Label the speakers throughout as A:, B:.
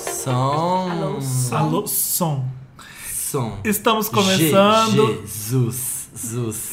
A: Som.
B: Alô,
C: Alô, som.
A: Som.
C: Estamos começando.
A: Je- Jesus. Zus.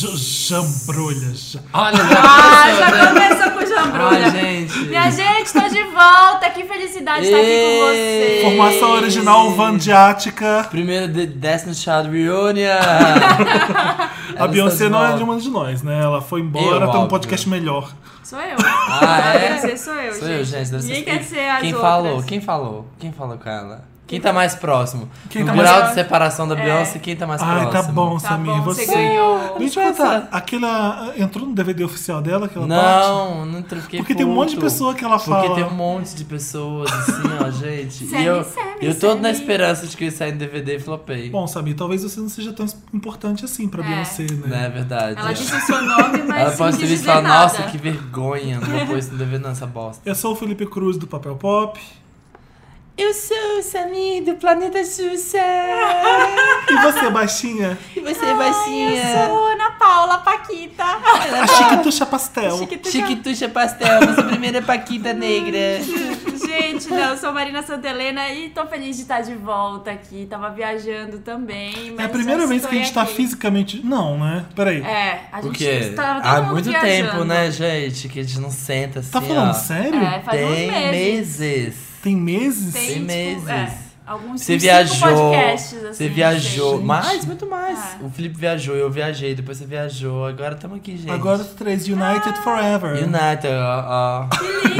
C: J- Jambrolha. ja-
A: Olha,
B: Ah,
A: já
B: já
A: começou, né?
B: começou com o
A: Ai,
B: Jambrulha.
A: gente.
B: Minha gente, tô de volta. Que felicidade estar aqui com
A: Ei.
B: vocês.
C: Formação original vandiática.
A: Primeiro The Destiny Child Reunion. Ela
C: A Beyoncé
A: está
C: não é de
A: volta.
C: uma de nós, né? Ela foi embora,
A: Eu,
C: tem um
A: óbvio.
C: podcast melhor.
B: Sou eu.
A: Ah, é?
B: Deve ser, sou eu,
A: Sou eu, gente. Deve ser- assim.
B: Ninguém quer ser as
A: Quem
B: outras.
A: falou? Quem falou? Quem falou com ela? Quem tá mais próximo?
C: Quem
A: no
C: tá mais
A: grau
B: próximo?
A: de separação da
B: É.
A: Beyoncé, quem tá mais
C: Ai,
A: próximo?
C: tá bom,
B: Tá
C: Samir.
B: bom,
C: você.
B: você ganhou.
C: Deixa eu perguntar, aquela. eh, Entrou no DVD oficial dela, aquela parte?
A: Não, não fiquei
C: Porque tem um
A: puto.
C: monte de pessoa que ela fala.
A: Porque tem um monte de pessoas, assim, ó, gente.
B: Sammy,
A: e eu,
B: Sammy,
A: eu tô na
B: Sammy.
A: esperança de que ele saia em DVD e flopei.
C: Bom, Samir, talvez você não seja tão importante assim pra
B: É.
C: Beyoncé,
A: não
C: né?
A: é verdade.
B: Ela disse o seu nome, mas
A: Ela pode ter
B: não quis
A: visto e
B: dizer
A: falar,
B: nada.
A: nossa, que vergonha, não vou pôr isso no DVD não, essa bosta.
C: Eu sou o Felipe Cruz do Papel Pop.
A: Eu sou o Samir do Planeta Xuxa.
C: E você, baixinha?
A: E você, baixinha.
B: Sou Ana Paula Paquita.
A: É
C: A Chiquituxa Pastel.
B: Chiquituca.
A: Chiquituxa Pastel, nossa primeira Paquita Negra.
B: Gente, não, eu sou Marina Santelena e tô feliz de estar de volta aqui. Tava viajando também.
C: É
B: mas
C: a primeira
B: já
C: vez que a
B: estou
C: gente tá
B: aqui.
C: fisicamente. Não, né? Peraí.
B: É, a
A: O
B: gente
A: quê?
B: tava todo
A: Há
B: mundo
A: muito
B: viajando.
A: tempo, né, gente, que a gente não senta assim,
C: Tá falando
A: ó.
C: sério?
B: É, faz
A: Tem
B: uns meses.
A: meses.
C: Tem meses?
B: Tem,
A: Tem
B: tipo,
A: meses.
B: é, alguns
A: Você
B: uns cinco
A: viajou,
B: podcasts, assim,
A: você viajou,
C: gente.
A: mais, muito mais.
B: Ah.
A: O Felipe viajou, eu viajei, depois você viajou, agora estamos aqui, gente.
C: Agora os três, United Forever.
A: United, ó, ó.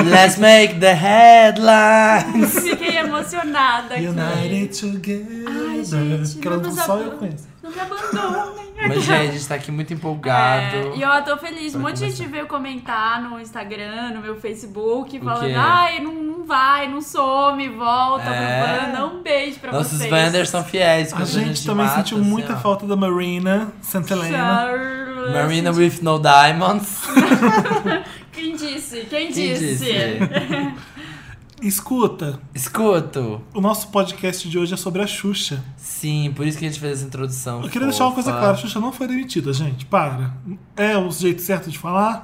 A: Let's make the headline.
B: gente. assim. Fiquei emocionada aqui.
C: United Together.
B: Ai, gente,
C: Aquela
B: não nos
C: só eu
B: abandone.
C: conheço.
B: Nunca abandonem.
A: Mas, gente, a gente tá aqui muito empolgado.
B: É, e ó, tô feliz. Um
A: Vai
B: monte de gente veio comentar no Instagram, no meu Facebook,
A: quê?
B: falando: ai, não, não vai, não some, volta
A: É.
B: pro Wanda. Um beijo pra
A: Nossos
B: vocês.
A: Wanders são fiéis.
C: A
A: quando
C: gente, também
A: mata,
C: sentiu
A: assim,
C: muita
A: ó.
C: falta da Marina Santa Helena.
B: Charles.
A: Marina with no diamonds.
B: Quem disse?
A: Quem
B: Quem disse?
C: Escuta,
A: Escuto.
C: o nosso podcast de hoje é sobre a Xuxa.
A: Sim, por isso que a gente fez essa introdução.
C: Eu queria deixar uma
A: Tá fofa.
C: coisa clara: a Xuxa não foi demitida, gente. Para. É o jeito certo de falar?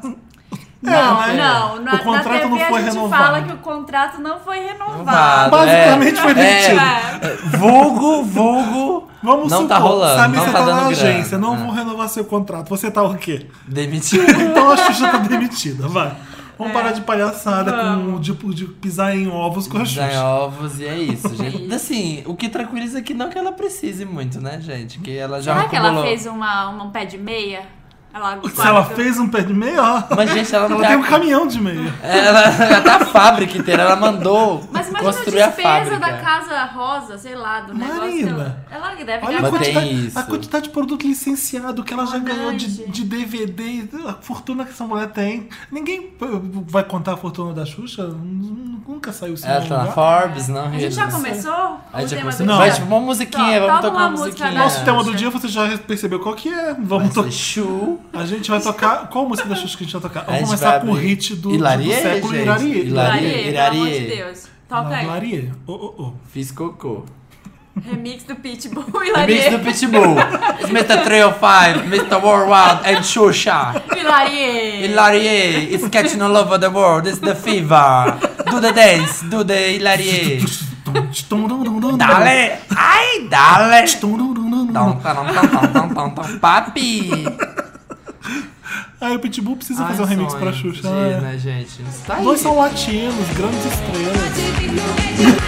B: Não,
C: é, né?
B: não. Na,
C: O contrato
B: na TV
C: não foi
B: a gente
C: renovado.
B: fala que o contrato não foi
A: Renovado.
B: renovado.
C: Basicamente foi
A: É.
C: demitido.
B: É.
A: Vulgo, vulgo.
C: Vamos
A: não
C: supor,
A: tá rolando,
C: Samir,
A: não
C: você
A: tá dando
C: na
A: grana.
C: agência, não
A: Ah.
C: vão renovar seu contrato. Você tá o quê?
A: Demitido.
C: Então a Xuxa tá demitida, vai. Vamos parar de palhaçada com o
B: Vamos.
C: tipo de pisar em ovos com a Xuxa.
A: Ganha ovos e é isso, gente.
B: isso.
A: Assim, o que tranquiliza é que não que ela precise muito, né, gente? Que ela já
B: Será que ela
A: acumulou.
B: fez uma, uma- um pé de meia? Ela
C: Se ela
B: guarda-
C: fez um pé de meia, ó,
A: Mas, gente, ela não tá
C: ela tem um caminhão de meia.
A: Ela, ela tá a fábrica inteira, ela mandou
B: Mas imagina
A: construir
B: a
A: a
B: despesa
A: fábrica.
B: da Casa Rosa, sei lá, do negócio.
C: Marina,
B: dela. Ela deve
C: Olha a
A: Mas
B: gastar.
A: tem
C: quantidade,
A: isso.
C: a quantidade de produto licenciado que ela já
B: Verdade.
C: ganhou de, de DVD, a fortuna que essa mulher tem. Ninguém p- vai contar a fortuna da Xuxa? Nun- Nunca saiu isso. em
A: Ela
C: nenhum
A: tá na
C: lugar.
A: Forbes, não?
B: A gente já começou?
A: né? A gente já
B: O tema
A: começou.
B: do
C: Não.
A: Vai,
B: dia?
A: tipo, uma musiquinha,
B: Tá,
A: vamos
B: toca
A: tocar uma
B: uma música
A: musiquinha.
B: da
C: Nosso
B: Xuxa.
C: tema do dia você já percebeu qual que é. Vamos to-
A: Chu.
C: A gente vai tocar. Qual música da Xuxa que a gente vai tocar?
A: A
C: Vamos
A: gente
C: começar
A: vai
C: com o
A: abrir.
C: hit do,
A: Hilarie,
C: do século
A: gente?
C: Hilarie.
A: Hilarie.
B: Hilarie, pelo
A: Hilarie.
B: amor de Deus. é. Toca aí.
C: Hilarie. Oh, oh,
A: Fiz cocô.
B: Remix do Pitbull,
A: Mix do
B: Hilarie.
A: Pitbull. Mr. 305, Mr. oh Worldwide and Xuxa.
B: Hilarie.
A: Hilarie is catching all over the world. It's the fever. Do the dance, do the Hilarie.
C: oh.
A: Dale! Ai, dale! Tom,
C: Dale!
A: tom, tom, tom, tom, tom, tom, Papi!
C: Aí o Pitbull precisa
A: Ai,
C: fazer um remix
A: sonho
C: pra Xuxa.
A: de,
C: né?
A: né, gente? Isso tá aí.
C: Dois são latinos, grandes estrelas.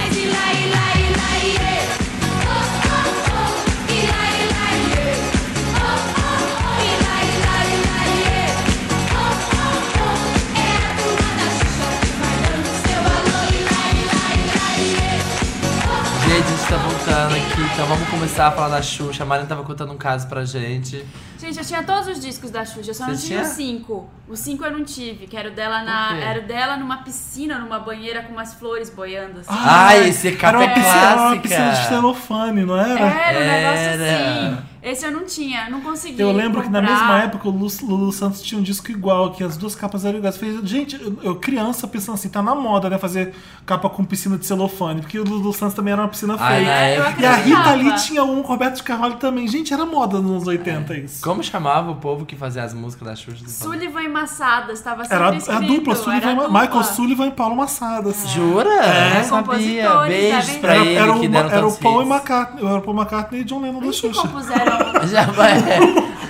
A: Gente, a gente tá voltando aqui, então vamos começar a falar da Xuxa. A Marina tava contando um caso pra gente.
B: Gente, eu tinha todos os discos da Xuxa, eu só não
A: Você
B: tinha
A: tinha?
B: os cinco. Os cinco eu não tive, que era o dela na.
A: Por quê?
B: Era o dela numa piscina, numa banheira com umas flores boiando. Assim.
A: Ai, esse capa
C: era uma
A: é
C: piscina, era uma
A: clássica.
C: piscina de celofane, não era?
B: Era um
A: Era.
B: negócio assim. Esse eu não tinha, não consegui.
C: Eu lembro que na
B: comprar.
C: mesma época o Lu- Lulu Santos tinha um disco igual, que as duas capas eram iguais. Eu falei, gente, eu, eu criança pensando assim, tá na moda, né? Fazer capa com piscina de celofane, porque o Lulu Santos também era uma piscina
A: Ai,
C: feia.
A: na
B: É, Eu
A: época-
C: E a Rita
B: acreditava.
C: Lee tinha um, com o Roberto de Carvalho também. Gente, era moda nos anos 80 isso.
A: Como chamava o povo que fazia as músicas da Xuxa?
B: Sullivan e Massada, estava sempre
C: Era a
B: escrito.
C: dupla,
B: era
C: Sullivan,
B: a
C: e Ma-
B: dupla.
C: Michael Sullivan e Paulo Massada. assim.
A: Jura?
C: É.
A: não sabia.
B: Compositores, tá
A: Beijos
B: vendo?
A: pra
C: Era,
A: ele
C: era
A: que
C: o,
A: deram
C: era o
A: tantos
C: Paul e
A: hits.
C: McCartney, era o Paul McCartney e John Lennon da
B: Eles que
C: Xuxa.
B: compuseram.
A: Já vai.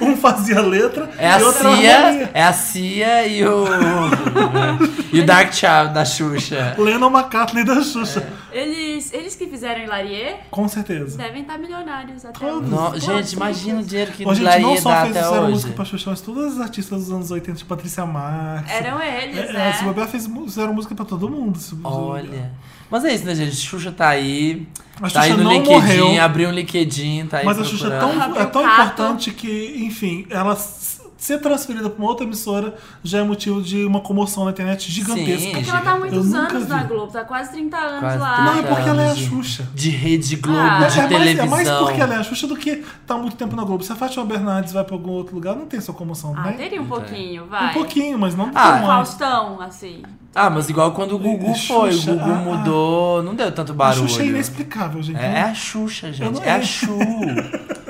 C: Um fazia letra
A: É a
C: e outro
A: Cia, é a Cia e o e o Dark Child da Xuxa.
C: Lennon McCartney da Xuxa.
A: É.
B: Eles, eles que fizeram em Larier
C: Com certeza.
B: devem estar milionários até
C: Todos.
B: hoje.
A: No-
B: Pô,
A: gente, imagina o dinheiro que
C: A gente não
A: Laria
C: só
A: dá
C: fez
A: até
C: fizeram
A: hoje.
C: música pra Xuxa, mas todas as artistas dos anos 80, tipo Patrícia Marques.
B: Eram eles,
C: É,
B: né?
C: é, se bobear, fez, mu- fizeram música pra todo mundo. se-
A: Olha. Mas é isso, né, gente? Xuxa tá aí.
C: A
A: tá aí no
C: Xuxa não
A: LinkedIn,
C: morreu.
A: abriu um LinkedIn, tá aí
C: Mas a Xuxa é tão,
A: procurando.
B: procurando.
C: é tão
B: Abriu o cato.
C: importante que, enfim, ela s- ser transferida pra uma outra emissora já é motivo de uma comoção na internet gigantesca.
B: É que ela tá há muitos
C: Eu nunca
B: anos na
C: vi.
B: Globo, tá quase 30 anos
A: Quase
B: lá.
A: 30
C: Não, é porque ela é a
A: Gente.
C: Xuxa.
A: De Rede Globo,
B: Ah.
A: Ah, tá. de
C: é, mais, é
A: televisão.
C: mais porque ela é a Xuxa do que tá há muito tempo na Globo. Se a Fátima Bernardes vai pra algum outro lugar, não tem essa comoção,
B: Ah,
C: né?
B: teria um
A: Não tem.
B: pouquinho,
C: Um
B: vai.
C: pouquinho, mas não
A: Ah,
C: tão alto.
B: Faustão, assim.
A: Ah, mas igual quando o Gugu
C: Xuxa,
A: foi, o Gugu
C: ah,
A: mudou, não deu tanto
C: A
A: barulho.
C: Xuxa é inexplicável, gente.
A: É, é a Xuxa,
C: Eu
A: gente.
C: não-
A: É a Xu.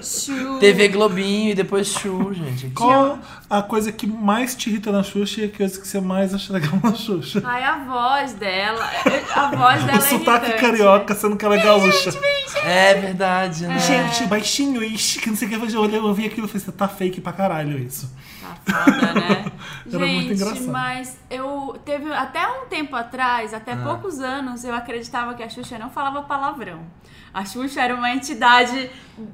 B: Chu.
A: TV Globinho e depois Xu, gente.
C: Qual a coisa que mais te irrita na Xuxa e a coisa que você mais acha legal na Xuxa?
B: Ai, a voz dela. A voz dela
C: o
B: é
C: sotaque
B: irritante.
C: carioca, sendo que ela é gaúcha.
A: É verdade, né?
C: Gente, baixinho, ixi, que não sei o que, eu olhei, eu vi aquilo e falei, você tá fake pra caralho isso.
B: Tá foda, né?
C: Era muito
B: Gente,
C: engraçado.
B: mas eu teve até um tempo atrás, até
A: Ah.
B: poucos anos, eu acreditava que a Xuxa não falava palavrão. A Xuxa era uma entidade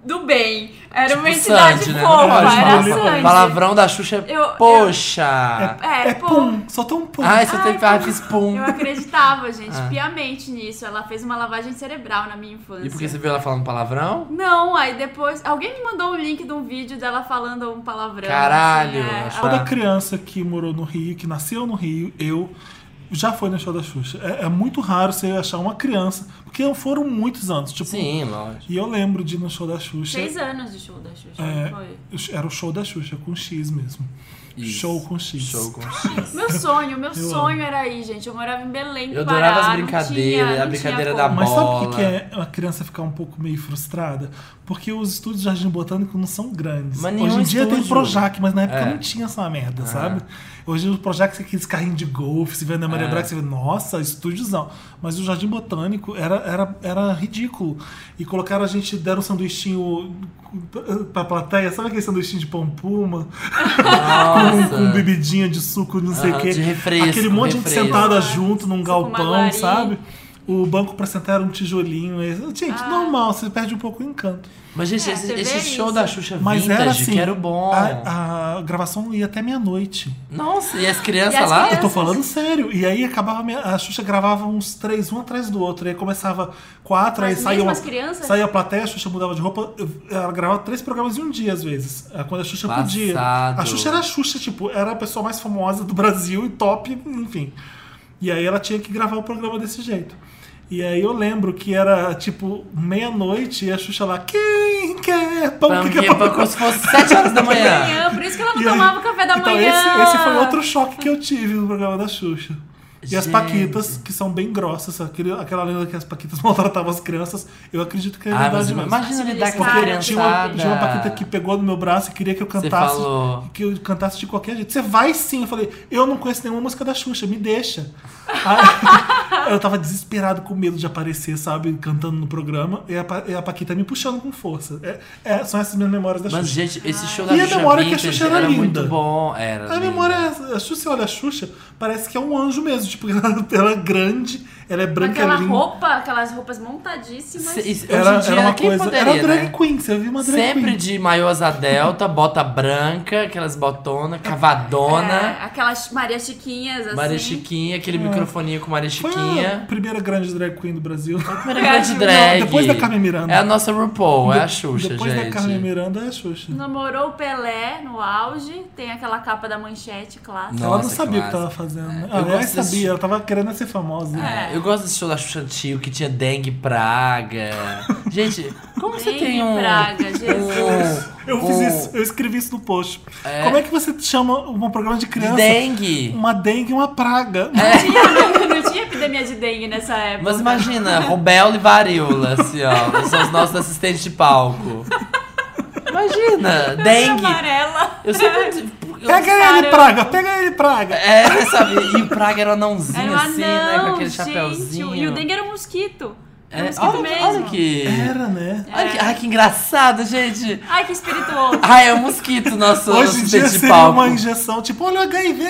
B: do bem, era uma
A: Tipo
B: entidade
A: Sandy, né?
B: fofa,
C: Não pode
B: era a
C: falar
B: Sandy.
A: Palavrão da Xuxa é
B: Eu- eu-
A: poxa.
B: É, pô,
C: pum, soltou um pum.
A: Ai, só
B: Ai,
A: tem
B: pô.
A: ah, fiz pum.
B: Eu acreditava, gente,
A: Ah.
B: piamente nisso. Ela fez uma lavagem cerebral na minha infância.
A: E porque você viu ela falando palavrão?
B: Não, aí depois. Alguém me mandou um link de um vídeo dela falando um palavrão.
A: Caralho,
B: assim, é.
A: acho-
C: Toda criança que morou no Rio, que nasceu no Rio, eu já foi no show da Xuxa. É, é muito raro você achar uma criança, porque foram muitos anos, tipo...
A: Sim, lógico.
C: E eu lembro de ir no show da Xuxa.
B: Seis anos de show da Xuxa,
C: É.
B: não foi?
C: Era o show da Xuxa, com X mesmo.
A: Isso.
C: Show com X.
A: Show com X.
B: Meu sonho, meu
C: Eu
B: sonho era aí, gente. Eu morava em Belém,
A: Eu
B: Pará,
A: adorava as
B: não
A: brincadeiras,
B: tinha-
A: a
B: não
A: brincadeira
B: tinha
A: da
B: como.
C: Mas sabe o
A: bola.
C: que que é a criança ficar um pouco meio frustrada? Porque os estúdios de jardim botânico não são grandes.
A: Mas
C: Hoje
A: nenhum
C: em dia tem o
A: estúdio.
C: Projac, mas na época
A: É.
C: não tinha essa merda, sabe? Hoje o Projac tem aqueles carrinhos de golfe, você vê na Maria
A: É.
C: Braga, você vê, nossa, estúdiozão. Mas o jardim botânico era, era, era ridículo. E colocaram a gente, deram um sanduichinho pra plateia, sabe aquele sanduichinho de pampuma? com, com
A: Nossa.
C: bebidinha de suco, não sei o
A: Aham,
C: quê.
A: de refresco,
C: Aquele monte de gente
A: refresco.
C: sentada junto num
B: Suco
C: galpão,
B: maguari.
C: sabe? O banco pra sentar era um tijolinho. Gente,
B: Ah.
C: normal, você perde um pouco o encanto.
A: Mas, gente,
B: É,
A: esse,
B: você
A: esse
B: vê
A: show
B: isso.
A: da Xuxa
C: Mas
A: vintage,
C: era assim.
A: que era o bom.
C: A, a gravação ia até meia-noite.
A: Nossa, e as
B: E
A: crianças
B: as
A: lá?
B: crianças-
C: Eu tô falando sério. E aí acabava. meia- A Xuxa gravava uns três, um atrás do outro. E aí começava quatro, aí
B: Mas mesmo
C: saía, uma,
B: as crianças?
C: saía a plateia, a Xuxa mudava de roupa. Eu- Ela gravava três programas em um dia, às vezes. é, Quando a Xuxa podia.
A: Passado.
C: A Xuxa era a Xuxa, tipo, era a pessoa mais famosa do Brasil e top, enfim. E aí ela tinha que gravar o programa desse jeito. E aí eu lembro que era tipo meia-noite e a Xuxa lá, quem quer pão,
A: Pam,
C: que quer
A: pam,
C: pão?"
A: pam, Como se fosse 7 horas da manhã.
B: Manhã, por isso que ela não
C: E aí-
B: tomava café da
C: então
B: manhã.
C: Esse, esse foi outro choque que eu tive no programa da Xuxa. E as
A: Gente.
C: Paquitas, que são bem grossas, aquele- aquela lenda que as Paquitas maltratavam as crianças, eu acredito que é
A: Ah, mas
C: verdade mesmo.
A: imagina lidar com
B: Porque
A: a
C: Porque tinha uma,
A: criançada.
C: tinha uma Paquita que pegou no meu braço e queria que eu
A: Você
C: cantasse.
A: falou.
C: Que eu cantasse de qualquer jeito. Você vai sim. Eu falei, eu não conheço nenhuma música da Xuxa, me deixa. Aí, eu tava desesperado com medo de aparecer, sabe, cantando no programa. E a, Pa- e a Paquita me puxando com força. É- é, são essas minhas memórias da
A: Mas,
C: Xuxa.
A: gente, esse show
C: E
A: da
C: a
A: Xuxa
C: memória é que a
A: Vintage
C: Xuxa era
A: era
C: linda.
A: muito bom. Era
C: A
A: linda.
C: memória é essa. A Xuxa, você olha a Xuxa, parece que é um anjo mesmo. Tipo, ela, ela é grande, ela é
B: Com
C: branca
B: Aquela
C: linda.
B: roupa, aquelas roupas montadíssimas. É,
A: Se- isso- hoje
C: Era,
A: em dia,
C: era uma
A: quem
C: coisa.
A: poderia,
C: era drag
A: né?
C: queen, você viu uma drag
A: Sempre
C: queen.
A: de maiô asa delta, bota branca, aquelas botona, cavadona,
B: É, aquelas Maria Chiquinhas, assim.
A: Maria Chiquinha, aquele microfoninho com Maria
C: Foi um a
A: Chiquinha.
C: primeira grande drag queen do Brasil.
A: Primeira grande
B: Não,
A: drag.
C: depois da Carmen Miranda.
A: É a nossa RuPaul, é a Xuxa,
C: Depois
A: gente.
C: da Carmen Miranda é a Xuxa.
B: Namorou o Pelé no auge. Tem aquela capa da manchete clássica.
A: Não.
C: ela não
A: Nossa, que
C: sabia o que
A: massa.
C: tava fazendo. né?
A: Eu
C: Aliás,
A: gosto desse
C: sabia, queria, ela tava querendo ser famosa. né?
B: É.
A: Eu gosto desse show da Xuxa antigo que tinha dengue praga. Gente, como você
B: Dengue,
A: tem um.
B: praga, Jesus.
A: um-
C: Eu fiz
A: um-
C: isso, eu escrevi isso no post. Como é que você chama um programa de
A: de
C: criança?
A: dengue. É,
C: Uma dengue e uma praga.
B: Tinha- não tinha epidemia de dengue nessa época.
A: Mas imagina, rubéola e varíola, assim, ó. São os nossos assistentes de palco. Imagina, dengue.
B: Amarela.
A: Eu sempre. eu-
C: Pega ele,
B: Caramba.
C: praga, pega ele, praga.
A: É, sabe? E o Praga era um anãozinho,
B: Era um
A: assim, né? Com
B: anão,
A: aquele
B: gente.
A: chapéuzinho.
B: E o dengue era um mosquito. Era um
A: É,
B: mosquito
A: olha, que-
B: mesmo.
A: olha que.
C: Era, né?
A: Olha
B: É.
A: que, ai, que engraçado, gente.
B: Ai, que espirituoso.
A: Ai, é um mosquito nosso
C: Hoje em dia
A: assistente de
C: seria
A: palco.
C: uma injeção, tipo, olha o HIV,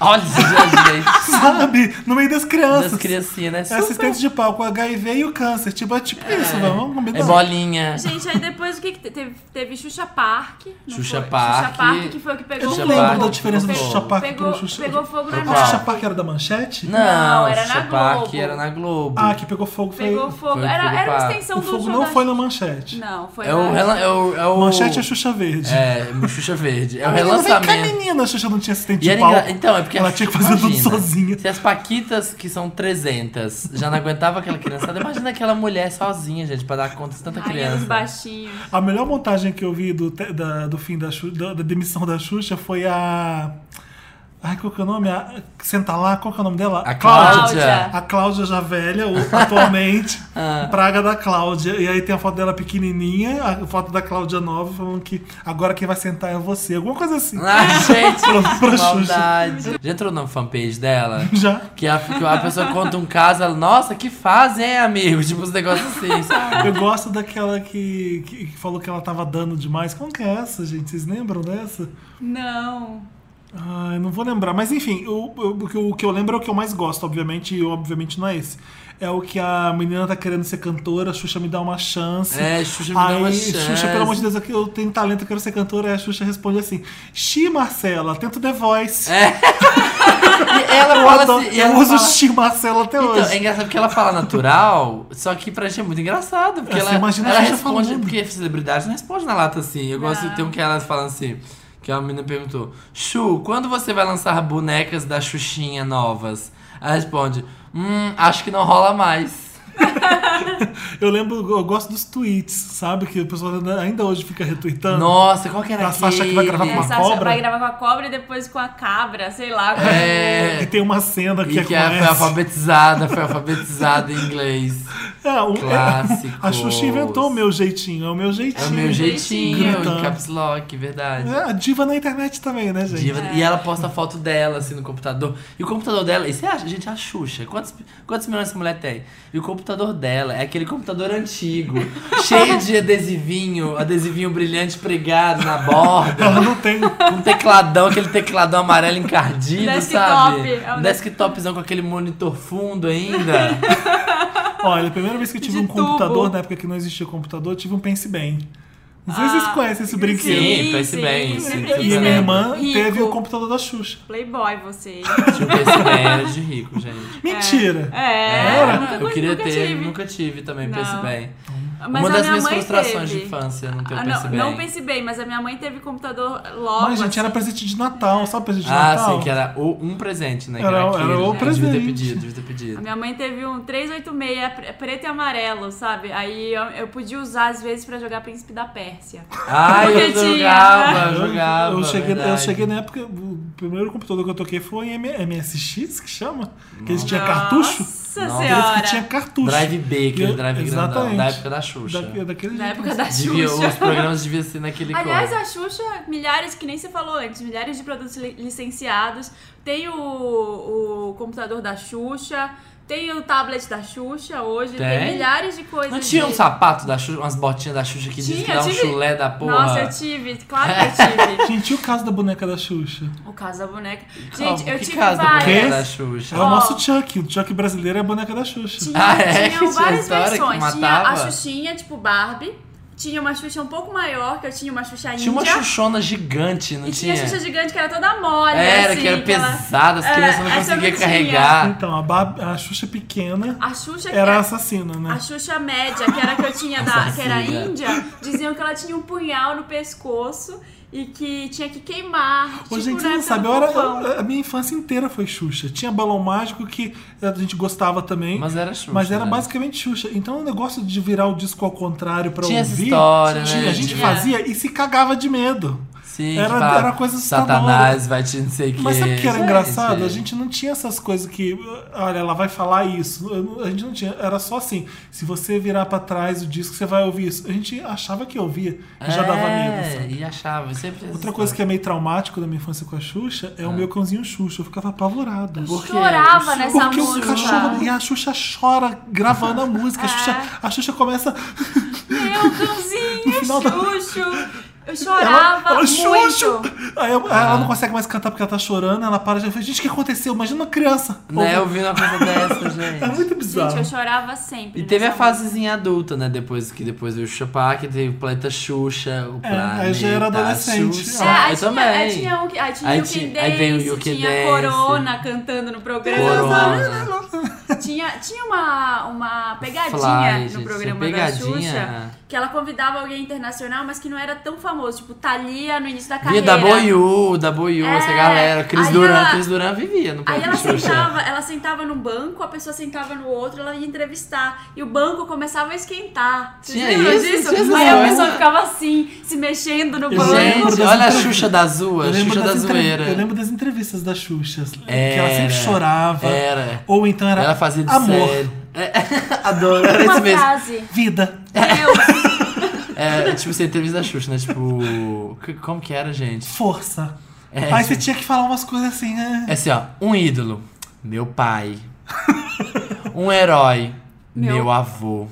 A: Olha, gente,
C: sabe? No meio das crianças.
A: das criancinhas, né?
C: É
A: Super-
C: assistente de palco, HIV e o câncer. Tipo, é tipo isso, né? vamos combinar.
A: É bolinha.
B: Gente, aí depois o que, que te- teve? Teve Xuxa Park. não
A: Xuxa
B: foi?
A: Park.
B: Xuxa Park, que foi o que
C: Eu
B: pegou
C: não
A: Xuxa
B: fogo.
C: lembro
A: Park,
C: da diferença do
A: pegou-
C: Xuxa Park
B: pegou-
C: pro Xuxa.
B: pegou fogo na
C: O Xuxa
A: nave.
C: Park era da manchete?
A: Não,
B: era na
A: Xuxa Park
B: Globo.
A: era na Globo.
C: Ah, que pegou fogo foi.
B: Pegou fogo. então
A: Foi o
B: Era,
A: fogo
B: era uma
A: Park.
B: extensão
C: O
B: do
C: fogo
B: Xuxa
C: não
B: da-
C: foi na manchete.
B: Não, foi
A: é o,
B: na-
A: relan- é o, é o...
C: Manchete é Xuxa Verde.
A: É, Xuxa Verde. É o
C: Menina, Vem cá,
A: relançamento.
C: menina, a Xuxa não tinha assistente
A: E
C: de
A: era
C: palco.
A: engra... Então, é porque
C: Ela tinha que fazer tudo
A: imagina,
C: sozinha.
A: Se as Paquitas, que são 300, já não aguentava aquela criançada, imagina aquela mulher sozinha, gente, pra dar conta de tanta
B: Ai, eram os
A: criança.
B: baixinhos.
C: A melhor montagem que eu vi do, te- da- do fim da, Xu- da- da demissão da Xuxa foi a. Ai, qual que é o nome? A... Senta lá, qual que é o nome dela?
A: A Cláudia.
B: Cláudia.
C: A Cláudia já velha, ou, atualmente,
A: Ah.
C: praga da Cláudia. E aí tem a foto dela pequenininha, a foto da Cláudia nova, falando que agora quem vai sentar é você. Alguma coisa assim.
A: Ah, gente,
C: Pra- pra
A: que
C: Xuxa.
A: maldade. Já entrou no fanpage dela?
C: Já.
A: Que a, que a pessoa conta um caso, ela, nossa, que fase, hein, amigo? Tipo, uns negócios assim, sabe?
C: Eu gosto daquela que, que, que falou que ela tava dando demais. Como que é essa, gente? Vocês lembram dessa?
B: Não.
C: Ai, não vou lembrar. Mas enfim, o, o- o que eu- o que eu lembro é o que eu mais gosto, obviamente, e obviamente não é esse. É o que a menina tá querendo ser cantora, Xuxa me dá uma chance.
A: É, Xuxa me dá uma chance.
C: Xuxa, pelo amor de Deus, aqui eu tenho talento, eu quero ser cantora. Aí a Xuxa responde assim: Xi, Marcela, tento The Voice.
A: É. E ela
C: Eu,
A: fala
C: adoro,
A: assim, e
C: eu
A: ela
C: uso
A: fala-
C: Xi, Marcela até
A: Então, é
C: hoje.
A: engraçado porque ela fala natural, só que pra gente é muito engraçado. Porque
C: Você
A: ela,
C: imagina a
A: ela
C: Xuxa
A: responde,
C: falando.
A: porque celebridade não responde na lata assim. Eu gosto de ter um que elas falam assim. Que a menina perguntou: Chu, quando você vai lançar bonecas da Xuxinha novas? Ela responde: Hum, acho que não rola mais.
C: Eu lembro, eu gosto dos tweets, sabe? Que o pessoal ainda- ainda hoje fica retweetando.
A: Nossa, qual que era
C: A Sasha que vai gravar com
A: aquele?
C: uma
B: Essa
C: cobra?
B: vai gravar com a cobra e depois com a cabra, sei lá. com-
A: É.
C: E tem uma cena que,
A: E
C: é
A: que
C: com
A: ela foi
C: essa.
A: alfabetizada, foi alfabetizada em inglês.
C: É, um-
A: Clássicos.
C: A Xuxa inventou o meu jeitinho, é o meu
A: É
C: jeitinho.
A: o meu jeitinho,
C: Gritando.
A: em caps lock, verdade.
C: É, a diva na internet também, né, gente?
A: Diva. E ela posta a foto dela, assim, no computador. E o computador dela, e você acha, gente, a Xuxa, quantos, quantos milhões essa mulher tem? E o computador dela é aquele computador antigo, cheio de adesivinho, adesivinho brilhante pregado na
C: Ela
A: borda.
C: não tem.
A: Um tecladão, aquele tecladão amarelo encardido,
B: Desktop,
A: sabe?
B: é um
A: um desktopzão com aquele monitor fundo ainda.
C: Olha, a primeira vez que eu tive
B: De
C: um computador,
B: tubo.
C: na época que não existia computador, eu tive um Pense Bem. Não sei se
B: Ah,
C: vocês conhecem esse brinquedo.
A: Sim, pense bem, sim,
B: sempre
A: sim.
B: quis
C: E a minha
B: ser
C: irmã
B: é rico.
C: teve o computador da Xuxa.
B: Playboy, você.
A: Tipo, esse era de rico, gente.
C: Mentira!
B: É, nunca,
A: eu queria
B: nunca
A: ter,
B: tive.
A: nunca tive também,
B: Não.
A: pense bem.
B: Mas
A: Uma
B: a
A: das
B: minha
A: minhas
B: mãe
A: frustrações
B: teve.
A: de infância, não ter o
B: Ah,
A: pense
B: não,
A: bem.
B: não pense bem, mas a minha mãe teve computador logo.
C: Mas, gente, era
B: assim.
C: presente de Natal, sabe presente de
A: Ah,
C: Natal?
A: sim, que era o- um presente, né? Que
C: Era-
A: era,
C: era
A: aquele.
C: o
A: Eu Devia
C: presente.
A: ter pedido, devia ter
B: A
A: pedido.
B: minha mãe teve um 386 pre- preto e amarelo, sabe? Aí eu, eu podia usar às vezes pra jogar Príncipe da Pérsia.
A: Ai, eu
B: Bonitinha.
A: jogava, eu
C: Eu-
A: jogava.
C: eu, cheguei, eu
A: verdade.
C: cheguei na época, o primeiro computador que eu toquei foi em M- MSX, que chama? Que eles tinham cartucho?
B: Nossa
A: Nossa.
C: Aqueles
B: senhora!
C: que tinha cartucho.
A: Drive B, aquele
C: Eu-
A: drive grandão,
C: Exatamente.
A: da época da Xuxa.
C: Da- daquele
B: Na
C: jeito.
B: época da
A: Devia- os
B: Xuxa.
A: programas deviam ser naquele
B: Aliás,
A: cor.
B: a Xuxa, milhares, que nem você falou antes, milhares de produtos li- licenciados. Tem o, o computador da Xuxa, tem o tablet da Xuxa hoje, tem,
A: Tem?
B: milhares de coisas.
A: Não tinha um
B: de-
A: sapato da Xuxa, umas botinhas da Xuxa que diz que
B: Tinha,
A: dá um
B: tive-
A: chulé da porra.
B: Nossa, eu tive, claro que eu tive.
C: Gente, e o caso da boneca da Xuxa?
B: o caso da boneca.
A: Calma,
B: Gente, eu
A: que
B: tive
A: casa da boneca
B: várias.
A: da
C: É
A: Xuxa.
C: o
B: Ó.
C: nosso Chuck. O Chuck brasileiro é a boneca da Xuxa.
B: Tinha,
A: Ah, é?
B: tinham
A: Que tinha
B: várias
A: história que
B: versões. Tinha a
A: matava?
B: Xuxinha, tipo Barbie. Tinha uma Xuxa um pouco maior, que eu tinha uma Xuxa
A: Tinha uma
B: índia.
A: Xuxona gigante, não
B: e tinha
A: tinha?
B: a Xuxa gigante que era toda mole,
A: Era,
B: assim.
A: que era
B: ela-
A: pesada, as
B: É,
A: crianças não
B: essa eu não
A: conseguiam
B: tinha.
A: carregar.
C: Então, a, Bab- a Xuxa pequena
B: A Xuxa que é-
C: era
B: era-
C: assassina, né?
B: A Xuxa média, que era a que eu tinha da, que era
A: Assassina.
B: índia, diziam que ela tinha um punhal no pescoço e que tinha que queimar.
C: Ô,
B: tipo,
C: gente,
B: na
C: você não
B: época
C: sabe,
B: do
C: eu era-
B: Fofão.
C: eu- a minha infância inteira foi Xuxa. Tinha balão mágico que a gente gostava também.
A: Mas era Xuxa,
C: Mas era
A: né?
C: basicamente Xuxa. Então o negócio de virar o disco ao contrário pra
A: Tinha essa
C: ouvir.
A: história,
C: tinha,
A: né?
C: A gente
A: Tinha.
C: fazia e se cagava de medo.
A: Sim,
C: Era-
A: que fala,
C: era coisa assustadora.
A: Satanás vai te não sei o que.
C: Mas sabe o que
A: é
C: era engraçado? A gente não tinha essas coisas que, olha, ela vai falar isso. Eu não- A gente não tinha. Era só assim: se você virar pra trás o disco, você vai ouvir isso. A gente achava que ouvia e já dava
A: É,
C: medo. sabe?
A: E achava, sempre.
C: Outra coisa que é meio traumático da minha infância com a Xuxa
A: Ah.
C: é o meu cãozinho Xuxa. Eu ficava apavorado.
B: Eu
A: Por quê?
B: chorava nessa
C: Porque o
B: música. tá?
C: cachorro. E a Xuxa chora gravando a música. A Xuxa,
B: É.
C: a Xuxa começa.
B: Meu cãozinho,
C: final da-
B: Xuxo. Eu
C: Ela,
B: chorava
C: ela é
B: muito.
C: Xuxa! Aí eu- ela
A: Ah.
C: não consegue mais cantar porque ela tá chorando. Ela para e fala: Gente, o que aconteceu? Imagina uma criança.
A: Né, eu vi uma coisa dessa,
C: É
A: gente.
C: muito
B: Gente,
C: bizarro.
B: eu chorava sempre.
A: E teve a
B: nessa
A: fasezinha adulta, né? Depois que depois veio o Xuxa Park, teve o Planeta Xuxa, o Planeta
C: É, aí já era adolescente.
A: Xuxa.
B: É, aí
A: eu
B: tinha,
A: também.
B: Aí tinha, o que- aí tinha
A: Aí
B: o que
A: tinha- aí
B: Dance,
A: veio o que
B: tinha
A: Dance.
B: Corona cantando no programa.
A: Corona.
B: Tinha, tinha uma, uma pegadinha
A: Fly,
B: no
A: gente,
B: programa
A: pegadinha.
B: da Xuxa, que ela convidava alguém internacional, mas que não era tão famoso, tipo Thalia no início da
A: Via
B: carreira.
A: da Boiú, da Boiú,
B: É,
A: essa galera. Cris
B: aí
A: Duran,
B: ela-
A: Cris Duran vivia no
B: Aí
A: Planeta
B: ela
A: Xuxa.
B: sentava, ela sentava num banco, a pessoa sentava no outro, ela ia entrevistar. E o banco começava a esquentar. Vocês
A: Tinha
B: lembram
A: isso?
B: disso?
A: Tinha essas
B: Aí a
A: coisas.
B: pessoa ficava assim, se mexendo no
C: Eu
B: banco.
C: lembro
A: Gente,
C: das
A: olha a
C: entrevistas.
A: Xuxa da Zoa,
C: Eu lembro
A: Xuxa da
C: das entrev-
A: Zoeira.
C: Eu lembro das entrevistas da Xuxa. Que ela
A: Era.
C: sempre chorava.
A: Era.
C: Ou então era.
A: É. Ela fazia de
C: amor,
A: sério. É, adoro, era
B: Uma
A: isso mesmo.
B: frase.
C: vida.
B: Deus,
A: É, tipo, você entrevista da Xuxa, né? Tipo, c- como que era, gente?
C: força.
A: É,
C: Aí você
A: gente.
C: tinha que falar umas coisas assim, né?
A: É assim, ó, um ídolo, meu pai. Um herói, meu,
B: Meu-
A: avô.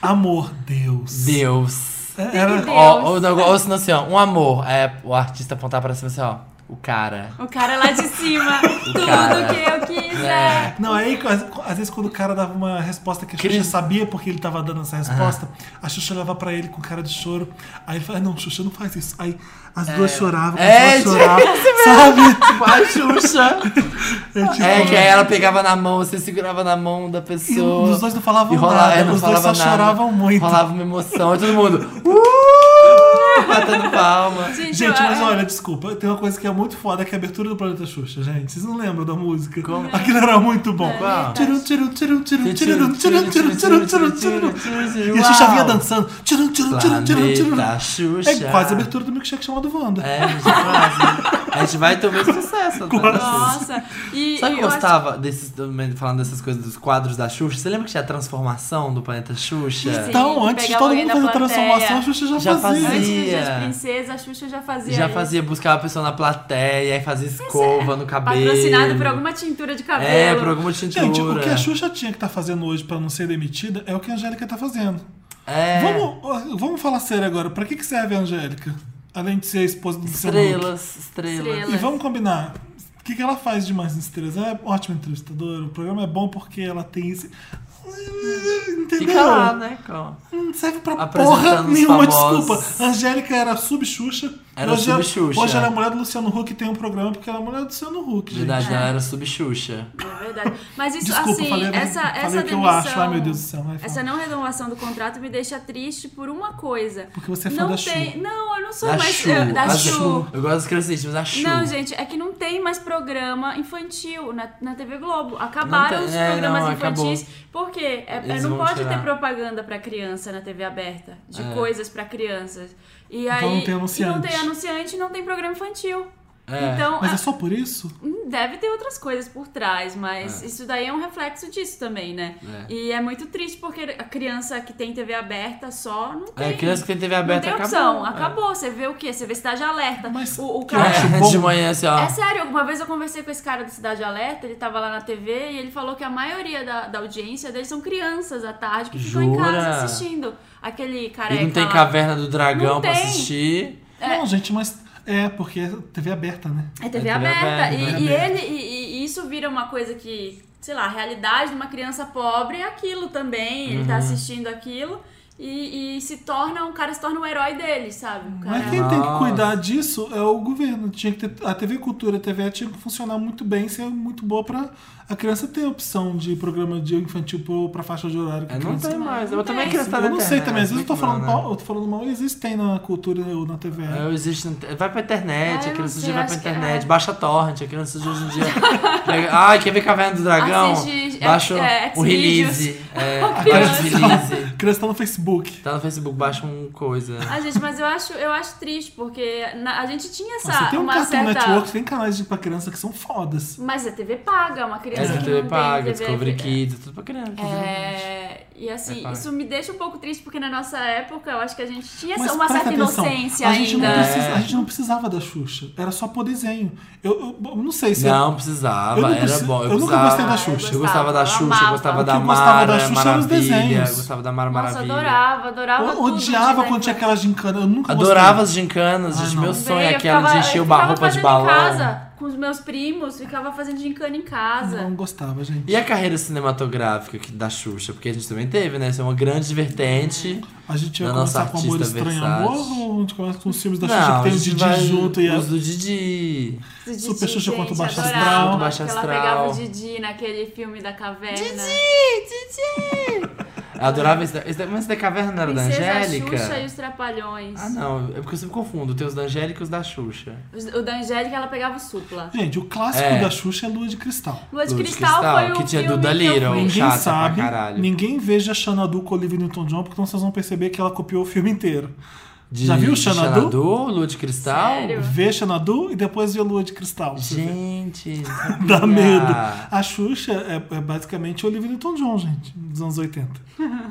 C: Amor, Deus.
A: Deus.
C: É, Era,
B: Deus.
A: Ó, ou, não- ou senão assim, ó, um amor. É o artista apontar pra cima assim, ó, o cara.
B: o cara lá de cima, tudo
A: cara.
B: que eu é. quiser.
C: não, aí às, às vezes quando o cara dava uma resposta que a Xuxa
A: Cris.
C: sabia porque ele tava dando essa resposta, a Xuxa olhava pra ele com cara de choro. Aí ele falava, não, Xuxa, não faz isso. Aí as duas choravam,
A: É,
C: as duas choravam, sabe?
A: Tipo, a Xuxa.
C: Eu, tipo,
A: É, que aí ela pegava na mão, você segurava na mão da
C: e
A: pessoa.
C: os dois não falavam
A: E rola-
C: nada,
A: é, não
C: os dois só
A: falava nada.
C: choravam muito.
A: Rolava uma emoção, e todo mundo. Uh, batendo palma.
C: Gente, mas
B: eu-
C: olha, desculpa, tem uma coisa que é muito foda, que é a abertura do Planeta Xuxa, gente. Vocês não lembram da música?
A: Como?
C: Aquilo era muito bom.
A: Qual?
C: Tchirum, tchirum, tchirum, tchirum, tchirum, tchirum, tchirum, tchirum, tchirum, tchirum. E a Xuxa vinha dançando. Tchirum, tchirum, tchirum, tchirum, tchirum.
A: Planeta Xuxa.
C: É quase a abertura do milkshake chamado Wanda.
A: É, a gente quase. A gente vai ter o mesmo sucesso. tá?
C: Quase.
B: Nossa. E,
A: Sabe o
B: e
A: que eu
B: eu acho-
A: gostava desses, falando dessas coisas dos quadros da Xuxa? Você lembra que tinha a transformação do planeta Xuxa?
B: Sim.
C: Então,
B: Sim,
C: antes de
B: pegava
C: todo
B: alguém
C: mundo
B: da
C: fazer a transformação,
B: plateia.
C: a Xuxa já,
A: Já
C: fazia.
A: fazia.
B: Antes de Dias
A: Fazia.
B: Princesa, a Xuxa já fazia
A: Já
B: isso. é
A: fazia, buscava a pessoa na plateia, aí fazia escova no cabelo.
B: Patrocinado por alguma tintura de cabelo.
A: É, por alguma tintura.
C: Gente, o que a Xuxa tinha que estar fazendo hoje pra não ser demitida é o que a Angélica tá fazendo.
A: É.
C: Vamos, vamos falar sério agora. Pra que, que serve a Angélica? Além de ser a esposa do Luciano Huck.
A: Estrelas, estrelas.
B: Estrela.
C: E vamos combinar. O que, que ela faz demais nas estrelas? Ela é ótima entrevistadora, o programa é bom porque ela tem esse. Entendeu?
A: Fica lá, né? Com...
C: Não serve pra porra
A: Apresentando os
C: nenhuma
A: famosos.
C: desculpa. A Angélica era sub-Xuxa.
A: Era
C: hoje ela-
A: sub-Xuxa.
C: Hoje ela é a mulher do Luciano Huck e tem um programa porque ela é a mulher do Luciano Huck, gente.
A: Verdade, ela era sub-Xuxa.
B: É verdade. Mas isso,
C: Desculpa,
B: assim,
C: falei,
B: essa,
C: falei
B: essa
C: o que
B: demissão...
C: eu acho. Ai, meu Deus do céu. é vai, fala.
B: Essa não renovação do contrato me deixa triste por uma coisa.
C: Porque você é fã
B: não
C: da
B: tem...
C: Xuxa.
B: Não, eu não sou
A: Da
B: mais...
A: Xu.
B: eh, Da
A: a
B: Xu.
A: Eu gosto dos crescentes, mas a Xu.
B: Não, gente, é que não tem mais programa infantil na, na TV Globo. Acabaram
A: Não tem-
B: os
A: é,
B: programas
A: não,
B: infantis. Por quê? É- é,
A: Eles
B: não
A: vão
B: pode
A: tirar.
B: ter propaganda pra criança na TV aberta, de
A: É.
B: coisas pra crianças. E aí,
C: Então não tem
B: E não tem
C: anunciante.
B: anunciante, não tem programa infantil.
A: É.
B: Então,
C: Mas
B: a-
C: é só por isso?
B: hum, deve ter outras coisas por trás, mas
A: É.
B: isso daí é um reflexo disso também, né?
A: É.
B: E é muito triste porque a criança que tem TV aberta só não tem.
A: É, criança que tem TV
B: não
A: aberta
B: tem
A: acabou. né?
B: opção, acabou. Você vê o quê? Você vê Cidade Alerta.
C: Mas
B: o, o
C: que eu
B: cara...
C: acho
A: É,
C: bom.
A: de manhã, assim, ó.
B: É sério, uma vez eu conversei com esse cara do Cidade Alerta, ele tava lá na TV e ele falou que a maioria da, da audiência dele são crianças à tarde que ficam em
A: Jura?
B: casa assistindo aquele careca.
A: e não tem
B: lá.
A: Caverna do Dragão
B: Não
A: pra
B: tem.
A: assistir.
B: É.
C: Não, gente, mas é porque é TV aberta, né?
B: É TV
A: É TV
B: aberta.
A: aberta,
B: e,
A: né?
B: e ele e, e isso vira uma coisa
C: Uhum.
B: que, sei lá, a realidade de uma criança pobre é aquilo também. Ele tá assistindo aquilo. E, e se torna, o cara se torna o herói deles, sabe? O cara...
C: Mas quem tem que
A: Nossa.
C: cuidar disso é o governo. Tinha que ter, a TV Cultura, a TV tinha que funcionar muito bem, ser muito boa pra a criança ter opção de programa de infantil pro- pra faixa de horário que a
A: É, não
C: criança.
A: tem mais. Eu
B: Não
A: também
B: tem.
A: queria estar na
C: Eu não sei
A: internet,
C: também, às vezes eu tô
A: não,
C: falando
A: né?
C: mal, eu tô falando mal, existem na cultura ou na TV.
A: É, existe, na inter- vai pra internet,
B: Ah, eu
A: a
B: não
A: criança hoje em
B: sei,
A: dia vai pra
B: acho que
A: internet,
B: é.
A: baixa torrent, a criança de hoje em dia. pega- Ai, quer ver Caverna do Dragão?
B: Assiste, é,
A: baixa
B: é,
A: o
B: Xvideos.
A: release. É,
B: A
A: baixa o
B: criança.
A: release.
C: A criança tá no Facebook.
A: Tá no Facebook, baixa um coisa.
B: Ah, gente, mas eu acho, eu acho triste, porque na- a gente tinha essa.
C: Você tem um
B: uma
C: Cartoon
B: certa...
C: Network, tem canais de- pra criança que são fodas.
B: Mas é TV paga, uma criança
C: É,
A: Essa
B: que
A: TV
B: não
A: É, paga,
B: tem
A: Discovery
B: TV...
A: Kids, é tudo pra criança.
B: É, e assim,
A: paga.
B: isso me deixa um pouco triste, porque na nossa época eu acho que a gente tinha essa-
C: Mas
B: uma
C: presta
B: certa
C: atenção,
B: inocência
C: a gente
B: ainda.
C: Não precisa- a
A: É.
C: gente não precisava da Xuxa. Era só por desenho. Eu, eu- eu não sei se.
A: Não precisava,
C: Eu não
A: era
C: preciso-
A: bom.
C: eu nunca
A: precisava-
C: gostei da Xuxa.
A: Eu gostava da
B: Eu
A: Xuxa, eu
B: amava.
A: gostava
B: O
A: da
C: que eu gostava
A: Mara,
C: da Xuxa eram os
A: Maravilha.
C: desenhos.
A: Eu gostava da Mara
B: Nossa,
A: Maravilha.
B: adorava, adorava.
C: Eu
B: tudo né, de
C: odiava
B: desenho.
C: quando tinha aquelas gincanas. Eu nunca gostei.
A: Adorava as gincanas,
C: Ah,
A: gente.
C: não.
A: Meu
B: Bem,
A: sonho é
B: eu
A: aquela
B: ficava-
A: de encher
B: eu
A: o bar
B: ficava
A: roupa de
B: fazendo
A: balão.
B: em casa, com os meus primos, ficava fazendo gincana em casa.
A: Uhum.
C: Não gostava, gente.
A: E a carreira cinematográfica que- da Xuxa? Porque a gente também teve, né? Isso é uma grande vertente.
B: É.
C: A gente ia
A: Da nossa
C: começar com Amor
A: artista
C: Estranho
A: versátil.
C: Amor ou a gente começa com os filmes da Xuxa
A: Não,
C: que tem
A: a
C: o
A: gente
C: Didi
A: vai-
C: junto e a...
A: Os do Didi.
B: Didi,
C: Super Xuxa
B: gente,
C: contra o Baixo
B: adorava,
C: Astral.
B: que
A: Baixo
B: Ela
A: Astral.
B: pegava o Didi naquele filme da caverna.
A: Eu adorava esse, da- esse, da- mas esse da caverna não era da
B: Princesa Xuxa e
A: Angélica?
B: os Trapalhões.
A: Ah, não. É porque eu sempre confundo. Tem os da Angélica e os da Xuxa.
B: Os- O da Angélica, ela pegava o supla.
C: Gente, o clássico
A: É.
C: da Xuxa é Lua de Cristal.
B: Lua de
A: Lua de
B: Cristal,
A: Cristal,
B: foi o
A: que tinha
B: filme
A: Duda
B: que eu
A: Little.
B: fui.
A: Gente,
C: Ninguém
A: É Chata pra
C: sabe,
A: caralho.
C: ninguém veja Xanadu com Olivia Newton-John porque senão vocês vão perceber que ela copiou o filme inteiro.
A: De-
C: Já viu o
A: de
C: Xanadu?
A: Lua de Cristal?
B: Sério?
C: Vê Xanadu e depois vê Lua de Cristal. Você vê.
A: Gente.
C: Dá
A: sabia.
C: medo. A Xuxa é, é basicamente Olivia Newton-John, gente, dos anos 80.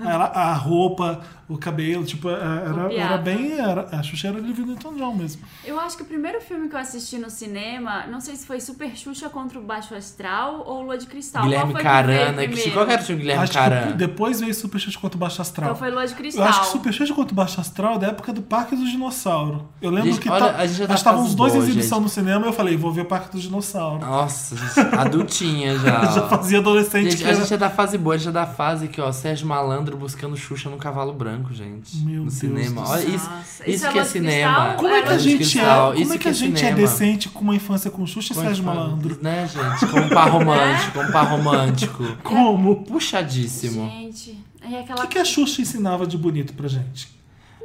C: Ela, a roupa, o cabelo, tipo, era, era
B: Copiava.
C: bem. Era, a Xuxa era Olivia Newton-John mesmo.
B: Eu acho que o primeiro filme que eu assisti no cinema, não sei se foi Super Xuxa contra o Baixo Astral ou Lua de Cristal.
A: Guilherme
B: Qual foi
A: Carana.
B: Que
A: Que
B: veio
A: tinha-
B: primeiro?
A: qual que era o time Guilherme
C: Acho
A: Carana?
C: que depois veio Super Xuxa contra o Baixo Astral.
B: Então foi Lua de
C: Eu
B: Cristal.
C: acho que Super Xuxa contra o Baixo Astral é da época do Parque dos Dinossauros. Eu lembro
A: Gente,
C: que
A: olha,
C: tá,
A: a gente já tá
C: nós estavam
A: ficando
C: os dois em
A: boa,
C: exibição no cinema e eu falei, vou ver o Parque dos Dinossauros.
A: Nossa, gente, adultinha já. ó.
C: Já fazia adolescente.
A: Ah. Gente,
C: que
A: a
C: era-
A: gente é da fase boa, a gente é da fase que, ó, Sérgio Malandro buscando Xuxa num cavalo branco, gente.
C: Meu
A: no
C: Deus
A: cinema.
C: do
A: Olha,
B: céu.
A: isso,
B: Nossa,
A: isso,
B: isso é
A: que é
B: Lua de
A: cinema.
B: Cristal?
C: Como é que a
B: Lua de
C: gente é?
A: Cristal,
C: Como
A: isso
C: é que a gente é
A: cinema. é
C: decente com uma infância com Xuxa e Sérgio Malandro?
A: Né, gente? Como um par romântico, um par romântico. É
C: Como?
A: Puxadíssimo.
B: Gente, é
C: O
B: aquela
C: que, que a Xuxa ensinava de bonito pra gente?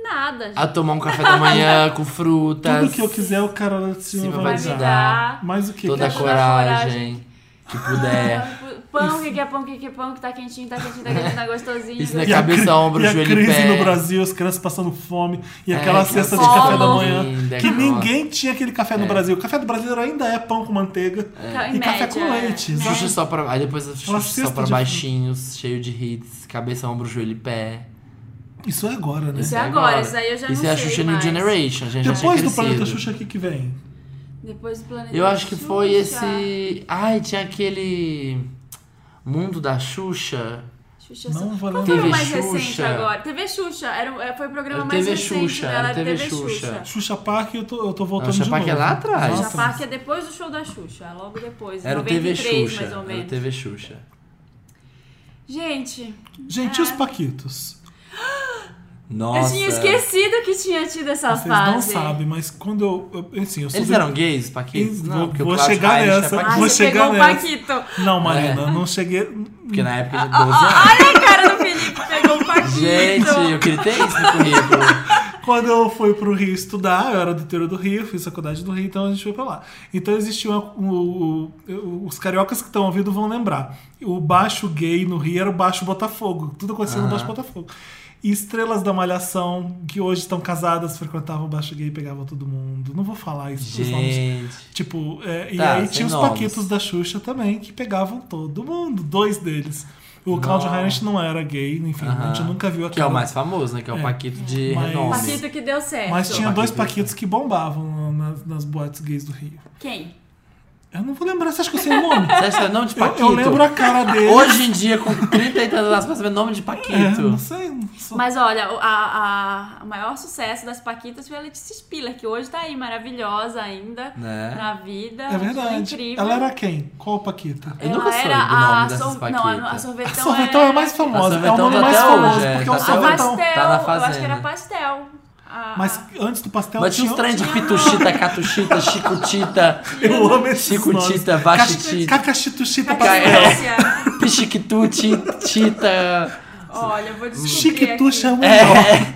B: nada, gente.
A: A tomar um café da manhã com frutas.
C: Tudo que eu quiser, o cara se
A: Sim,
C: vai
A: vai
C: me
A: me
C: dar.
A: dar.
C: Mas o que?
A: Toda a
B: Toda a
A: coragem que puder.
B: Pão, o que que é pão, o que que é pão, que tá quentinho, tá quentinho, tá quentinho, tá gostosinho.
A: Isso não é
C: E a
A: Cabeça,
C: cri-
A: ombro,
C: e a
A: joelho e
C: crise
A: pé.
C: no Brasil, as crianças passando fome, e
A: É,
C: aquela
A: aquela
C: cesta de café da
B: fome.
C: manhã.
A: Linda,
C: que
A: aquela-
C: ninguém tinha aquele café
A: É.
C: no Brasil. O café do brasileiro ainda é pão com manteiga
B: Em
C: e café
B: média,
C: com leite.
B: é.
C: né?
A: Xuxa só pra. Aí depois a Xuxa
C: cesta
A: só pra
C: de-
A: baixinhos, cheio de hits, cabeça, ombro, joelho e pé.
C: Isso é agora, né?
B: Isso é agora, isso aí eu já
A: Isso
B: não
A: é a
B: sei
A: Xuxa New
B: mais.
A: Generation, a gente já tinha
C: Depois do
A: crescido.
C: Planeta Xuxa, o que, que vem?
B: Depois do planeta
A: Eu acho que foi
B: Xuxa.
A: esse. Ai, tinha aquele. Mundo da Xuxa.
B: Xuxa
C: Não
B: Sou-
C: vou
B: Qual
A: lembrar.
B: foi o mais
A: TV
B: recente
A: Xuxa.
B: agora? TV Xuxa, era, o- é, foi o programa
A: Era
B: mais
A: TV
B: recente
A: Xuxa,
B: dela,
A: era
B: TV,
A: TV
B: Xuxa.
C: Xuxa Park, eu tô, eu tô voltando
A: Não, Xuxa
C: de
A: Park
C: novo.
A: é lá atrás.
B: Xuxa
A: Nossa.
B: Park é depois do show da Xuxa, é logo depois, em
A: Era o TV
B: 93
A: Xuxa.
B: mais ou
A: Era o
B: menos.
A: TV Xuxa.
B: Gente,
C: Gente, e
B: é.
C: os Paquitos?
A: Nossa.
B: eu tinha esquecido que tinha tido essa
C: Vocês
B: fase.
C: não sabem, mas quando eu. eu assim, eu sou
A: Eles
C: do-
A: eram gays, Paquitos?
C: Vou-
A: Não, porque
C: vou
A: o Cláudio
C: chegar
A: Raia é
C: nessa.
B: Ah,
A: Paquito.
C: Vou
B: você
C: chegar
B: pegou o
C: nessa.
B: Paquito.
C: Não, Marina,
A: É.
C: eu não cheguei.
A: Porque na época de 12 anos.
B: Olha a cara do Felipe, pegou o Paquito.
A: Gente, eu queria ter isso no currículo.
C: Quando eu fui pro Rio estudar, eu era do interior do Rio, fiz faculdade do Rio, então a gente foi pra lá. Então existia uma- um- um- um- os cariocas que estão ouvindo vão lembrar. O baixo gay no Rio era o baixo Botafogo. Tudo acontecia no
A: Aham.
C: baixo Botafogo. E estrelas da Malhação, que hoje estão casadas, frequentavam o baixo gay e pegavam todo mundo. Não vou falar isso. os nomes.
A: Gente.
C: Tipo, é, e
A: Tá,
C: aí
A: sem
C: tinha os
A: nomes.
C: paquitos da Xuxa também, que pegavam todo mundo, dois deles. O Claudio
A: Não.
C: Heinrich não era gay, enfim, a gente
A: Aham.
C: nunca viu a
A: Que é
C: cara.
A: o mais famoso, né? Que é o
C: É.
A: Paquito de
C: Mas-
A: renome.
B: Paquito que deu certo.
C: Mas tinha dois
A: Paquito. né?
C: paquitos que bombavam na- nas, nas boates gays do Rio.
B: Quem?
C: Eu não vou lembrar, você acha que eu sei o nome?
A: Você acha que é nome de
C: Eu,
A: Paquito?
C: eu lembro a cara dele.
A: Hoje em dia, com 33 anos, você vai saber nome de
C: É, não
A: Paquito.
C: sei. Não sou...
B: Mas olha, o a, a- o maior sucesso das Paquitas foi a Letícia Spiller, que hoje tá aí maravilhosa ainda
A: Né?
B: na vida.
C: É verdade.
B: Incrível. Então
C: Ela era quem? Qual Paquita?
A: Eu nunca
B: Ela
A: soube
B: era
A: do nome
B: a
A: dessas
B: sor- Não, a- a,
A: Paquitas.
C: A
B: sorvetão,
C: sorvetão é a mais famosa.
A: A
C: É o
A: Sorvetão
C: nome
A: tá
C: mais
A: até
C: famoso,
A: hoje, é,
C: porque
A: tá
C: é o
A: até
B: A
A: hoje.
C: sorvetão.
B: pastel,
A: Tá na
B: eu acho que
A: Fazenda.
B: era pastel. A-
C: Mas
B: a-
C: antes do pastel
A: Mas tinha uns
C: tinha...
A: trem de pituxita, catuxita, chicutita,
C: Eu amo esses
A: Chicutita,
C: nomes.
A: Vachitita.
C: Caca- Cacachituxita
B: é
C: pastel.
B: Cacácia.
A: pichiquituti, tita.
B: Olha, eu vou descobrir
C: Chiquituxa é
B: aqui.
C: o
A: É,
C: melhor.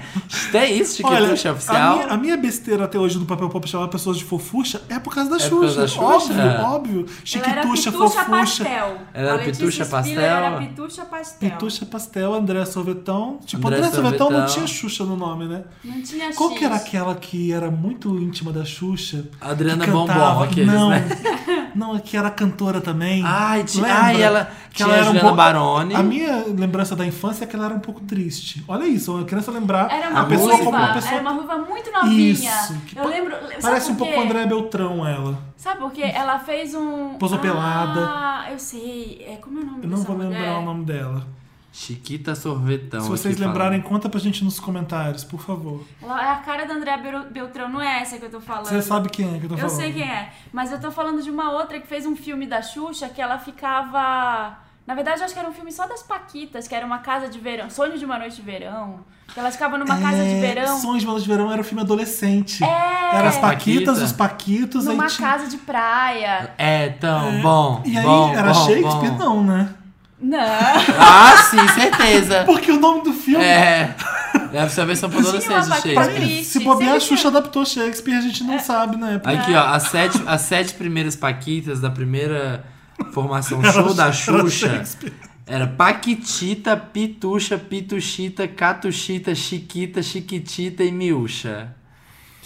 A: tem isso,
C: Olha,
A: chiquituxa
C: a
A: oficial.
C: minha, a minha besteira até hoje do papel pop chamar pessoas de fofuxa é por causa da
A: É por
C: Xuxa.
A: causa da Xuxa.
C: Óbvio, óbvio.
B: Ela era
C: Chiquituxa,
B: pitucha
C: fofuxa.
B: pastel.
A: Ela era
B: A Letícia
A: pitucha
B: Spiller
A: pastel.
B: Era pitucha pastel.
C: Pitucha pastel, André Sorvetão. Tipo,
A: André
C: André, Sorvetão não
A: Sorvetão.
C: tinha Xuxa no nome, né?
B: Não tinha
C: Qual
B: X.
C: que era aquela que era muito íntima da Xuxa?
A: Adriana
C: Que cantava?
A: Bombom, aqueles,
C: não,
A: né?
C: Não, é que era cantora também.
A: Ai, ti-
C: Lembra?
A: ai, ela- tinha a Juliana Baroni.
C: um A minha lembrança da infância é que ela era um pouco triste. Olha isso, uma criança lembrar
B: Era
C: a
B: uma
C: pessoa
B: ruiva.
C: como uma pessoa...
B: Era uma ruiva muito novinha.
C: Isso, que
B: eu
C: pa-
B: lembro. sabe
C: Parece um
B: por
C: pouco o
B: quê?
C: André Beltrão, ela.
B: Sabe por quê? Ela fez um.
C: Posou
B: ah,
C: pelada.
B: eu sei. É, como é o nome
C: Eu não
B: dessa
C: vou
B: mulher?
C: lembrar o nome dela.
A: Chiquita sorvetão.
C: Se vocês
A: aqui
C: lembrarem, conta pra gente nos comentários, por favor.
B: Ela é a cara da Andréa Bel- Beltrão, não é essa que eu tô falando.
C: Você sabe quem é que eu tô
B: Eu
C: falando.
B: sei quem é. Mas eu tô falando de uma outra que fez um filme da Xuxa que ela ficava. Na verdade, eu acho que era um filme só das Paquitas, que era uma casa de verão. Sonho de uma noite de verão. Que elas ficavam numa casa de
C: É,
B: verão.
C: Sonhos de Malas de Verão era um filme adolescente.
B: É.
C: Era as Paquitas,
A: Paquita.
C: os Paquitos, aí
B: Numa
C: tinha...
B: casa de praia.
A: falando. É tão bom.
C: E aí,
A: bom,
C: era
A: bom,
C: Shakespeare?
A: bom.
C: Não, né?
B: Não.
A: Ah, sim, certeza.
C: Porque o nome do filme...
A: É. Deve ser a versão pra
B: Tinha uma
A: adolescente,
B: vaquinha.
C: Pra
A: Shakespeare.
C: mim,
B: triste,
C: se bobear,
B: sempre É.
C: a Xuxa adaptou Shakespeare, a gente não sabe, né?
A: Aqui, ó, as sete, as sete primeiras Paquitas da primeira formação show da Xuxa era Paquitita, Pituxa, Pituxita, Catuxita, Chiquita, Chiquitita e Miúcha.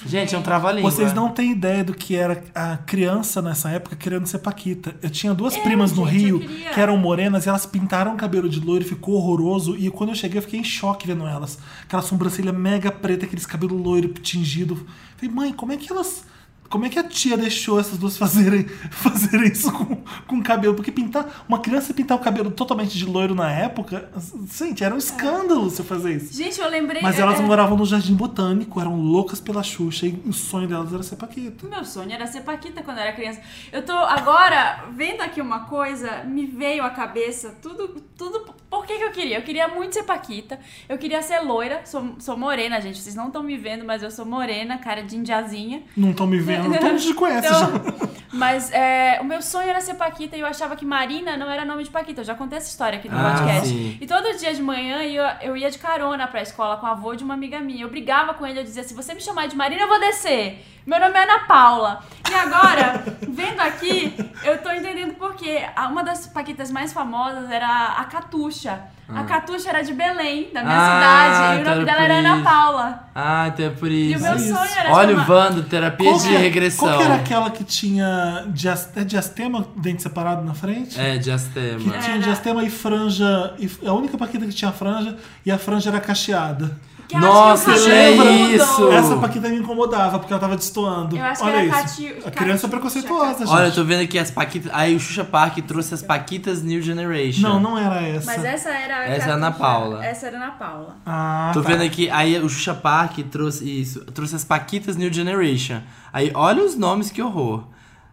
A: Gente, é um trava-língua.
C: Vocês não têm ideia do que era a criança nessa época querendo ser Paquita. Eu tinha duas primas no
B: É, gente, eu
C: Rio
B: queria.
C: que eram morenas e elas pintaram o cabelo de loiro e ficou horroroso. E quando eu cheguei, eu fiquei em choque vendo elas. Aquela sobrancelha mega preta, aqueles cabelo loiro tingido. Falei, mãe, como é que elas. Como é que a tia deixou essas duas fazerem, fazerem isso com, com o cabelo? Porque pintar. Uma criança pintar o cabelo totalmente de loiro na época. Gente, era um escândalo você fazer isso.
B: Gente, eu lembrei.
C: Mas
B: é-
C: elas
B: é-
C: moravam no Jardim Botânico, eram loucas pela Xuxa e o sonho delas era ser Paquita.
B: Tipo, Meu sonho era ser Paquita quando eu era criança. Eu tô agora vendo aqui uma coisa, me veio à cabeça tudo. tudo por que, que eu queria? Eu queria muito ser Paquita, eu queria ser loira, sou, sou morena, gente. Vocês não estão me vendo, mas eu sou morena, cara de indiazinha.
C: Não estão me vendo, todo mundo te conhece já.
B: Então, mas é, o meu sonho era ser Paquita e eu achava que Marina não era nome de Paquita. Eu já contei essa história aqui no
A: Ah,
B: podcast.
A: sim.
B: E todo dia de manhã eu, eu ia de carona pra escola com o avô de uma amiga minha. Eu brigava com ele, eu dizia: se você me chamar de Marina, eu vou descer. Meu nome é Ana Paula. E agora, vendo aqui, eu tô entendendo por quê. A- Uma das Paquitas mais famosas era a Catuxa. A Catuxa era de Belém, da minha
A: Ah,
B: cidade, e o
A: então
B: nome
A: era
B: dela
A: por
B: era Ana
A: isso.
B: Paula.
A: Ah, então é por isso.
B: E o meu
A: É isso.
B: sonho era
A: Olha
B: chamar-
A: o Vando, terapia
C: Qual
A: de
C: que é-
A: regressão.
C: Qual que era aquela que tinha dias- é diastema, dente separado na frente?
A: É, diastema.
C: Que tinha diastema e franja. e a única Paquita que tinha franja e a franja era cacheada.
B: Que eu
A: Nossa,
B: acho que o
A: é
B: cabelo mudou.
A: isso.
C: Essa Paquita me incomodava porque ela tava destoando.
B: Eu acho que
C: Olha
B: era
C: isso.
B: Cati-
C: A criança é
B: Cati-
C: preconceituosa, gente.
A: Olha, eu tô vendo aqui as Paquitas. Aí o Xuxa Park trouxe as Paquitas New Generation.
C: Não, não era essa.
B: Mas essa era a
A: Essa é a Ana
B: Catuxa.
A: Paula.
B: Essa era a Ana Paula.
C: Ah,
A: Tô
C: tá.
A: vendo aqui, aí o Xuxa Park trouxe isso, trouxe as Paquitas New Generation. Aí olha os nomes, que horror.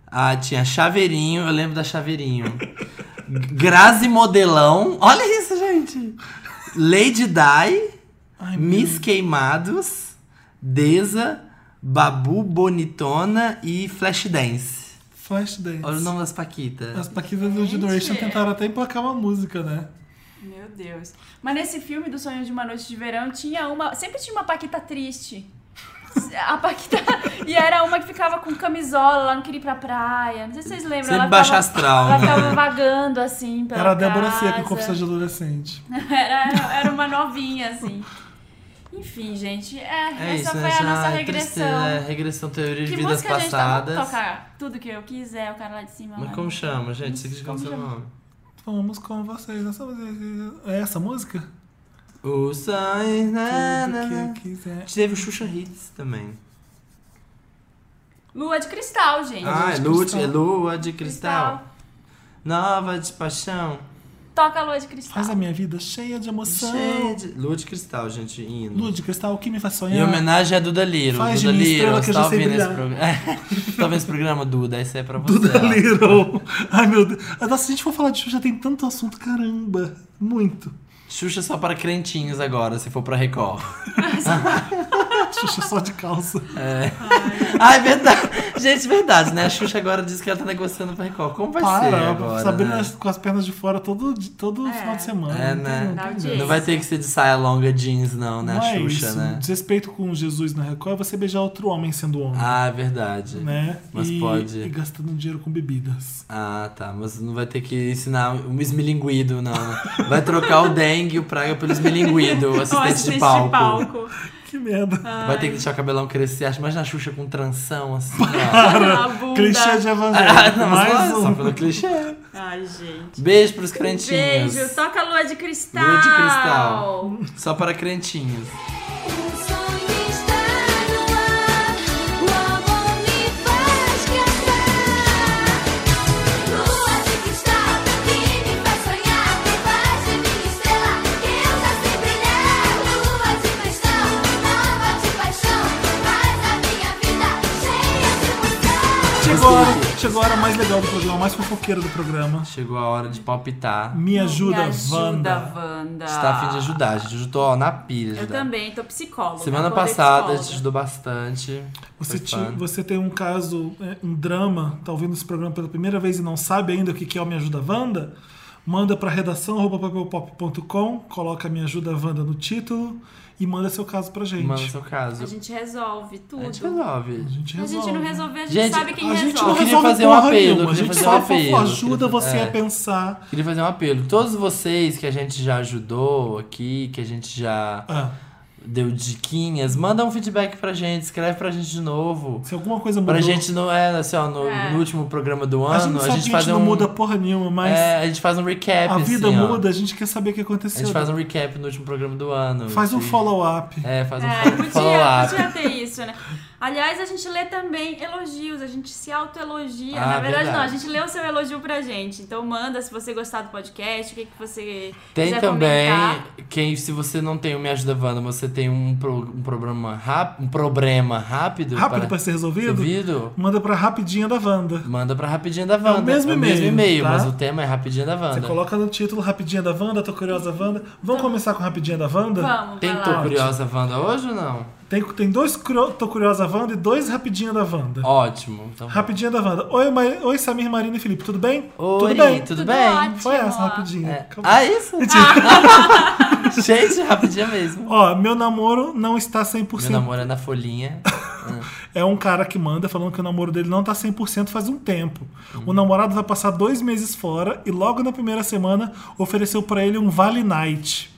A: Ah, tinha Chaveirinho, eu lembro da Chaveirinho. Grazi Modelão, olha isso, gente. Lady Di,
C: Ai,
A: Miss Queimados, Deza, Babu Bonitona e Flashdance.
C: Flashdance.
A: Olha o nome das Paquitas.
C: As Paquitas do Generation
B: Gente.
C: tentaram até emplacar uma música, né?
B: Meu Deus. Mas nesse filme do Sonho de uma Noite de Verão tinha uma. Sempre tinha uma Paquita triste. A Paquita. e era uma que ficava com camisola, ela não queria ir pra praia. Não sei se vocês lembram.
A: Sempre
B: ela
A: baixa
B: tava-
A: astral,
B: Ela
A: né?
B: tava vagando assim. Pela
C: Era a Débora
B: casa.
C: Seca, confissão de adolescente.
B: Era, era uma novinha, assim. Enfim, gente. É,
A: É
B: essa
A: isso,
B: foi
A: né?
B: a
A: Já
B: nossa
A: é
B: regressão.
A: tristeza, é regressão teoria de
B: que
A: vidas
B: música a gente tá? Vamos
A: passadas.
B: tocar tudo que eu quiser, o cara lá de cima.
A: Mas
B: lá. né?
A: como chama, gente? Você que
B: Como
A: chama seu
B: chama?
A: nome.
C: Vamos com vocês. Essa, é essa música?
A: O
B: Ah,
A: sonho. na- na-
C: Tudo
A: na.
C: que quiser.
A: Teve o Xuxa Hits também.
B: Lua de cristal, gente.
A: Ah, é
C: de
A: lua de,
C: cristal.
A: lua de cristal. Nova de paixão.
B: Toca a lua de cristal.
C: Faz a minha vida cheia de emoção.
A: Cheia de... Lua de cristal, gente, hino.
C: Lua de cristal, o que me faz
A: Em
C: sonhar?
A: homenagem a Duda Little.
C: Faz de
A: Duda
C: mim estrela
A: Little,
C: que
A: você
C: eu já
A: tá
C: sei
A: ouvindo esse
C: brilhar.
A: programa. Você tá ouvindo esse programa, Duda? Esse é pra você.
C: Duda
A: ó.
C: Little. Ai, meu Deus. Ah, Nossa, se a gente for falar de Xuxa, tem tanto assunto, caramba. Muito.
A: Xuxa só para crentinhos agora, se for pra Record.
C: Xuxa só de calça.
A: Ai, Ah, é verdade. Gente, verdade, né? A Xuxa agora diz que ela tá negociando pra Record. Como vai ser
C: Para,
A: agora,
C: Sabrina
A: né?
C: com as pernas de fora todo, di- todo
B: É.
C: final de semana.
A: É,
C: Não tem-
A: né?
C: não tem
B: Dá
C: jeito.
B: audiência.
A: Não vai ter que ser de saia longa jeans, não, né?
C: Não
A: a
C: é
A: Xuxa,
C: isso.
A: né?
C: Desrespeito com Jesus na Record é você beijar outro homem sendo homem.
A: Ah, é verdade.
C: né?
A: Mas
C: e,
A: pode.
C: E gastando dinheiro com bebidas.
A: Ah, tá. Mas não vai ter que ensinar um esmilinguido, não. né? Vai trocar o dengue e o praga pelo esmilinguido, o
B: Ó,
A: assistente de palco.
C: Que merda.
A: Vai ter que deixar o cabelão crescer. Acho mais na Xuxa com tranção, assim. ó.
B: Para, bunda.
C: Clichê de
A: Ah,
C: evangelho.
A: não, mas
C: Mais
A: só
C: um.
A: pelo clichê.
B: Ai, gente.
A: Beijo pros crentinhos.
B: Beijo, toca a lua de cristal.
A: Lua de cristal. Só para crentinhos.
D: Um sonho está no ar, o amor me faz cantar. Lua de cristal que me faz sonhar, me faz de minha estrela que eu já sei brilhar. Lua de cristal, nova de paixão, faz a minha vida cheia de emoção.
C: Chegou a, hora, chegou a hora mais legal do programa, a mais fofoqueira do programa.
A: Chegou a hora de palpitar.
C: Me ajuda,
B: Me ajuda,
C: Wanda.
B: Wanda.
A: Você tá afim de ajudar, gente. Eu tô ó, na pilha. de
B: Eu
A: ajudar.
B: também, tô psicóloga.
A: Semana
B: acordei
A: passada a
B: psicóloga.
A: gente ajudou bastante.
C: Você,
A: Foi
C: te-
A: fun.
C: você tem um caso, é, um drama, tá ouvindo esse programa pela primeira vez e não sabe ainda o que que é o Me Ajuda Wanda? Manda pra redação arroba papelpop.com, coloca Me Ajuda Wanda no título e manda seu caso pra gente.
A: Manda seu caso. é
B: A gente resolve
A: A
B: tudo.
A: gente resolve.
C: A gente
B: A
C: resolve.
B: gente não resolver, a gente,
A: Gente,
B: sabe quem
C: A gente não
B: resolve.
A: queria
C: resolve
A: fazer um
C: porra
A: apelo,
C: nenhuma,
A: eu
C: A
A: queria
C: gente
A: fazer
C: só
A: um apelo,
C: ajuda
A: eu queria-
C: você
A: é.
C: a pensar.
A: Queria fazer um apelo. Todos vocês que a gente já ajudou aqui, que a gente já
C: Ah,
A: deu diquinhas, manda um feedback pra gente, escreve pra gente de novo.
C: se alguma coisa mudou.
A: Pra gente não é assim, ó, no,
B: É.
A: no último programa do
C: a
A: ano,
C: gente sabe que a gente
A: faz
C: não
A: um
C: muda porra nenhuma, mas
A: é, a gente faz um recap
C: a vida
A: assim, ó.
C: muda, a gente quer saber o que
A: A
C: aconteceu.
A: gente faz um recap no último programa do ano.
C: Faz um
A: assim.
C: follow-up.
A: É, faz um
B: É, podia,
A: follow-up.
B: podia ter isso, né? Aliás, a gente lê também elogios, a gente se autoelogia.
A: Ah,
B: Na verdade,
A: verdade.
B: não, a gente lê o seu elogio pra gente. Então manda se você gostar do podcast, o que, que você
A: Tem
B: quiser
A: também
B: comentar.
A: quem, se você não tem o Me Ajuda Wanda, você tem um, pro- um problema rápido, um problema rápido,
C: Rápido pra,
A: para
C: ser resolvido?
A: resolvido,
C: Manda pra rapidinha da Wanda.
A: manda pra Rapidinha da Wanda.
C: É mesmo e-mail, tá?
A: mas o tema é Rapidinha da
C: Você
A: Wanda.
C: coloca no título Rapidinha da Wanda, Tô Curiosa Wanda. Vamos começar com Rapidinha da Wanda?
B: Tá. Vamos,
A: Tem
B: vai
A: Tô
B: lá.
A: Curiosa Wanda hoje ou não?
C: Tem, tem dois curio- Tô Curiosa Wanda e dois Rapidinha da Wanda.
A: Ótimo. Então,
C: Rapidinha da Wanda. Oi, Ma... Oi, Samir, Marina e Felipe, tudo bem?
A: Oi,
C: tudo bem?
A: tudo
B: Tudo
A: bem?
B: ótimo.
C: Foi essa, rapidinha.
A: É.
C: Acabou.
A: Ah, isso? Gente, Rapidinha mesmo.
C: Ó, meu namoro não está 100%.
A: Meu namoro é na folhinha.
C: É um cara que manda falando que o namoro dele não tá 100% faz um tempo. O namorado vai passar dois meses fora e logo na primeira semana ofereceu pra ele um Vale Night.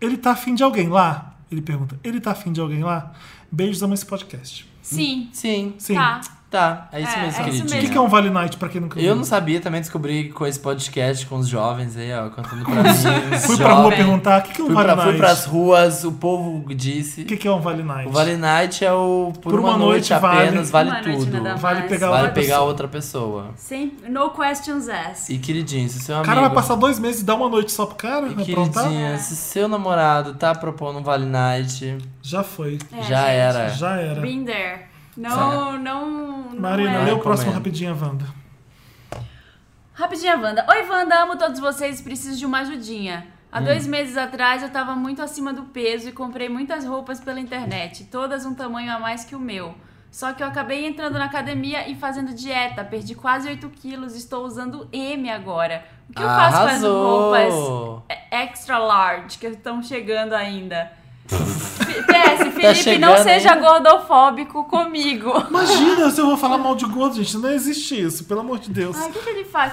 C: Ele tá afim de alguém lá? Ele pergunta. Ele tá afim de alguém lá? Beijos, amo esse podcast.
B: Sim,
A: Sim.
C: Sim.
B: tá.
A: Tá, é isso
B: É,
A: mesmo,
B: é isso
A: queridinho.
C: O
B: mesmo.
C: que, que é um Vale Night pra quem nunca viu?
A: Eu não sabia, também descobri com esse podcast, com os jovens aí, ó, contando pra mim. os
C: Fui pra rua
A: jovens.
C: perguntar o que, que é um
A: Fui,
C: Vale
A: pra, fui
C: Night.
A: pras ruas, o povo disse.
C: O que, que é um Vale Night?
A: O Vale Night é o por, uma, noite,
C: vale.
A: apenas, vale,
B: Uma noite né,
A: tudo.
B: nada
C: Vale
B: mais.
C: pegar
A: Vale
C: outra
A: pegar
C: pessoa.
A: outra pessoa.
B: Sempre, no questions asked.
A: E queridinho, se seu
C: O
A: amigo.
C: cara vai passar dois meses e dar uma noite só pro cara? É tá?
A: E
C: aprontar?
A: queridinha, se seu namorado tá propondo um Vale Night,
C: Já foi.
A: já
B: É, gente,
A: era.
C: Já era.
B: Been there. Não, não. não
C: Marina,
B: é.
C: lê
A: eu-
C: o próximo
A: Recomendo.
C: rapidinho, Wanda.
B: Rapidinha, Wanda. Oi, Wanda, amo todos vocês, preciso de uma ajudinha. Há
A: Hum.
B: dois meses atrás eu tava muito acima do peso e comprei muitas roupas pela internet, todas um tamanho a mais que o meu. Só que eu acabei entrando na academia e fazendo dieta, perdi quase 8 quilos, estou usando M agora. O que eu faço
A: Arrasou!
B: com as roupas É extra large que estão chegando ainda? F- PS, Felipe, não
A: Tá chegando
B: seja
A: ainda.
B: gordofóbico comigo.
C: Imagina se eu vou falar mal de gordo, gente. Não existe isso, pelo amor de Deus.
B: Ai, o que, que ele faz?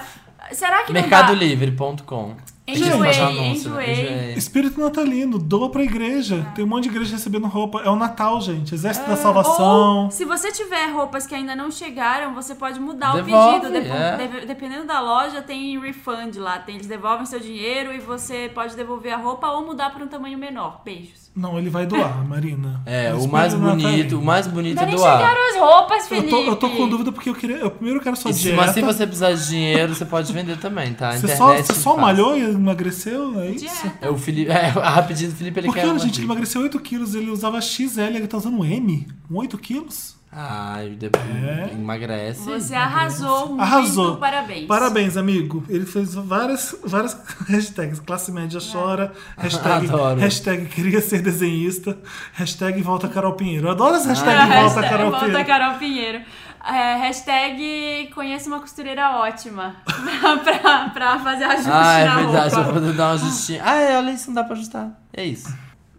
B: Será que não dá?
A: Mercadolivre.com. Tem que
B: Enjoei,
A: fazer anúncio, né?
B: enjoei.
C: Espírito natalino, doa pra igreja.
B: Ah.
C: Tem um monte de igreja recebendo roupa. É o Natal, gente. Exército da Salvação.
B: Ou, se você tiver roupas que ainda não chegaram, você pode mudar
A: Devolve,
B: o pedido. Depo-
A: é.
B: deve- dependendo da loja, tem refund lá. Tem, eles devolvem seu dinheiro e você pode devolver a roupa ou mudar para um tamanho menor. Beijos.
C: Não, ele vai doar, Marina.
A: É, o
C: Espírito
A: mais
C: natalino.
A: bonito, o mais bonito
B: Ainda
A: é
B: nem
A: doar.
B: chegaram as roupas,
C: Eu
B: Felipe.
C: tô, eu tô com dúvida porque eu queria. Eu primeiro quero sua
A: E se,
C: dieta.
A: mas se você precisar de dinheiro, você pode vender também, tá? A
C: Você
A: internet
C: só, você só
A: faz.
C: malhou e emagreceu? É isso?
B: Dieta.
A: É o Felipe, é, rapidinho do Felipe, ele
C: Porque,
A: quer
C: olha,
A: uma
C: gente, ele
A: dica.
C: emagreceu 8 quilos, ele usava XL, ele tá usando um M? Um 8 quilos?
A: Ai, depois
C: É.
A: emagrece.
B: Você arrasou muito.
C: Arrasou.
B: Parabéns.
C: Parabéns, amigo. Ele fez várias, várias hashtags. Classe média
B: É.
C: chora. Hashtag,
A: Adoro.
C: hashtag queria ser desenhista. Hashtag volta Carol Pinheiro. Eu adoro as hashtags
B: Hashtag
C: volta Carol
B: Volta
C: Pinheiro.
B: Carol Pinheiro. É, hashtag conheça uma costureira ótima pra, pra- pra fazer ajuste
A: Ah, é
B: na
A: verdade, só
B: roupa.
A: poder dar uma ajustinha. Ah, é, olha isso, não dá pra ajustar. É isso.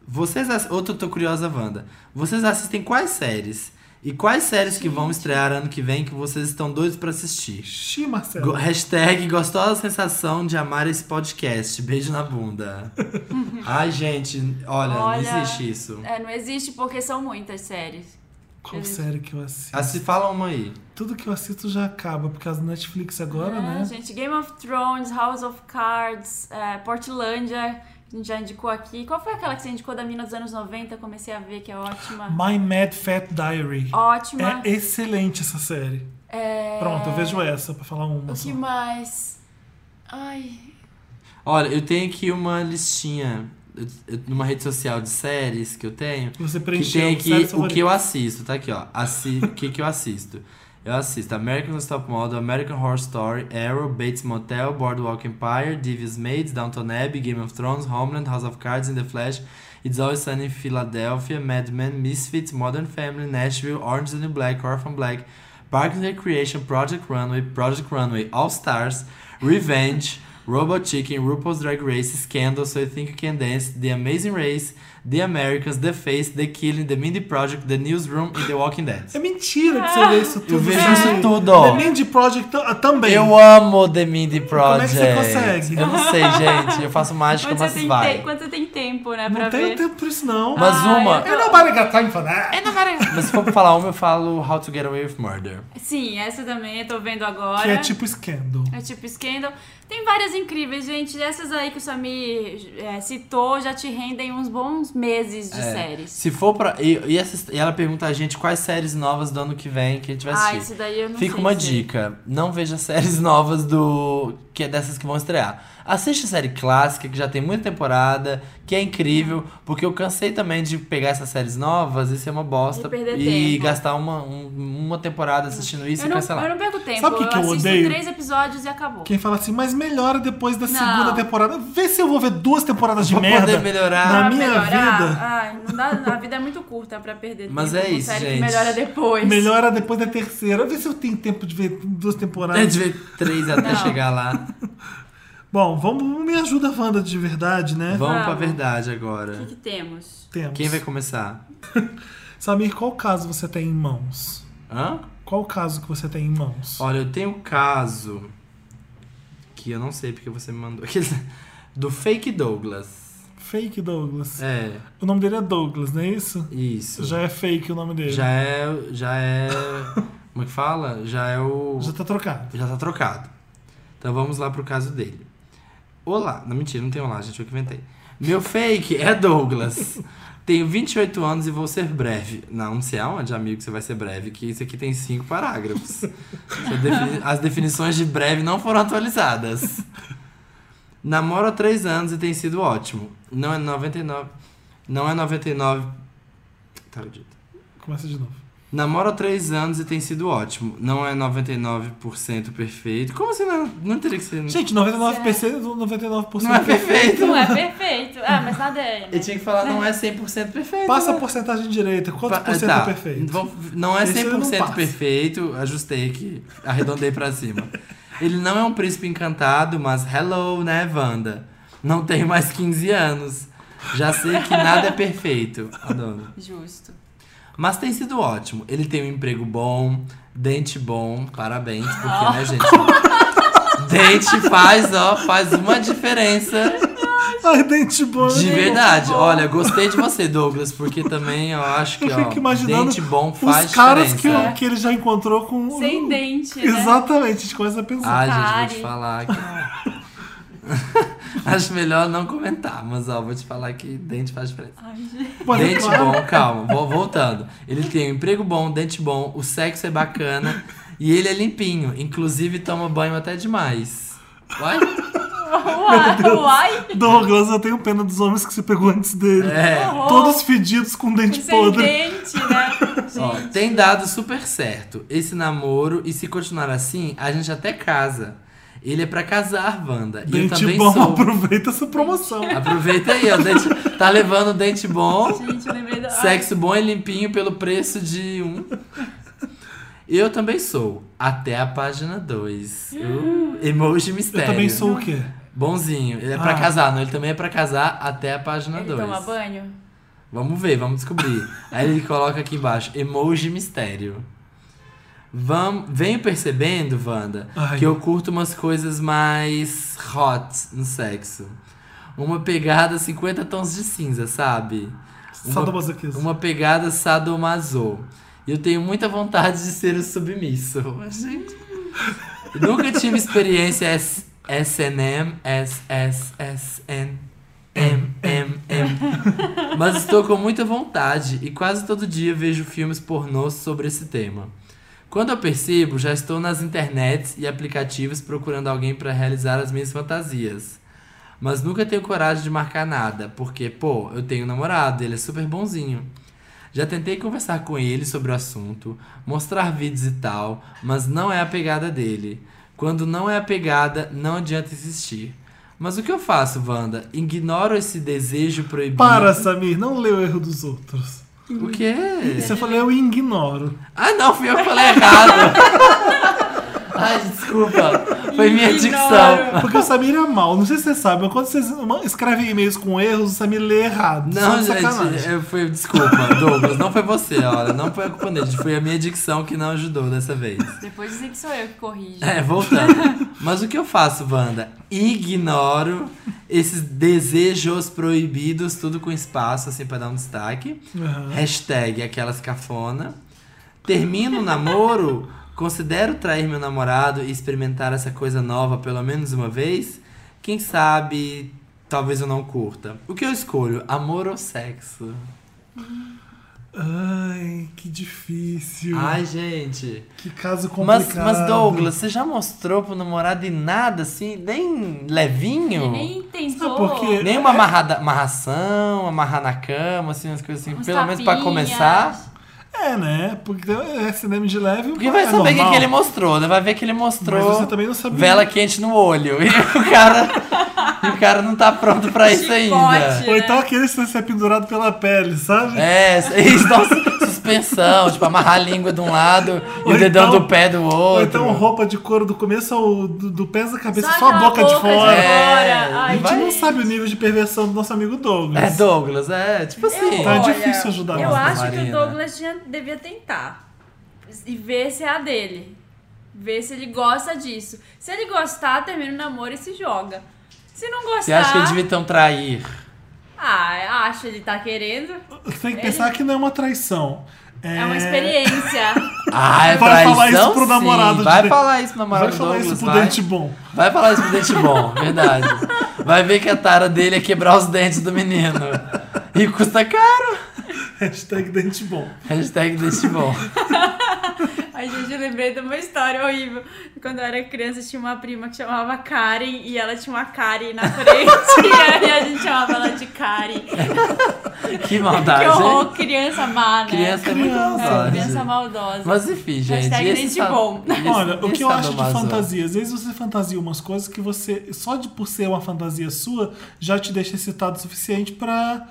A: Vocês. ass- Outra, eu tô curiosa, Wanda. Vocês assistem quais séries? E quais séries que vão estrear ano que vem que vocês estão doidos pra assistir?
C: Xi,
A: Go-
C: Marcelo.
A: hashtag gostosa sensação de amar esse podcast. Beijo na bunda. Ai, gente, olha, não
B: Olha,
A: existe isso.
B: É, não existe porque são muitas séries.
C: Qual série que eu assisto?
A: Ah, se fala uma aí.
C: Tudo que eu assisto já acaba, por causa do Netflix agora,
B: É,
C: né?
B: Gente, Game of Thrones, House of Cards, é, Portlandia, que a gente já indicou aqui. Qual foi aquela que você indicou da mina dos anos 90? Comecei a ver, que é ótima.
C: My Mad Fat Diary.
B: Ótima.
C: É excelente essa série.
B: É,
C: Pronto, eu vejo essa pra falar uma.
B: O
C: só.
B: que mais? Ai.
A: Olha, eu tenho aqui uma listinha eu- eu- numa rede social de séries que eu tenho.
C: Você um
A: Que
C: preencheu
A: tem
C: séries
A: aqui o
C: favoritas.
A: que eu assisto, tá aqui, ó. Assi o que, que eu assisto? Eu assisto American Stop Model, American Horror Story, Arrow, Bates Motel, Boardwalk Empire, Devious Maids, Downton Abbey, Game of Thrones, Homeland, House of Cards, In the Flash, It's Always Sunny in Philadelphia, Mad Men, Misfits, Modern Family, Nashville, Orange is the New Black, Orphan Black, Parks and Recreation, Project Runway, Project Runway, All Stars, Revenge, Robot Chicken, RuPaul's Drag Race, Scandal, So You Think You Can Dance, The Amazing Race, The Americans, The Face, The Killing, The Mindy Project, The Newsroom e The Walking Dead.
C: É mentira que
B: Ah.
C: você vê isso tudo.
A: vejo
C: Você
A: isso
C: vê.
A: tudo.
C: The Mindy Project ah, também.
A: Eu amo The Mindy Project.
C: é você consegue?
A: Eu não sei, gente. Eu faço mágica,
B: Quando
A: mas
B: você, tem
A: vai.
B: te- quando você tem tempo, né, pra
C: Não tenho
B: ver. É,
C: tempo pra isso, não.
A: Mas
B: Ah,
A: uma.
B: eu tô-
C: nobody got time for that.
A: Mas se for pra falar uma, eu falo How to Get Away with Murder.
B: Sim, essa também eu tô vendo agora.
C: Que é tipo Scandal.
B: É tipo Scandal. Tem várias incríveis, gente. Essas aí que o Sami é, citou já te rendem uns bons meses de
A: É.
B: séries.
A: Se for pra. E, e essa- e ela pergunta a gente quais séries novas do ano que vem que a gente vai
B: Ah,
A: assistir.
B: isso daí eu não
A: Fica
B: sei
A: uma
B: dizer.
A: dica, não veja séries novas do que é dessas que vão estrear. Assiste a série clássica que já tem muita temporada, que é incrível, porque eu cansei também de pegar essas séries novas e ser uma bosta
B: E perder
A: e
B: tempo.
A: gastar uma, um- uma temporada assistindo isso
B: Eu
A: e
B: não,
A: cancelar.
B: eu não perco tempo.
C: Sabe o que que eu
B: assisto
C: odeio?
B: três episódios e acabou.
C: Quem fala assim, mas melhora depois da
B: Não.
C: segunda temporada. Vê se eu vou ver duas temporadas de
A: Pra
C: merda.
A: poder melhorar.
C: Na
B: Pra
C: minha
B: melhorar,
C: vida.
B: Ah, Ai, não dá, a vida é muito curta pra perder
A: Mas
B: tempo.
A: é
B: com
A: isso,
B: série
A: gente.
B: Que melhora depois.
C: Melhora depois da terceira. Vê se eu tenho tempo de ver duas
A: É
C: temporadas.
A: de ver três até
B: Não.
A: chegar lá.
C: Bom, vamos me ajuda, Wanda, de verdade, né?
A: Vamos pra
B: Vamos.
A: verdade agora.
B: O que, que temos?
C: Temos.
A: Quem vai começar?
C: Samir, qual caso você tem em mãos?
A: Hã?
C: Qual caso que você tem em mãos?
A: Olha, eu tenho um caso que eu não sei porque você me mandou. Do fake Douglas.
C: Fake Douglas.
A: É,
C: O nome dele é Douglas, não é isso?
A: isso.
C: Já é fake o nome dele.
A: Já é. Já é. Como é que fala? Já é o.
C: Já tá trocado.
A: Já tá trocado. Então vamos lá pro caso dele. Olá. Não, mentira, não tem olá, gente, eu que inventei. Meu fake é Douglas. Tenho 28 anos e vou ser breve. Não, não sei aonde, amigo, que você vai ser breve, que isso aqui tem cinco parágrafos. Essa defini- As definições de breve não foram atualizadas. Namoro há três anos e tem sido ótimo. Não é 99. Não é 99. Tá, dito.
C: Começa de novo.
A: Namoro há três anos e tem sido ótimo. Não é 99% perfeito. Como assim não, não teria que ser?
C: Gente, 99%, 99%
A: não é
C: Então-
A: perfeito.
B: Não é perfeito. Ah, mas nada é. né?
A: Eu tinha que falar não é 100% perfeito.
C: Passa a
A: né?
C: porcentagem direita. Quanto
A: Pa-
C: por cento
A: tá.
C: é perfeito?
A: Vamos- Não é
C: Esse eu não
A: 100%
C: passo.
A: perfeito. Ajustei aqui. Arredondei pra cima. Ele não é um príncipe encantado, mas hello, né, Wanda? Não tenho mais 15 anos. Já sei que nada é perfeito. Adoro.
B: Justo.
A: Mas tem sido ótimo. Ele tem um emprego bom, dente bom, parabéns, porque, né, gente? Dente faz, ó, faz uma diferença
C: Ai, dente bom.
A: de
C: né?
A: verdade. Olha, gostei de você, Douglas, porque também ó, acho que,
C: Eu
A: ó,
C: fico imaginando
A: dente bom faz
C: Os caras que,
A: diferença.
C: que ele já encontrou com.
B: Sem dente, né?
C: Exatamente, a gente começa a pensar.
A: Ai, gente, vou
B: Pare.
A: te falar que... Acho melhor não comentar, mas ó, vou te falar que dente faz diferença.
B: Ai, gente.
C: Mas é
A: Dente
C: claro,
A: bom, calma, vou voltando. Ele tem um emprego bom, dente bom, o sexo é bacana e ele é limpinho. Inclusive toma banho até demais. Uai?
B: Uai, uai.
C: Douglas, eu tenho pena dos homens que você pegou antes dele.
A: É.
B: horror.
C: Todos fedidos com dente
B: Sem
C: podre.
B: dente, né?
A: Ó,
B: Gente.
A: tem dado super certo esse namoro e se continuar assim, a gente até casa. Ele é pra casar, Wanda. e eu
C: Dente
A: também
C: bom,
A: sou.
C: aproveita essa promoção.
A: Aproveita aí, ó. Dente... Tá levando dente bom.
B: Gente, eu lembrei da...
A: Sexo bom e limpinho pelo preço de um. Eu também sou. Até a página 2. Uh, emoji
C: Eu
A: mistério.
C: também sou o quê?
A: Bonzinho. Ele é pra
C: Ah.
A: casar, não? Ele também é pra casar até a página
B: Ele toma
A: 2.
B: banho?
A: Vamos ver, vamos descobrir. Aí ele coloca aqui embaixo: emoji mistério. Vam, venho percebendo, Wanda,
C: Ai.
A: que eu curto umas coisas mais hot no sexo. Uma pegada 50 tons de cinza, sabe? Uma-
C: Sadomasoquismo.
A: Uma pegada sadomaso. E eu tenho muita vontade de ser o submisso. Mas, gente. Nunca tive experiência S SNM, SSSN, MMM. Mas estou com muita vontade e quase todo dia vejo filmes pornôs sobre esse tema. Quando eu percebo, já estou nas internets e aplicativos procurando alguém para realizar as minhas fantasias. Mas nunca tenho coragem de marcar nada, porque, pô, eu tenho um namorado, ele é super bonzinho. Já tentei conversar com ele sobre o assunto, mostrar vídeos e tal, mas não é a pegada dele. Quando não é a pegada, não adianta insistir. Mas o que eu faço, Wanda? Ignoro esse desejo proibido.
C: Para, Samir, não lê o erro dos outros.
A: O quê?
C: Você falou, eu ignoro.
A: Ah, não, fui eu que falei errado. Ai, desculpa. Foi minha dicção.
C: Porque o Samir é mal. Não sei se você sabe, mas quando vocês escrevem e-mails com erros, o Samir lê errado. Só
A: Não,
C: de
A: gente, é-
C: sacanagem.
A: eu fui, desculpa, Douglas, não foi você, olha, não foi a culpa dele, foi a minha dicção que não ajudou dessa vez.
B: Depois dizem que sou eu que corrijo.
A: É, voltando. Mas o que eu faço, Wanda? Ignoro esses desejos proibidos, tudo com espaço, assim, pra dar um destaque.
C: Aham.
A: Hashtag aquelas cafona. Termino o namoro, considero trair meu namorado e experimentar essa coisa nova pelo menos uma vez. Quem sabe, talvez eu não curta. O que eu escolho? Amor ou sexo?
C: Ai, que difícil.
A: Ai, gente.
C: Que caso
A: Mas,
C: Hum. complicado.
A: mas, Douglas, você já mostrou pro namorado e nada assim, nem levinho?
B: Ele nem
C: Sabe
B: tentou.
C: por quê?
A: Nem uma amarrada, amarração, amarrar na cama, assim, umas coisas assim.
B: Uns
A: pelo menos pra
B: tapinhas.
A: começar.
C: É, né? Porque é cinema de leve.
A: Porque vai
C: é
A: saber o que,
C: normal.
A: que ele mostrou, né? Vai ver que ele mostrou
C: Mas você também não sabia.
A: vela quente no olho. E o cara, e o cara não tá pronto pra isso ainda.
B: Chicote.
C: Ou então aquele que você é pendurado pela pele, sabe?
A: É, isso dá uma suspensão, tipo, amarrar a língua de um lado e
C: Ou
A: o dedão
C: então-
A: do pé do
C: Ou
A: outro.
C: então roupa de couro do começo ao do, do pé da cabeça, é só, a
B: aquela
C: boca, de fora.
A: É.
C: A
B: Ai,
C: gente não
B: gente.
C: sabe o nível de perversão do nosso amigo Douglas.
A: É, Douglas, é, tipo assim.
C: Tá difícil ajudar
B: Eu
C: nós, né,
B: acho que o
A: Marina?
B: Douglas tinha, devia tentar. E ver se é a dele. Ver se ele gosta disso. Se ele gostar, termina o namoro e se joga. Se não gostar.
A: Você acha que eles devia então trair?
B: Ah, acho, ele tá querendo.
C: Você tem que pensar que não é uma traição. É,
B: É uma experiência.
A: Ah, é
C: Vai
A: traição,
C: falar isso pro
A: sim.
C: namorado de
A: Vai
C: dentro.
A: falar isso pro namorado
C: Vai
A: do
C: falar
A: Douglas,
C: isso pro
A: vai.
C: dente bom.
A: Vai falar isso pro dente bom, verdade. Vai ver que a tara dele é quebrar os dentes do menino. E custa caro.
C: Hashtag dente bom.
A: Hashtag dente bom.
B: Ai, gente, eu lembrei de uma história horrível. Quando eu era criança, tinha uma prima que chamava Karen e ela tinha uma Karen na frente. e aí a gente chamava ela de Karen.
A: Que
B: Que
A: maldade. hein?
B: horror, criança má, né?
A: Criança é muito
C: Criança.
B: É,
A: maldade.
B: criança maldosa.
A: Mas enfim, gente.
B: Hashtag
A: esse
B: dente
A: sa-
B: bom.
A: esse-
C: Olha, o
A: esse é tá
C: que eu acho de
A: sadomaso.
C: fantasia, às vezes você fantasia umas coisas que você, só de por ser uma fantasia sua, já te deixa excitado o suficiente pra,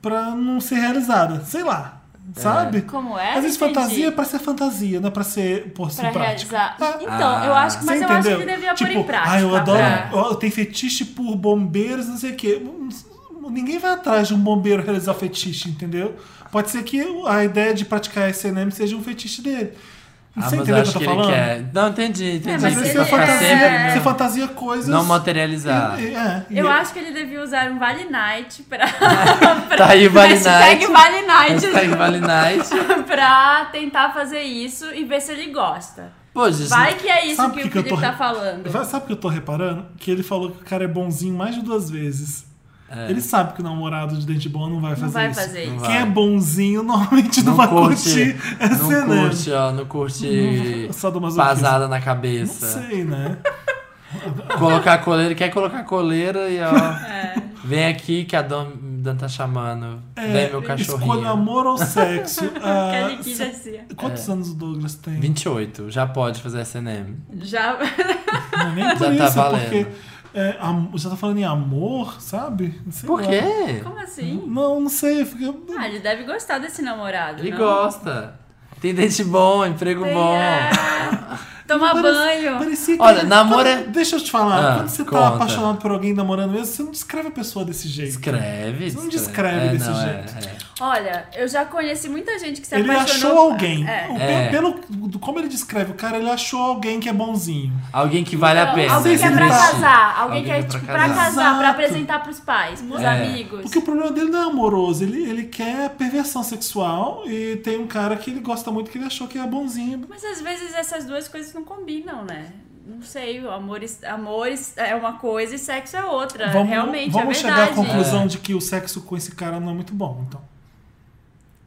C: pra não ser realizada. Sei lá, sabe?
B: Como é?
C: Às vezes
B: Entendi.
C: fantasia é pra ser fantasia, não é pra ser por ser
B: Pra
C: prática.
B: realizar.
C: É.
B: Então,
A: Ah.
B: eu acho que. Mas
C: Você
B: eu acho
C: entendeu?
B: que devia
C: tipo,
B: pôr em prática. É.
C: Ah, eu adoro.
B: pra-
C: Eu tenho fetiche por bombeiros, não sei o quê. Ninguém vai atrás de um bombeiro realizar fetiche, entendeu? Pode ser que a ideia de praticar SNM seja um fetiche dele.
A: Ah,
C: Você
A: mas eu
C: entendeu o que eu
A: acho
C: tô
A: que ele
C: falando?
A: quer. Não, entendi, entendi.
B: É, mas é
C: Mas
A: Você
C: você,
B: ele-
A: tá
C: fantasia,
A: sempre
C: você fantasia coisas.
A: Não materializar.
C: E- e- é, e-
B: Eu acho que ele devia usar um Vale Night pra.
A: Tá aí, Vale Night.
B: Hashtag Vale Night.
A: Hashtag Vale Night.
B: pra tentar fazer isso e ver se ele gosta.
A: Pô, gente.
B: Vai que é isso
C: Sabe
B: que,
C: por
B: o
C: que eu
B: Felipe
C: tô-
B: tá falando.
C: Vai- Sabe o que eu tô reparando? Que ele falou que o cara é bonzinho mais de duas vezes. Ele sabe que o namorado de dente boa não vai fazer
B: Não vai
C: isso.
B: fazer isso.
A: É. Não
C: Quem
A: vai.
C: é bonzinho normalmente não, vai curtir essa
A: não
C: cena.
A: curte, ó, não curte
C: Não, sadomasoquismo.
A: pasada na
C: Não
A: cabeça.
C: sei, né?
A: Colocar coleira, quer colocar coleira e ó.
B: É.
A: Vem aqui que a Dan, Dan tá chamando.
C: É,
A: Vem meu
C: Escolha
A: cachorrinho.
C: amor ou sexo. Ah,
B: Kelly Key
C: se-
B: Garcia.
A: É.
C: Quantos anos o Douglas tem?
A: 28, já pode fazer SNM.
B: Já.
C: Não, nem por
A: Já tá
C: isso, é
A: valendo.
C: porque é, am- você tá falando em amor, sabe? Não sei
A: Por
C: lá.
A: quê?
B: Como assim?
C: Não, não sei. Fica...
B: Ah, ele deve gostar desse namorado.
A: Ele
B: não?
A: gosta. Tem dente bom, emprego
B: Tem,
A: bom.
B: é, Tomar
C: Parece-
B: banho.
C: Parecia que
A: Olha,
C: quando-
A: namoro é-
C: Deixa eu te falar,
A: Ah,
C: quando você tá
A: conta.
C: apaixonado por alguém namorando mesmo, você não descreve a pessoa desse jeito.
A: Escreve.
C: Você não descreve desse
A: não,
C: jeito.
A: É, é.
B: Olha, eu já conheci muita gente que se
C: Ele
B: apaixonou.
C: achou alguém.
B: É.
C: O-
A: É.
C: Pelo, do- como ele descreve o cara, ele achou alguém que é bonzinho.
A: Alguém que vale a
B: Então,
A: pena.
B: Alguém que é pra
A: investir.
B: casar, alguém, que é
A: pra
B: tipo pra
A: casar.
B: casar,
C: Exato.
B: pra, apresentar pros pais, pros
A: É.
B: amigos.
C: Porque o problema dele não é amoroso, ele, ele quer perversão sexual e tem um cara que ele gosta muito que ele achou que é bonzinho.
B: Mas às vezes essas duas coisas não combinam, né? Não sei, o amor, amor é uma coisa e sexo é outra. Realmente,
C: vamos
B: é
C: chegar
B: verdade.
C: à conclusão de que o sexo com esse cara não é muito bom. Então,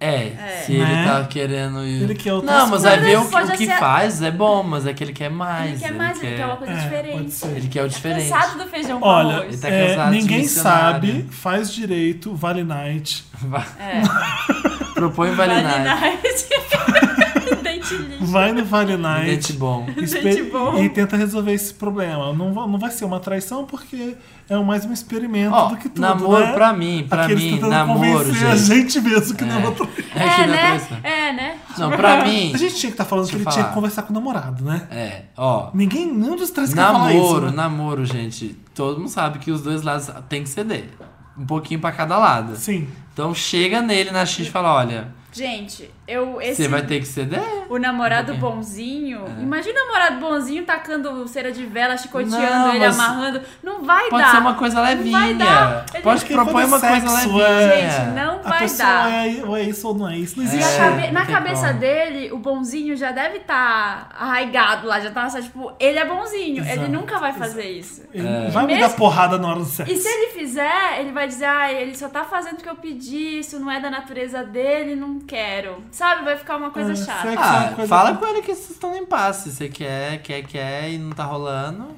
A: É,
B: É.
A: se ele
C: Né?
A: tá querendo ir.
C: Ele quer outras
A: Não, mas vai
B: coisas.
A: ver o,
B: Mas
A: que- o que
B: pode ser-
A: faz, é bom, mas é que ele quer mais.
B: Ele quer mais, ele quer uma coisa
C: É, pode
B: diferente. Tá
C: ser.
A: ele quer o diferente.
B: Cansado do feijão com
C: olha,
B: arroz.
A: tá
C: é,
A: cansado de
C: ninguém
A: missionário.
C: sabe, faz direito, vale night.
A: Vai-
B: É,
A: Propõe valinar.
B: valinagem. Dente liso.
C: Vai no vale night.
A: Dente bom.
C: Exper-
B: Gente, bom.
C: E tenta resolver esse problema. Não, va- não vai ser uma traição porque é mais um experimento
A: Ó,
C: do que tudo.
A: namoro
C: né?
A: pra mim, pra
C: Aqueles
A: mim,
C: tentando
A: namoro,
C: convencer a
A: gente.
C: gente mesmo que não é uma traição.
A: É que
B: É,
A: não é
B: né?
A: traição.
B: É, né?
A: Não, pra mim.
C: A gente tinha que estar falando
A: Deixa
C: que
A: eu
C: ele tinha
A: falar.
C: que conversar com o namorado, né?
A: É, ó.
C: Ninguém, nenhum dos três quer falar isso.
A: Namoro,
C: né?
A: namoro, gente. Todo mundo sabe que os dois lados tem que ceder. Um pouquinho pra cada lado.
C: Sim.
A: Então chega nele na X e fala: olha,
B: Gente, eu. Esse,
A: você vai ter que ceder?
B: O namorado bonzinho.
A: É.
B: Imagina o namorado bonzinho tacando cera de vela, chicoteando
A: Não,
B: ele,
A: mas-
B: amarrando. Não vai
A: Pode
B: dar.
A: ser uma coisa
B: vai
A: levinha.
B: dar. Ele-
A: Pode
C: Porque
A: propor
C: quando
A: uma
C: é
A: coisa
C: sexo,
A: levinha.
B: Gente, não
C: a
B: vai
C: pessoa
B: dar.
C: É, ou é isso ou não é isso. Não
B: E
C: existe.
B: a cabe-
A: É,
B: na
A: não tem
B: cabeça
A: como.
B: dele, o bonzinho já deve estar arraigado lá, já tá nessa, tipo, ele é bonzinho, ele
C: Exato,
B: nunca vai fazer isso.
C: Ele
A: É.
C: Vai me
B: Mesmo-
C: dar porrada na hora do
B: E
C: sexo.
B: se ele fizer, ele vai dizer, ah, ele só tá fazendo o que eu pedi, isso não é da natureza dele, não quero. Sabe? Vai ficar uma coisa
C: Ah,
B: chata.
C: sexo.
A: Ah,
C: Uma coisa-
A: fala com ele que vocês estão em paz. Se você quer, quer, quer e não tá rolando.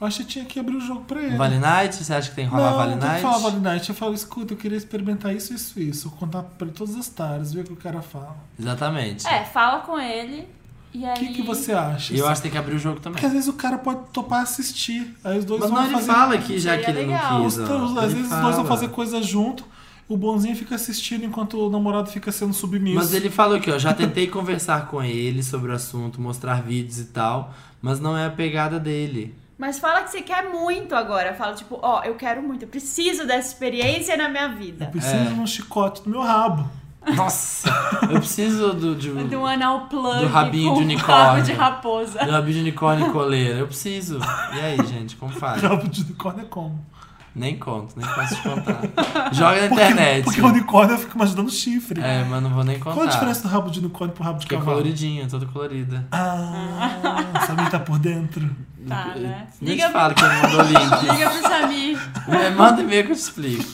C: Eu acho que tinha que abrir o jogo pra ele.
A: Vale Night? Você acha que tem que rolar
C: não,
A: Vale
C: não tem que
A: Night?
C: falar Vale Night. Eu falo, escuta, eu queria experimentar isso, isso, isso. Eu Contar pra ele todas as taras, ver o que o cara fala.
A: Exatamente.
B: É, fala com ele e aí...
C: O que, que você acha?
A: E eu acho que tem que abrir o jogo também.
C: Porque às vezes o cara pode topar assistir. Aí os dois
A: Mas
C: vão
A: não, ele
C: fazer.
A: fala que já
C: é
B: Seria
A: que ele
B: legal.
A: não
C: Os
A: quis. ó.
C: dois- às
A: Ele
C: vezes os dois vão
A: fala.
C: fazer coisa junto. O bonzinho fica assistindo enquanto o namorado fica sendo submisso.
A: Mas ele falou aqui, ó, já tentei conversar com ele sobre o assunto, mostrar vídeos e tal, mas não é a pegada dele.
B: Mas fala que você quer muito agora. Fala, tipo, ó, eu quero muito, eu preciso dessa experiência na minha
C: Eu
B: vida.
C: preciso
A: É.
C: de um chicote no meu rabo.
A: Nossa, eu preciso do, de,
B: De
A: do
B: um anal plug
A: Do rabinho
B: com
A: de
B: um
A: unicórnio.
B: rabo de raposa.
A: rabinho de unicórnio e coleira. Eu preciso. E aí, gente, como faz?
C: Rabo de unicórnio é como?
A: Nem conto, nem posso te contar. Joga na internet. né?
C: Porque o unicórnio fica imaginando chifre.
A: É, mas não vou nem contar.
C: Qual a diferença Tá do rabo de unicórnio pro rabo de
A: Porque é
C: cavalo?
A: coloridinha, toda colorida.
C: Ah, sabe tá por dentro?
B: Tá, né?
A: Nem
B: Liga
A: te falo que eu não mandou link.
B: Liga pro Samir.
A: É, Manda e-mail que eu te explico.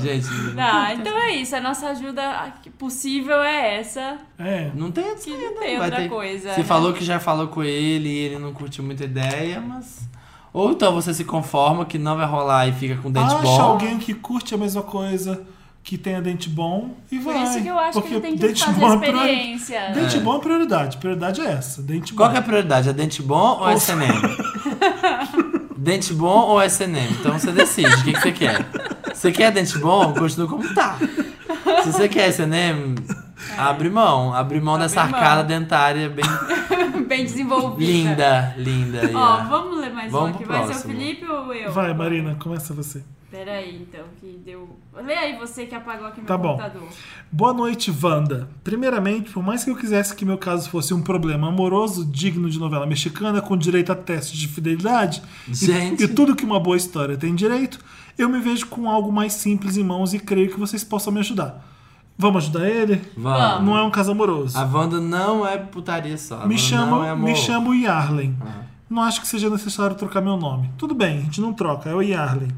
A: Gente,
B: Tá, então é isso. A nossa ajuda possível é essa.
C: É.
A: não tem essa
B: Que não
A: ideia, não.
B: tem
A: Vai
B: outra
A: ter-
B: coisa,
A: Você
B: né?
A: falou que já falou com ele e ele não curtiu muita ideia, mas... Ou então você se conforma que não vai rolar e fica com dente
C: Acha
A: bom.
C: Ah, alguém que curte a mesma coisa, que tenha dente bom e
B: Por
C: vai.
B: isso que eu acho que
C: Porque
B: ele tem que
C: dente
B: fazer
C: bom é priori-
B: experiência.
C: Dente bom é prioridade. Prioridade é essa. Dente
A: Qual
C: bom.
A: que é a prioridade? É dente bom ou SNM? dente bom ou SNM? Então você decide o que, que você quer. Você quer dente bom? Continua como tá. Se você quer SNM, abre mão. Abre mão dessa
B: É. mão.
A: arcada dentária bem
B: Bem desenvolvida.
A: linda, linda.
B: Ó,
A: yeah.
B: vamos ler mais
A: Vamos
B: um aqui.
A: pro
B: Vai ser o
A: próximo.
B: Felipe ou eu?
C: Vai, Marina, começa você.
B: Peraí, então, que deu. Lê aí você que apagou aqui meu
C: Tá bom.
B: computador.
C: Boa noite, Wanda. Primeiramente, por mais que eu quisesse que meu caso fosse um problema amoroso, digno de novela mexicana, com direito a teste de fidelidade e-
A: Gente.
C: E, tudo que uma boa história tem direito, eu me vejo com algo mais simples em mãos e creio que vocês possam me ajudar. Vamos ajudar ele?
A: Vamos.
C: Não é um caso amoroso.
A: A Wanda não é putaria só. a
C: me,
A: Wanda
C: chamo,
A: Ah, não é amor. Ah.
C: me chamo Yarlen. Não acho que seja necessário trocar meu nome. Tudo bem, a gente não troca, é o Yarlen.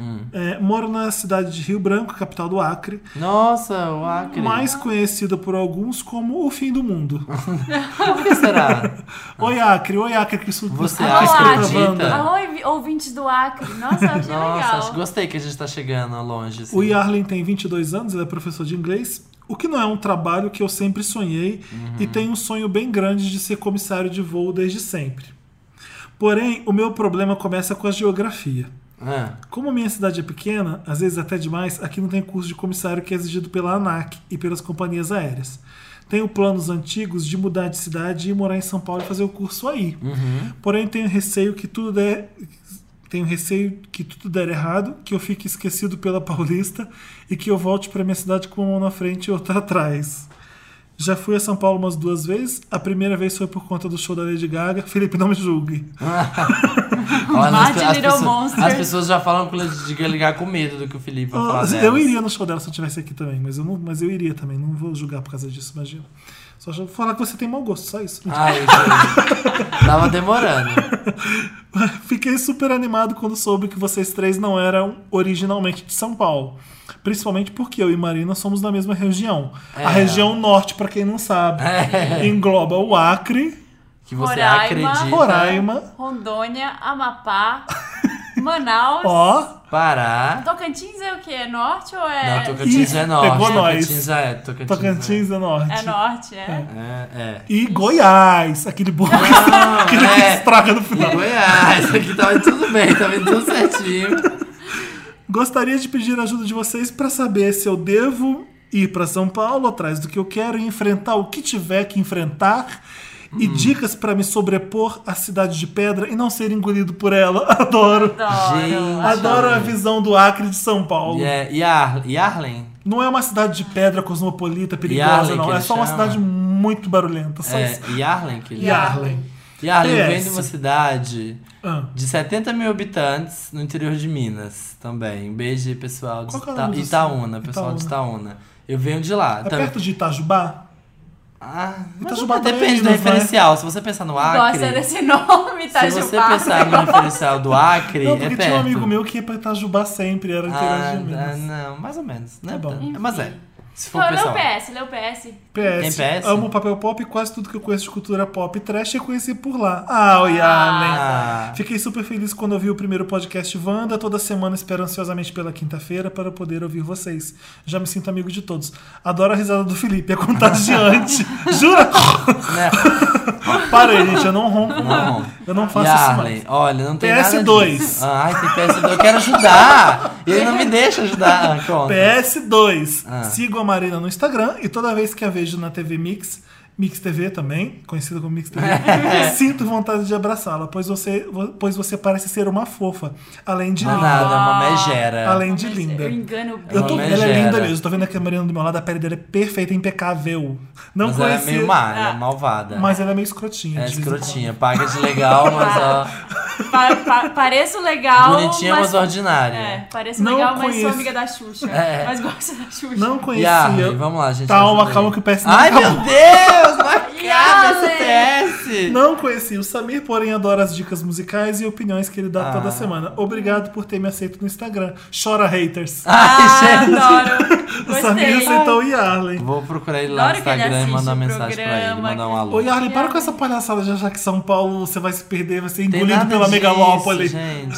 A: Hum.
C: É, moro na cidade de Rio Branco, capital do Acre,
A: Nossa, o Acre.
C: mais conhecida por alguns como o fim do mundo.
A: Por é que será?
C: Oi, Acre, oi, Acre, que isso
A: Você
C: que
A: acha
C: isso
A: que
C: tá
A: eu acredito?
C: travando.
A: Tá.
B: Alô, ouvi- ouvintes do Acre. Nossa, eu achei
A: Nossa,
B: legal.
A: acho- gostei que a gente tá chegando longe. Assim.
C: O Yarlen tem 22 anos, ele é professor de inglês, o que não é um trabalho que eu sempre sonhei e tenho um sonho bem grande de ser comissário de voo desde sempre. Porém, o meu problema começa com a geografia.
A: Ah,
C: Como minha cidade é pequena, às vezes até demais, aqui não tem curso de comissário que é exigido pela ANAC e pelas companhias aéreas. Tenho planos antigos de mudar de cidade e morar em São Paulo e fazer o curso aí. Porém, tenho receio que tudo der. Tenho receio que tudo der errado, que eu fique esquecido pela Paulista e que eu volte para minha cidade com uma mão na frente e outra atrás. Já fui a São Paulo umas duas vezes. A primeira vez foi por conta do show da Lady Gaga. Felipe, não me julgue.
A: olha,
B: Mate Little
A: pessoas,
B: Monster.
A: as pessoas já falam que elas de ligar com medo do que o Felipe vai falar.
C: Ah, eu
A: delas.
C: iria no show dela se eu tivesse aqui também, mas eu, não, mas eu iria também. Não vou julgar por causa disso, imagina. Só vou falar que você tem mau gosto, só isso.
A: Ai, gente. Tava demorando.
C: Fiquei super animado quando soube que vocês três não eram originalmente de São Paulo. Principalmente porque eu e Marina somos da mesma região.
A: É.
C: A região norte, pra quem não sabe,
A: É.
C: engloba o Acre,
A: Que você
B: Roraima.
A: acredita.
C: Roraima,
B: Rondônia, Amapá, Manaus.
C: ó,
A: Pará.
B: Tocantins é o quê? É norte ou é.
A: Não, Tocantins
C: Ih,
A: é norte.
C: pegou nós.
A: Tocantins é. Tocantins,
C: Tocantins é norte.
B: É norte, é.
A: É. é.
C: E Goiás, aquele burro
A: Não,
C: que, que
A: é.
C: estraga no final.
A: Goiás, aqui tava tudo bem, tava indo tudo certinho.
C: Gostaria de pedir a ajuda de vocês para saber se eu devo ir para São Paulo atrás do que eu quero e enfrentar o que tiver que enfrentar. E
A: Hum.
C: dicas para me sobrepor à cidade de pedra e não ser engolido por ela. Adoro.
A: Gente.
B: Adoro.
C: Adoro a visão do Acre de São Paulo.
A: E é- E Ar- e Arlen?
C: Não é uma cidade de pedra cosmopolita, perigosa,
A: Yarlin, que
C: não. É
A: ele
C: só uma
A: chama.
C: cidade muito barulhenta. Só isso.
A: É, Yarlen que ele
C: Yarlin.
A: Yarlin
C: PS.
A: vem de uma cidade
C: Ah.
A: de 70 mil habitantes no interior de Minas também. Um beijo aí, pessoal de
C: Qual que é o
A: Ita-
C: nome do-
A: Itaúna, pessoal de Itaúna. Eu venho de lá.
C: É
A: Tam-
C: perto de Itajubá?
A: Ah, mas
C: Itajubá também é
A: depende do
C: Minas, né?
A: referencial. Se você pensar no Acre,
B: Gosta desse nome,
A: se
B: tá
A: você pensar no referencial do Acre,
C: Não,
A: é
C: porque
A: perto.
C: tinha um amigo meu que ia pra Itajubá sempre, era interior
A: ah,
C: de Minas.
A: ah, não, mais ou menos. Né?
C: Tá bom.
A: tanto. Mas é. Se for
B: Não, lê
A: pensar.
B: o PS, lê o PS.
A: Tem
C: PS,
A: PS?
C: amo papel pop e quase tudo que eu conheço de cultura pop e trash eu conheci por lá. Ah, o Yarlen.
A: Ah,
C: Fiquei super feliz quando ouvi o primeiro podcast Wanda. Toda semana espero ansiosamente pela quinta-feira para poder ouvir vocês. Já me sinto amigo de todos. Adoro a risada do Felipe, é contagiante. Jura?
A: né?
C: Parei, gente, eu não rompo.
A: Não.
C: Não. Eu não faço isso
A: Yarley,
C: mais.
A: olha, não tem nada
C: PS2.
A: disso. Ah, Ai, tem PS2. Eu quero ajudar. Ele não me deixa ajudar. Ah, Conta.
C: PS2.
A: Ah.
C: Sigo a Marina no Instagram e toda vez que a vejo na TV Mix, Mix TV também, conhecida como Mix TV, sinto vontade de abraçá-la, pois você, pois você parece ser uma fofa, além de
A: Não é
C: linda.
A: nada, é uma megera.
C: Além de
B: Mas
C: linda.
B: Eu engano bem.
C: Eu tô,
A: Uma
C: ela é
A: megera.
C: linda mesmo, tô vendo aqui a Marina do meu lado, a pele dela é perfeita, impecável. Não
A: mas ela é
C: conhecia,
A: meio má, ela é
B: Ah.
A: malvada.
C: mas então. ela é meio escrotinha.
A: é
C: de vez em
A: escrotinha, paga de legal, mas ó,
B: Pa- pa- pareço legal.
A: bonitinha, mas, ordinária.
B: Ah, É, pareço
C: Não
B: legal, mas sou
C: conheço.
B: amiga da Xuxa.
A: É.
B: Mas gosto da Xuxa.
C: quando. Não
A: E
C: conhecia.
A: a Arley, vamos lá, gente.
C: Calma,
A: ajuda
C: calma
A: aí.
C: que o PS não
A: Ai,
C: acabou.
A: meu Deus, não
B: E
A: acaba
B: Arley?
A: esse PS.
C: Não conheci o Samir, porém adoro as dicas musicais e opiniões que ele dá
A: Ah.
C: toda semana. Obrigado por ter me aceito no Instagram. Chora, haters.
A: Ai,
B: Ah,
A: gente.
B: adoro.
C: o Samir
B: Gostei.
C: aceitou o Yarley.
A: Vou procurar ele lá no
B: Adoro que ele
A: Instagram e mandar uma
B: assiste o
A: mensagem pra ele,
B: programa,
A: mandar um
B: que-
A: alô.
C: Ô, Yarley, para
B: Yarley.
C: com essa palhaçada de achar que São Paulo você vai se perder, vai ser
A: Tem
C: engolido
A: nada
C: pela
A: disso,
C: megalópole.
A: Gente,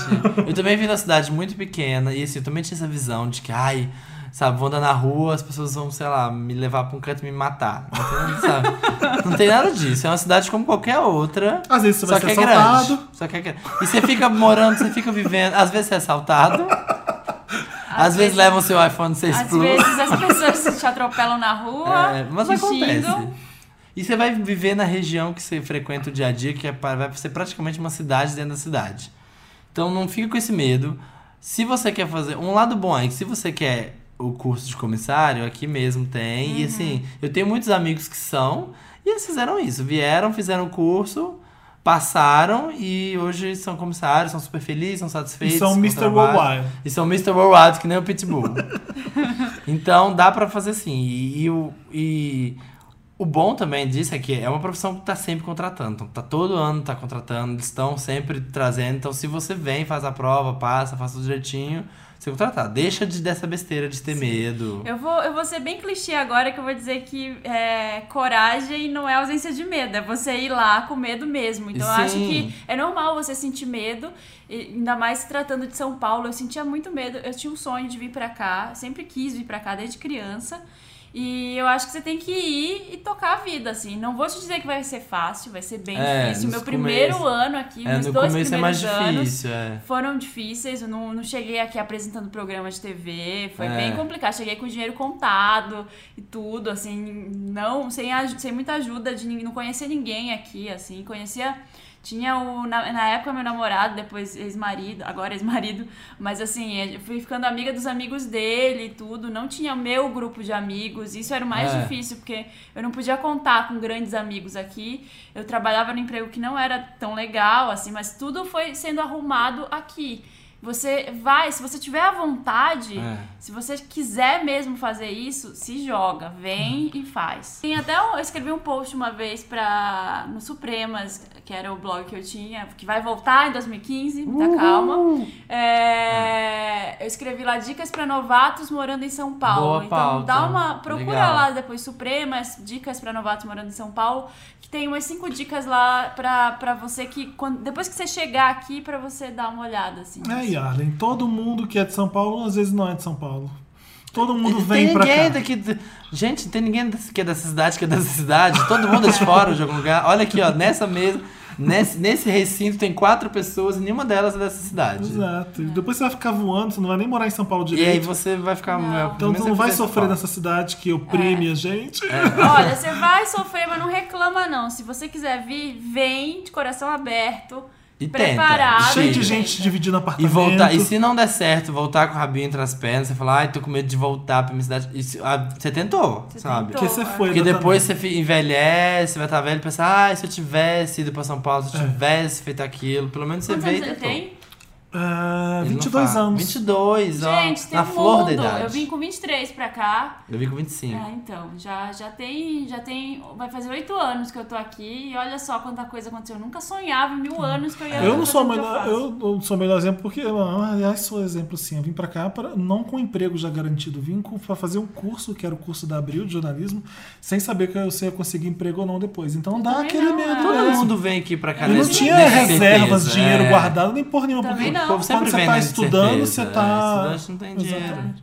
A: eu também vim numa cidade muito pequena e assim, eu também tinha essa visão de que, ai, sabe, vou andar na rua, as pessoas vão, sei lá, me levar pra um canto e me matar. Não tem nada, sabe? Não tem nada disso. É uma cidade como qualquer outra.
C: Às vezes você
A: Só
C: vai
A: que
C: ser
A: é
C: assaltado.
A: grande. Só que é grande. E você fica morando, você fica vivendo. Às vezes você é assaltado. Às, vezes,
B: vezes-
A: levam seu iPhone 6
B: Às
A: Plus.
B: vezes as pessoas te atropelam na rua.
A: É, mas
B: te
A: acontece.
B: xingam.
A: E você vai viver na região que você frequenta o dia a dia, que é pra- vai ser praticamente uma cidade dentro da cidade. Então não fica com esse medo. Se você quer fazer. Um lado bom é que se você quer o curso de comissário, aqui mesmo tem. E assim, eu tenho muitos amigos que são. E eles fizeram isso. Vieram, fizeram o curso, passaram e hoje são comissários, são super felizes, são satisfeitos.
C: E são
A: com o
C: Mr.
A: trabalho.
C: Worldwide.
A: E são Mr. Worldwide, que nem o Pitbull. então dá pra fazer assim. E, e o, e o bom também disso é que é uma profissão que tá sempre contratando. Então, tá todo ano tá contratando, eles estão sempre trazendo. Então se você vem, faz a prova, passa, faz tudo direitinho, você contratar. Deixa de, dessa besteira de ter medo.
B: Eu vou, eu vou ser bem clichê agora que eu vou dizer que é, coragem não é ausência de medo, é você ir lá com medo mesmo. Então eu acho
A: Sim.
B: que é normal você sentir medo, e ainda mais se tratando de São Paulo. Eu sentia muito medo, eu tinha um sonho de vir pra cá, sempre quis vir pra cá desde criança. E eu acho que você tem que ir e tocar a vida, assim. Não vou te dizer que vai ser fácil, vai ser bem
A: É,
B: difícil.
A: nos
B: Meu primeiro
A: começos-
B: ano aqui,
A: É,
B: meus
A: no
B: dois
A: começo é mais
B: primeiros anos,
A: difícil, é.
B: foram difíceis, eu não, não cheguei aqui apresentando programa de TV, foi
A: É.
B: bem complicado. Cheguei com o dinheiro contado e tudo, assim, não, sem, aju- sem muita ajuda, de, nin- não conhecia ninguém aqui, assim, conhecia. Tinha o. Na, na época, meu namorado, depois ex-marido, agora ex-marido, mas assim, eu fui ficando amiga dos amigos dele e tudo, não tinha meu grupo de amigos, isso era o mais
A: É.
B: difícil, porque eu não podia contar com grandes amigos aqui. Eu trabalhava num emprego que não era tão legal, assim, mas tudo foi sendo arrumado aqui. Você vai, se você tiver a vontade,
A: É.
B: se você quiser mesmo fazer isso, se joga, vem e faz. Tem até um, eu escrevi um post uma vez pra no Supremas, que era o blog que eu tinha, que vai voltar em 2015, tá calma. É, eu escrevi lá dicas pra novatos morando em São Paulo.
A: Ah. Boa
B: então
A: pauta.
B: dá uma procura
A: Legal.
B: lá depois Supremas, dicas pra novatos morando em São Paulo, que tem umas cinco dicas lá pra, pra você que quando- depois que você chegar aqui pra você dar uma olhada assim.
C: Aí, Arlen, É, todo mundo que é de São Paulo, às vezes não é de São Paulo. Todo mundo vem
A: tem
C: pra
A: ninguém
C: cá.
A: daqui. de- Gente, tem ninguém desse- que é dessa cidade, que é dessa cidade. Todo mundo é de fora de algum lugar. Olha aqui, ó, nessa mesa, nesse, nesse recinto tem quatro pessoas e nenhuma delas é dessa cidade.
C: Exato. E Depois você vai ficar voando, você não vai nem morar em São Paulo
A: E aí
C: direito.
A: você vai ficar.
C: então você não vai
A: assim,
C: sofrer nessa cidade que
A: É.
C: oprime a gente.
B: Olha, você vai sofrer, mas não reclama não. Se você quiser vir, vem de coração aberto,
A: E tenta.
B: preparado.
C: Cheio
A: Sim.
C: de gente dividindo
A: E
C: apartamento.
A: voltar, e se não der certo, voltar com o rabinho entre as pernas, você falar, ai, tô com medo de voltar pra minha cidade. Isso, ah, você tentou, sabe?
B: tentou.
C: Porque você foi.
A: Porque
C: exatamente.
A: depois você fi- envelhece, vai estar velho e pensar, ah, se eu tivesse ido pra São Paulo,
C: É.
A: se eu tivesse feito aquilo, pelo menos você
B: Quantos
A: veio.
B: anos ele tem?
C: Ah, 22 anos.
A: 22, ó.
B: Gente, tem
A: na
B: um
A: flor
B: mundo.
A: da idade.
B: Eu vim com 23 pra cá.
A: Eu vim com 25.
B: Ah, então, já, já tem, já tem, vai fazer oito anos que eu tô aqui e olha só quanta coisa aconteceu. Eu nunca sonhava em mil anos que eu ia
C: Eu não
B: fazer
C: sou o
B: o que
C: melhor,
B: faço.
C: eu não sou o melhor exemplo porque, ah, aliás, sou exemplo sim. Eu vim pra cá pra, não com emprego já garantido, vim com- pra fazer um curso, que era o curso da Abril de jornalismo, sem saber que eu, se eu ia conseguir emprego ou não depois. Então dá
B: também
C: aquele
B: não,
C: medo.
B: é.
A: Todo
C: mesmo.
A: mundo vem aqui pra cá.
C: E não
A: nesse-
C: tinha
A: nessa
C: reservas,
A: certeza,
C: dinheiro
A: é.
C: guardado, nem por nenhuma.
B: Também
C: Porque
B: não.
A: O povo sempre
C: quando você
A: vem
C: tá
A: nessa certeza,
C: estudando, você
A: é.
C: tá.
A: Estudante não tem dinheiro.
C: Exatamente.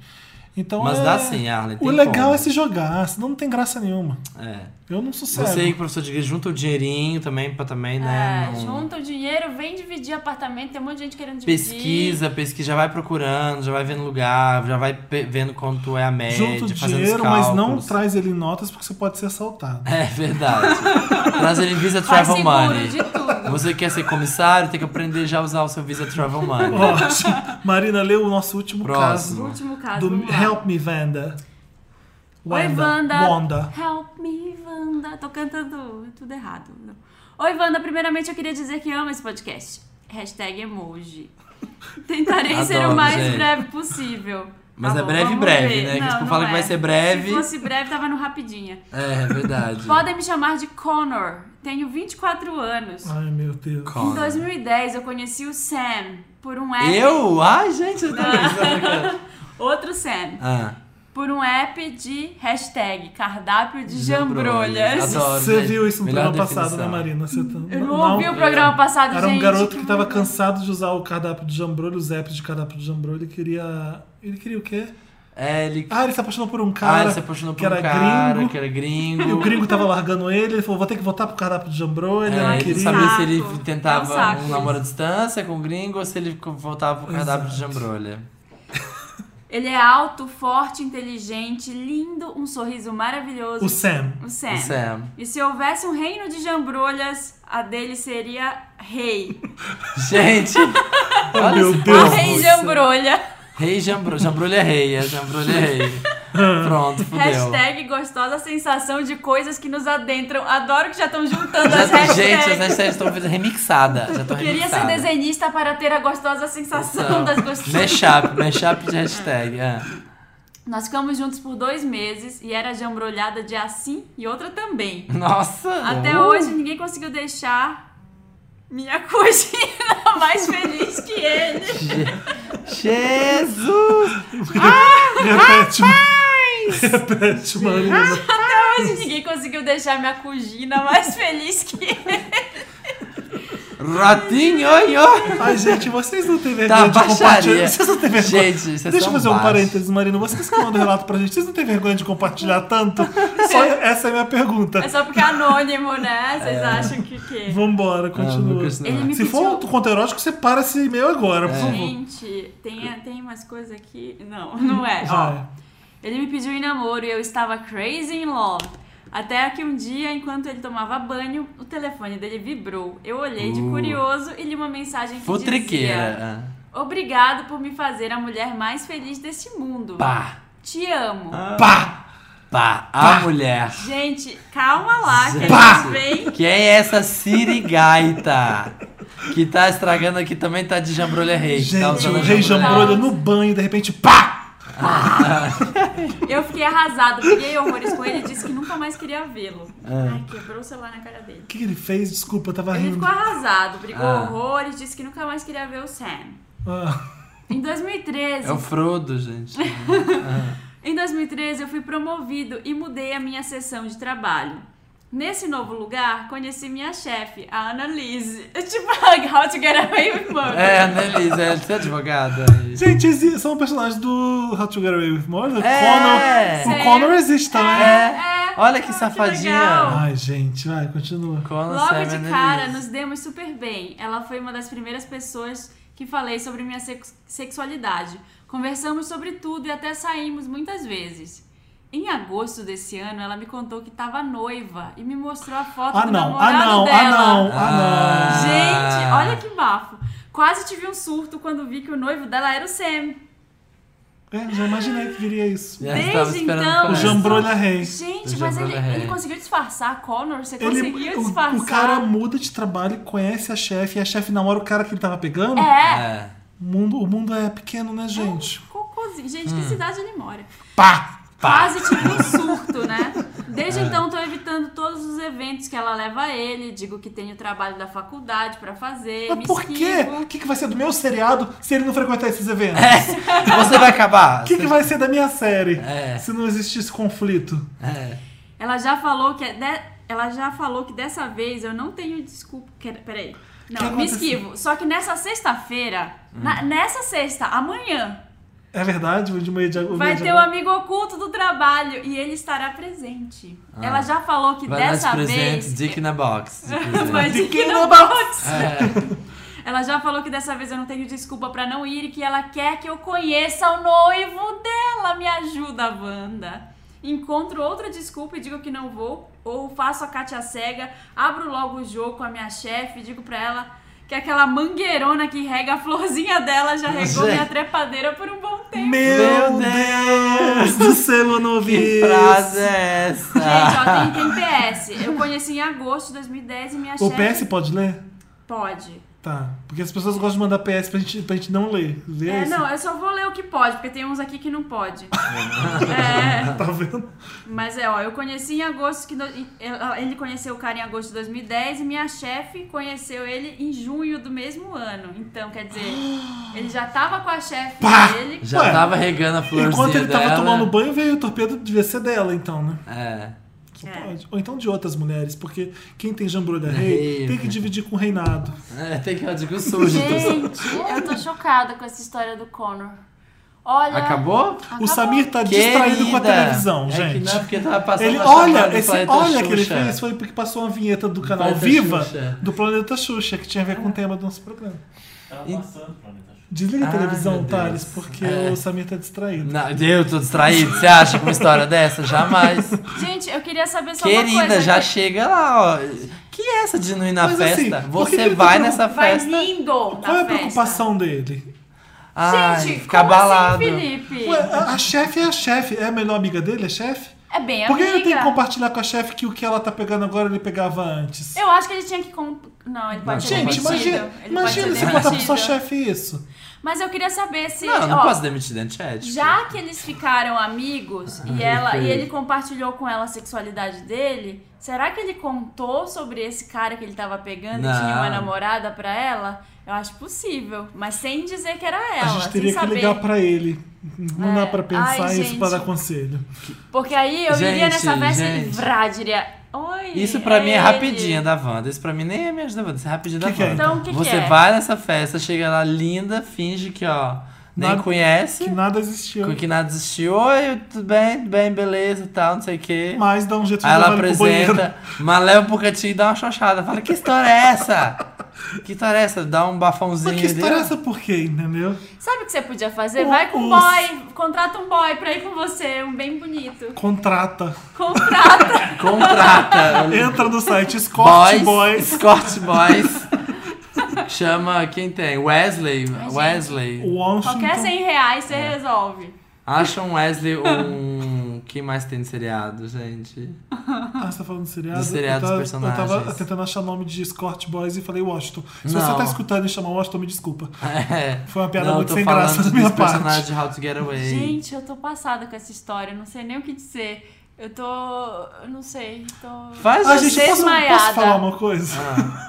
C: Então
A: Mas
C: é-
A: dá sim, Arlen, tem
C: O legal
A: como.
C: é se jogar, senão não tem graça nenhuma.
A: É.
C: Eu não sossego.
A: Você que é professor de igreja, junta o dinheirinho também, pra também, né?
B: É,
A: não-
B: junta o dinheiro, vem dividir apartamento, tem um monte de gente querendo dividir.
A: Pesquisa, pesquisa, já vai procurando, já vai vendo lugar, já vai pe- vendo quanto é a média,
C: Junta o
A: fazendo os
C: dinheiro, mas não
A: cálculos.
C: traz ele em notas porque você pode ser assaltado.
A: É verdade. Traz ele Visa
B: Faz
A: Travel
B: seguro
A: Money.
B: de tudo.
A: Você quer ser comissário, tem que aprender já a usar o seu Visa Travel Money.
C: Ótimo. Marina, lê o nosso último
A: Próximo.
B: Último caso,
C: caso. Do
B: Ah, vamos lá.
C: Help Me, Vanda.
B: Oi, Wanda.
C: Wanda.
B: Help me, Wanda. Tô cantando tudo errado. Oi, Wanda. Primeiramente, eu queria dizer que amo esse podcast. Hashtag emoji. Tentarei
A: Adoro,
B: ser o mais
A: gente.
B: breve possível.
A: Mas
B: Tá
A: é
B: bom,
A: breve,
B: vamos
A: breve,
B: ver.
A: né? Que
B: Não,
A: eles
B: não
A: falam
B: é.
A: que vai ser breve.
B: Se fosse breve, tava no rapidinha.
A: É, é verdade.
B: Podem me chamar de Connor. Tenho 24 anos.
C: Ai, meu Deus.
B: Em
A: Connor.
B: 2010, eu conheci o Sam por um app.
A: Eu? Ai, gente, eu tô
B: Ah.
A: pensando aqui.
B: Outro Sam.
A: Ah,
B: Por um app de hashtag cardápio de
A: jambrolhas.
B: jambrolhas.
A: Adoro,
C: Você
A: gente.
C: viu isso no
A: Melhor
C: programa passado, né,
A: definição.
C: Marina? Você tá-
B: Eu não, ouvi o programa passado,
C: Era
B: gente.
C: um garoto que tava
B: que-
C: cansado de usar o cardápio de jambrolho, os apps de cardápio de jambrolho. Ele queria... Ele queria o quê?
A: É, ele.
C: Ah, ele se apaixonou por um
A: Ah,
C: cara
A: ele se apaixonou
C: que
A: por
C: era
A: um cara
C: gringo.
A: que era
C: E o
B: Uhum.
A: gringo.
C: gringo tava largando ele. Ele falou, vou ter que voltar pro cardápio de jambrolho.
A: É,
C: ele
A: ele
C: queria...
A: não sabia se
B: Saco.
A: ele
B: É um
A: tentava
B: saco
A: um
B: isso.
A: namoro à distância com o gringo ou se ele voltava pro cardápio de jambrolha.
B: Ele é alto, forte, inteligente, lindo, um sorriso maravilhoso.
C: O Sam.
B: O Sam.
A: O Sam.
B: E se houvesse um reino de jambrolhas, a dele seria rei.
A: Gente! olha
C: meu
A: esse
C: Deus
B: A
A: povo.
C: do
B: rei jambrolha.
A: Rei Jambrulha. Jambrulha é rei, é Jambrulha é rei. Pronto, fudeu.
B: Hashtag gostosa sensação de coisas que nos adentram. Adoro que já estão juntando as
A: Já, gente, as
C: né?
B: hashtags.
A: hashtags estão remixadas. Já estão
B: Queria ser
A: remixadas.
B: desenhista para ter a gostosa sensação das gostosas.
A: Então, Mashup, mashup de hashtag. é.
B: Nós ficamos juntos por dois meses e era jambrolhada de assim e outra também.
A: Nossa!
C: Uhum.
B: Até
A: Uh.
B: hoje ninguém conseguiu deixar minha cugina mais feliz que ele.
A: Jesus!
C: Repete, repete, Marina.
B: Até hoje ninguém conseguiu deixar minha cugina mais feliz que ele.
A: Ratinho, oi, oi!
C: Ai, gente, vocês não têm
A: Tá
C: vergonha de
A: baixaria.
C: compartilhar. Vocês não têm vergonha.
A: Gente, é vocês
C: é Deixa eu
A: são
C: fazer um
A: baixos.
C: parênteses, Marina. Vocês que mandam relato pra gente, vocês não têm vergonha de compartilhar tanto? Só essa é a minha
B: É
C: pergunta.
B: só porque é anônimo, né? Vocês acham que
A: é
B: que?
C: Vambora,
A: Ah, vou
C: continua.
A: continuar.
B: Ele me
C: É. Se for um
B: pediu...
C: conto erótico, você para esse e-mail agora,
A: É.
C: por favor.
B: Gente, tem, tem umas coisas aqui... Não, não é.
C: Vai.
B: Ele me pediu em namoro e eu estava crazy in love. Até que um dia, enquanto ele tomava banho, o telefone dele vibrou. Eu olhei de
A: Uh.
B: curioso e li uma mensagem que dizia...
A: Futriqueira. é.
B: Obrigado por me fazer a mulher mais feliz deste mundo.
A: é. Pá! Ah.
B: Te amo.
A: Tá
C: Pá!
A: Pá! A mulher!
B: Gente, calma lá, que
A: Pá!
B: eles vêm.
A: Quem é essa sirigaita? Que tá estragando aqui também tá de jambrolha rei. que tá
C: Gente,
A: usando
C: o rei jambrolha no banho, de repente, pá!
B: Eu fiquei arrasado, peguei horrores com ele e disse que nunca mais queria vê-lo.
A: Ah.
B: Ai, quebrou o celular na cara dele.
C: O que que ele fez? Desculpa, eu tava
B: Ele
C: rindo.
B: ficou arrasado, brigou
A: Ah.
B: horrores, disse que nunca mais queria ver o Sam.
C: Ah,
B: Em 2013,
A: É o Frodo, gente.
B: em 2013 eu fui promovido e mudei a minha sessão de trabalho. Nesse novo lugar, conheci minha chefe, a Annalise. Tipo, How to Get Away with Murder.
A: É, a Annelise, é, você é advogada?
C: Gente, exi- são personagens do How to Get Away with Murder.
A: É.
C: Connor, o Connor existe também.
A: É. Olha que
B: Ah, que
A: safadinha.
B: legal.
C: Ai, gente, vai, continua.
A: Conan
B: Logo
A: Sam
B: de
A: Annelise.
B: cara, nos demos super bem. Ela foi uma das primeiras pessoas que falei sobre minha sex- sexualidade. Conversamos sobre tudo e até saímos muitas vezes. Em agosto desse ano, ela me contou que estava noiva e me mostrou a foto
C: Ah
B: do
C: não, ah
B: namorado
C: não, ah
B: dela.
C: não, ah
A: Ah.
B: Gente, olha que bafo. Quase tive um surto quando vi que o noivo dela era o Sam.
C: não. É, já imaginei que viria isso.
A: Eu
B: Desde
A: tava esperando
B: então,
A: por
C: O
A: essa.
C: Jambrolha Rei.
B: Gente,
A: Eu já
B: mas
A: vou
B: ele,
A: ver.
B: ele conseguiu disfarçar, Connor? Você
C: Ele,
B: conseguiu
C: o,
B: disfarçar?
C: o cara muda de trabalho, conhece a chefe, e a chefe namora o cara que ele tava pegando.
B: É,
A: É.
C: O, mundo, o mundo é pequeno, né, gente?
B: cocôzinho. Gente,
A: Hum.
B: que cidade ele mora?
C: Pá!
B: Quase tive um surto, né? Desde
A: É.
B: então tô evitando todos os eventos que ela leva a ele, digo que tenho trabalho da faculdade pra fazer, me
C: Mas por quê?
B: esquivo.
C: O que, que vai ser do meu seriado se ele não frequentar esses eventos?
A: É. Você vai acabar.
C: O que, que vai ser da minha série
A: É.
C: se não existir esse conflito?
A: É.
B: Ela já falou que é de- ela já falou que dessa vez eu não tenho desculpa. Que... Peraí.
C: Que
B: Não, me
C: aconteceu?
B: esquivo. Só que nessa sexta-feira,
A: Hum.
B: na- nessa sexta, amanhã,
C: É verdade? O de meio de o
B: vai
C: meio de
A: né?
B: ter o amigo oculto do trabalho e ele estará presente. Ela já falou que
A: Ah. Vai lá de
B: dessa
A: presente,
B: vez.
A: Dick na box. de presente.
B: Mas
C: De
B: de
C: quem
B: que
C: não
B: não box.
A: É.
B: Ela já falou que dessa vez eu não tenho desculpa pra não ir e que ela quer que eu conheça o noivo dela. Me ajuda, Wanda. Encontro outra desculpa e digo que não vou, ou faço a Kátia cega, abro logo o jogo com a minha chefe e digo pra ela que aquela mangueirona que rega a florzinha dela já regou
A: Gente.
B: minha trepadeira por um bom tempo.
C: Meu
A: Meu
C: Deus do céu, eu não ouvi
A: Que
C: isso.
A: frase é essa?
B: Gente, ó, tem, tem PS. Eu conheci em agosto de 2010 e minha
C: O
B: chefe
C: PS pode ler?
B: pode.
C: Tá. Porque as pessoas gostam de mandar PS pra gente, pra gente não ler. Vê
B: É,
C: isso?
B: não, eu só vou ler o que pode, porque tem uns aqui que não pode. é.
C: Tá vendo?
B: Mas é, ó, eu conheci em agosto que. do- Ele conheceu o cara em agosto de 2010 e minha chefe conheceu ele em junho do mesmo ano. Então, quer dizer, ele já tava com a chefe
C: Pá!
B: dele.
A: Já
C: Ué,
A: tava regando a florzinha
C: Enquanto ele tava
A: dela.
C: tomando banho, veio o torpedo, devia ser dela, então, né?
A: É.
C: Só
B: É.
C: pode. Ou então de outras mulheres, porque quem tem jambrolha
A: Rei,
C: rei tem que
A: né?
C: dividir com o reinado.
A: É, tem que fazer com sujo. então.
B: Gente, eu tô chocada com essa história do Connor. Olha.
A: Acabou?
C: O Samir tá distraído com a
A: Querida.
C: televisão,
A: É que
C: gente.
A: não é porque tava passando
C: Ele,
A: a chamada
C: olha,
A: do
C: esse,
A: né? Planeta
C: olha que ele
A: Xuxa.
C: fez foi porque passou uma vinheta do canal
A: Planeta
C: Viva
A: Xuxa.
C: do Planeta Xuxa, que tinha a ver com o tema do nosso programa.
E: Tava passando o planeta Xuxa.
C: Desliga a
A: Ai,
C: televisão,
A: Ah, meu
C: Thales,
A: Deus.
C: porque
A: É.
C: o Samir tá distraído.
A: Não, eu tô distraído, você acha com uma história dessa? Jamais.
B: Gente, eu queria saber só uma
A: Querida,
B: coisa.
A: já
B: que-
A: chega lá, ó. Que é essa de não ir na
C: Mas, assim,
A: festa?
C: por que
A: Você
C: que ele
A: vai
C: tá
A: nessa
B: Vai
A: festa.
B: lindo na
C: Qual é a
B: festa.
C: preocupação dele?
A: Ai,
B: Gente,
A: ficar
B: como assim,
A: balado.
B: Felipe?
C: Ué, a, a chefe é a chefe. É a melhor amiga dele, é chefe?
B: É bem
C: Por que
B: amiga.
C: ele tem que compartilhar com a chefe que o que ela tá pegando agora ele pegava antes?
B: Eu acho que ele tinha que... Comp... Não, ele pode ser
C: Gente,
B: demitido.
C: imagina,
B: Ele
C: imagina
B: pode
C: você
B: ser
C: contar pro
B: demitido.
C: sua chefe isso.
B: Mas eu queria saber se...
A: Não, eu não
B: ó,
A: posso demitir dentro de chat.
B: Já que eles ficaram amigos e, ela, e ele compartilhou com ela a sexualidade dele, será que ele contou sobre esse cara que ele tava pegando
A: Não.
B: e tinha uma namorada pra ela? Eu acho possível, mas sem dizer que era
C: a
B: ela,
C: gente teria
B: sem
C: que
B: saber.
C: ligar pra ele. Não
B: É.
C: dá pra pensar
B: Ai,
C: isso pra dar
B: gente.
C: conselho.
B: Porque aí eu iria
A: Gente,
B: nessa festa e
A: gente.
B: vrá, diria, oi,
A: Isso pra mim é
B: ele."
A: rapidinha da Wanda. Isso pra mim nem é me ajuda, Wanda. Isso é rapidinha da
C: Que que é,
A: Wanda.
B: então? Então, que que
A: Você
B: é?
A: vai nessa festa, chega lá linda, finge que, ó, nem
C: Nada-
A: conhece,
C: Que nada existiu.
A: que nada existiu. Oi, tudo bem, tudo bem, beleza e tal, não sei o quê.
C: Mas dá um jeito de
A: Aí ela
C: levar ele pro banheiro.
A: apresenta, mas leva pro cantinho e dá uma xoxada. Fala, que história é essa? Que história é essa? Dá um bafãozinho
C: Mas que história é
A: ali, ó.
C: essa por quê, entendeu?
B: Sabe o que você podia fazer?
C: O-
B: Vai com um
C: os-
B: boy, contrata um boy pra ir com você, um bem bonito.
C: Contrata.
B: Contrata.
A: Contrata.
C: Entra no site Escort
A: Boys,
C: Boys.
A: Scott Boys. Chama quem tem? Wesley. Wesley.
C: Washington.
B: Qualquer 100 reais você resolve.
A: Acha um Wesley um. Quem mais tem de seriado, gente?
C: Ah, você tá falando do seriado?
A: Do seriado
C: eu
A: dos
C: tava,
A: personagens.
C: Eu tava tentando achar nome de Escort Boys e falei Washington. Se
A: Não.
C: você tá escutando e chamar Washington, me desculpa.
A: É.
C: Foi uma piada
A: Não, eu
C: muito
A: tô
C: sem
A: falando
C: graça da
A: dos
C: minha parte.
A: personagens de How to Get Away.
B: Gente, eu tô passada com essa história, eu não sei nem o que dizer. Eu tô. Eu não sei, tô.
A: Faz
C: Ah,
A: isso.
C: gente, posso,
B: Desmaiada.
C: posso falar uma coisa?
A: Ah.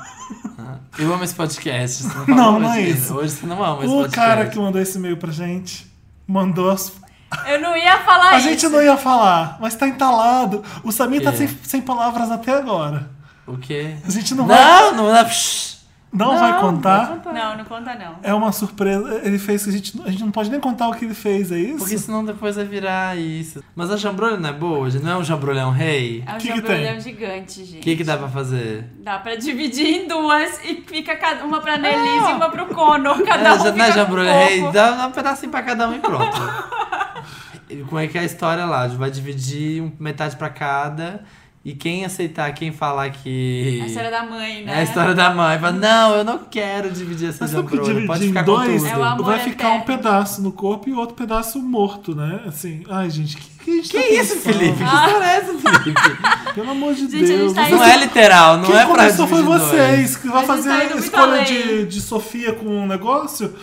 A: Ah. Eu amo esse podcast. Você não,
C: Não,
A: fala
C: não
A: hoje,
C: é
A: Lina.
C: isso.
A: Hoje você não ama esse
C: o
A: podcast.
C: cara que mandou esse e-mail pra gente mandou as.
B: Eu não ia falar
C: A
B: É isso.
C: gente não ia falar, mas tá entalado. O Samir tá
A: Que?
C: sem, sem palavras até agora.
A: O quê?
C: A gente não,
A: Não,
C: vai,
A: não, não, psh.
C: não, vai contar.
B: Não, não conta não.
C: É uma surpresa. Ele fez que a gente, a gente não pode nem contar o que ele fez, é isso?
A: Porque senão depois vai virar isso. Mas a jambrolha não é boa, gente? Não é um jambrolha, é um rei?
B: É um
C: que que
B: jambrolhão
C: tem?
B: gigante, gente.
A: O que, que dá pra fazer?
B: Dá pra dividir em duas e fica cada- uma pra Nelise e uma pro Conor. Cada um
A: não,
B: fica
A: é- não é
B: com
A: jambrolha,
B: um
A: é rei?
B: pouco.
A: Dá, dá um pedacinho pra cada um e pronto. E Como é que é a história lá? Vai dividir um- metade pra cada. E quem aceitar, quem falar que.
B: É A história da mãe, né?
A: É a história da mãe. Fala, não, eu não quero dividir essa
C: Mas sabe que
A: jambrolha. Pode
C: dividir
A: ficar
C: em
A: com
C: dois
A: tudo.
B: É o amor
C: vai ficar um
B: eterno.
C: pedaço no corpo e outro pedaço morto, né? Assim, ai gente, que, que, a gente
A: Que
C: tá
A: isso,
C: pensando?
A: Felipe? Que história é essa, Felipe?
C: Pelo amor de
B: Gente, a gente
C: Deus.
B: tá
C: Você-
A: Não é literal, não
C: Quem
A: é pra
C: começou
A: dividir
C: foi
A: dois.
C: vocês, que vai
B: Mas a gente tá
C: fazer
B: indo muito
C: escolha
B: além.
C: de, de Sofia com um negócio.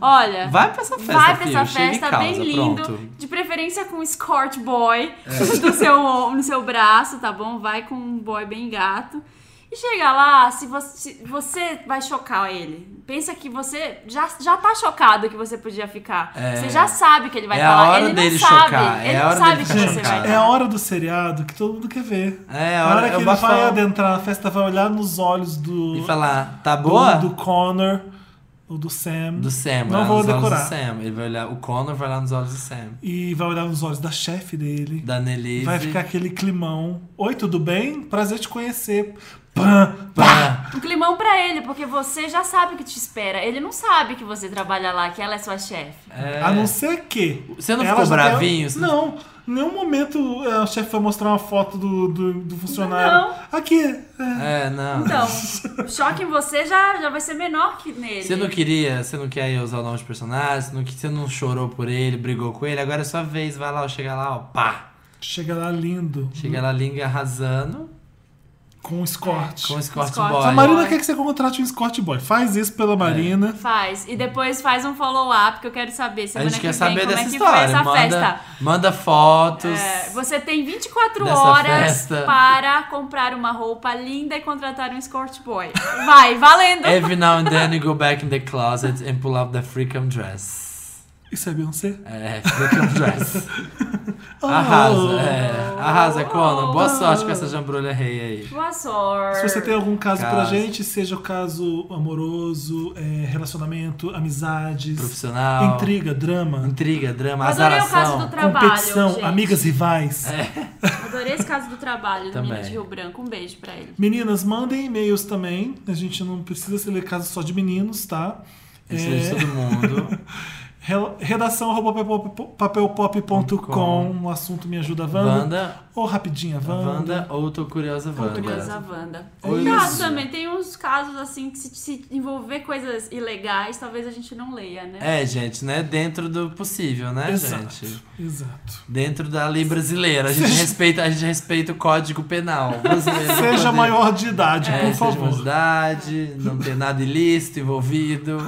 B: Ah, Olha.
A: Vai pra essa festa,
B: Vai pra
A: filho.
B: essa
A: Chega em
B: festa
A: causa,
B: bem lindo,
A: pronto.
B: de preferência com um escort boy do seu, no seu braço, tá bom? Vai com um boy bem gato. E chega lá, se você, se você vai chocar ele. Pensa que você já, já tá chocado que você podia ficar.
A: É.
B: Você já sabe que ele vai
A: É a
B: falar.
A: hora
B: ele não
A: dele
B: sabe.
A: chocar,
B: Ele
A: é a
B: não
A: hora
B: sabe
A: dele
B: que
A: ficar
B: você vai
A: chocado.
B: dar.
C: É a hora do seriado que todo mundo quer ver.
A: É, a
C: a
A: hora,
C: hora que
A: eu
C: ele
A: bato
C: vai
A: palma.
C: adentrar na festa, vai olhar nos olhos do,
A: E falar, tá
C: do-
A: boa?
C: do Connor ou do Sam.
A: Do Sam, vai
C: Não
A: lá
C: vou
A: nos olhos
C: decorar.
A: do Sam. Ele vai olhar, o Connor vai lá nos olhos do Sam.
C: E vai olhar nos olhos da chefe dele.
A: Da Nelise.
C: Vai ficar aquele climão. Oi, tudo bem? Prazer te conhecer. Pã, pã.
A: Pá.
B: Um climão pra ele, porque você já sabe o que te espera. Ele não sabe que você trabalha lá, que ela é sua chefe.
A: É.
C: A não ser que.
A: Você não
C: ela
A: ficou
C: já tem-
A: bravinho? Você
C: Não. Em nenhum momento eh, o chefe vai mostrar uma foto do, do, do funcionário.
B: Não.
C: Aqui. é.
A: É, não.
B: Então, o choque em você já, já vai ser menor que nele.
A: Você não queria, você não quer usar o nome de personagem, você não, que- você não chorou por ele, brigou com ele, agora é sua vez, vai lá, ó, chega lá, ó, pá.
C: Chega lá lindo.
A: Chega lá, linga arrasando
C: Com o escorte.
A: com um o Scott,
B: Scott.
A: Boy.
C: A Marina
B: Boy.
C: quer que você contrate um escort boy. Faz isso
A: É.
C: pela Marina.
B: Faz. E depois faz um follow-up que eu quero saber.
A: A
B: Semana
A: gente
B: que
A: quer
B: vem,
A: saber
B: como é
A: dessa
B: que foi
A: história.
B: essa
A: Manda,
B: festa.
A: manda fotos.
B: É, você tem 24
A: Dessa
B: horas
A: festa.
B: para comprar uma roupa linda e contratar um escort boy. Vai, valendo!
A: Every now and then you go back in the closet and pull out the freakum dress.
C: Isso é Beyoncé?
A: É, freakum dress.
C: Oh.
A: Arrasa, é. Arrasa, Conan. Boa sorte com essa jambrulha rei aí.
B: Boa sorte!
C: Se você tem algum caso pra
A: Caso.
C: gente, seja o caso amoroso, eh, relacionamento, amizades,
A: Profissional.
C: intriga, drama,
A: Intriga, drama,
B: Eu adorei o caso do
A: azaração.
B: trabalho,
C: competição,
B: gente.
C: amigas rivais.
A: É.
B: Adorei esse caso do trabalho do
A: Também.
B: menino de Rio Branco. Um beijo pra ele.
C: Meninas, mandem e-mails também. A gente não precisa se ler casos só de meninos, tá?
A: Isso é. de todo mundo.
C: Rel- Redação arroba papelpop- papelpop.com. O assunto me ajuda, Wanda.
A: Wanda,
C: Ou rapidinha, Wanda.
A: Wanda ou Tô Curiosa Wanda.
B: Outra coisa, a Wanda.
A: Oi,
B: Caso
A: Lucy.
B: também, tem uns casos assim que se, se envolver coisas ilegais, talvez a gente não leia, né?
A: É, gente, né? Dentro do possível, né,
C: Exato.
A: gente?
C: Exato.
A: Dentro da lei brasileira. A gente, respeita, a gente respeita o código penal brasileiro.
C: Seja
A: Poder-
C: maior de idade,
A: É,
C: por
A: seja
C: favor.
A: mais idade, não ter nada ilícito envolvido.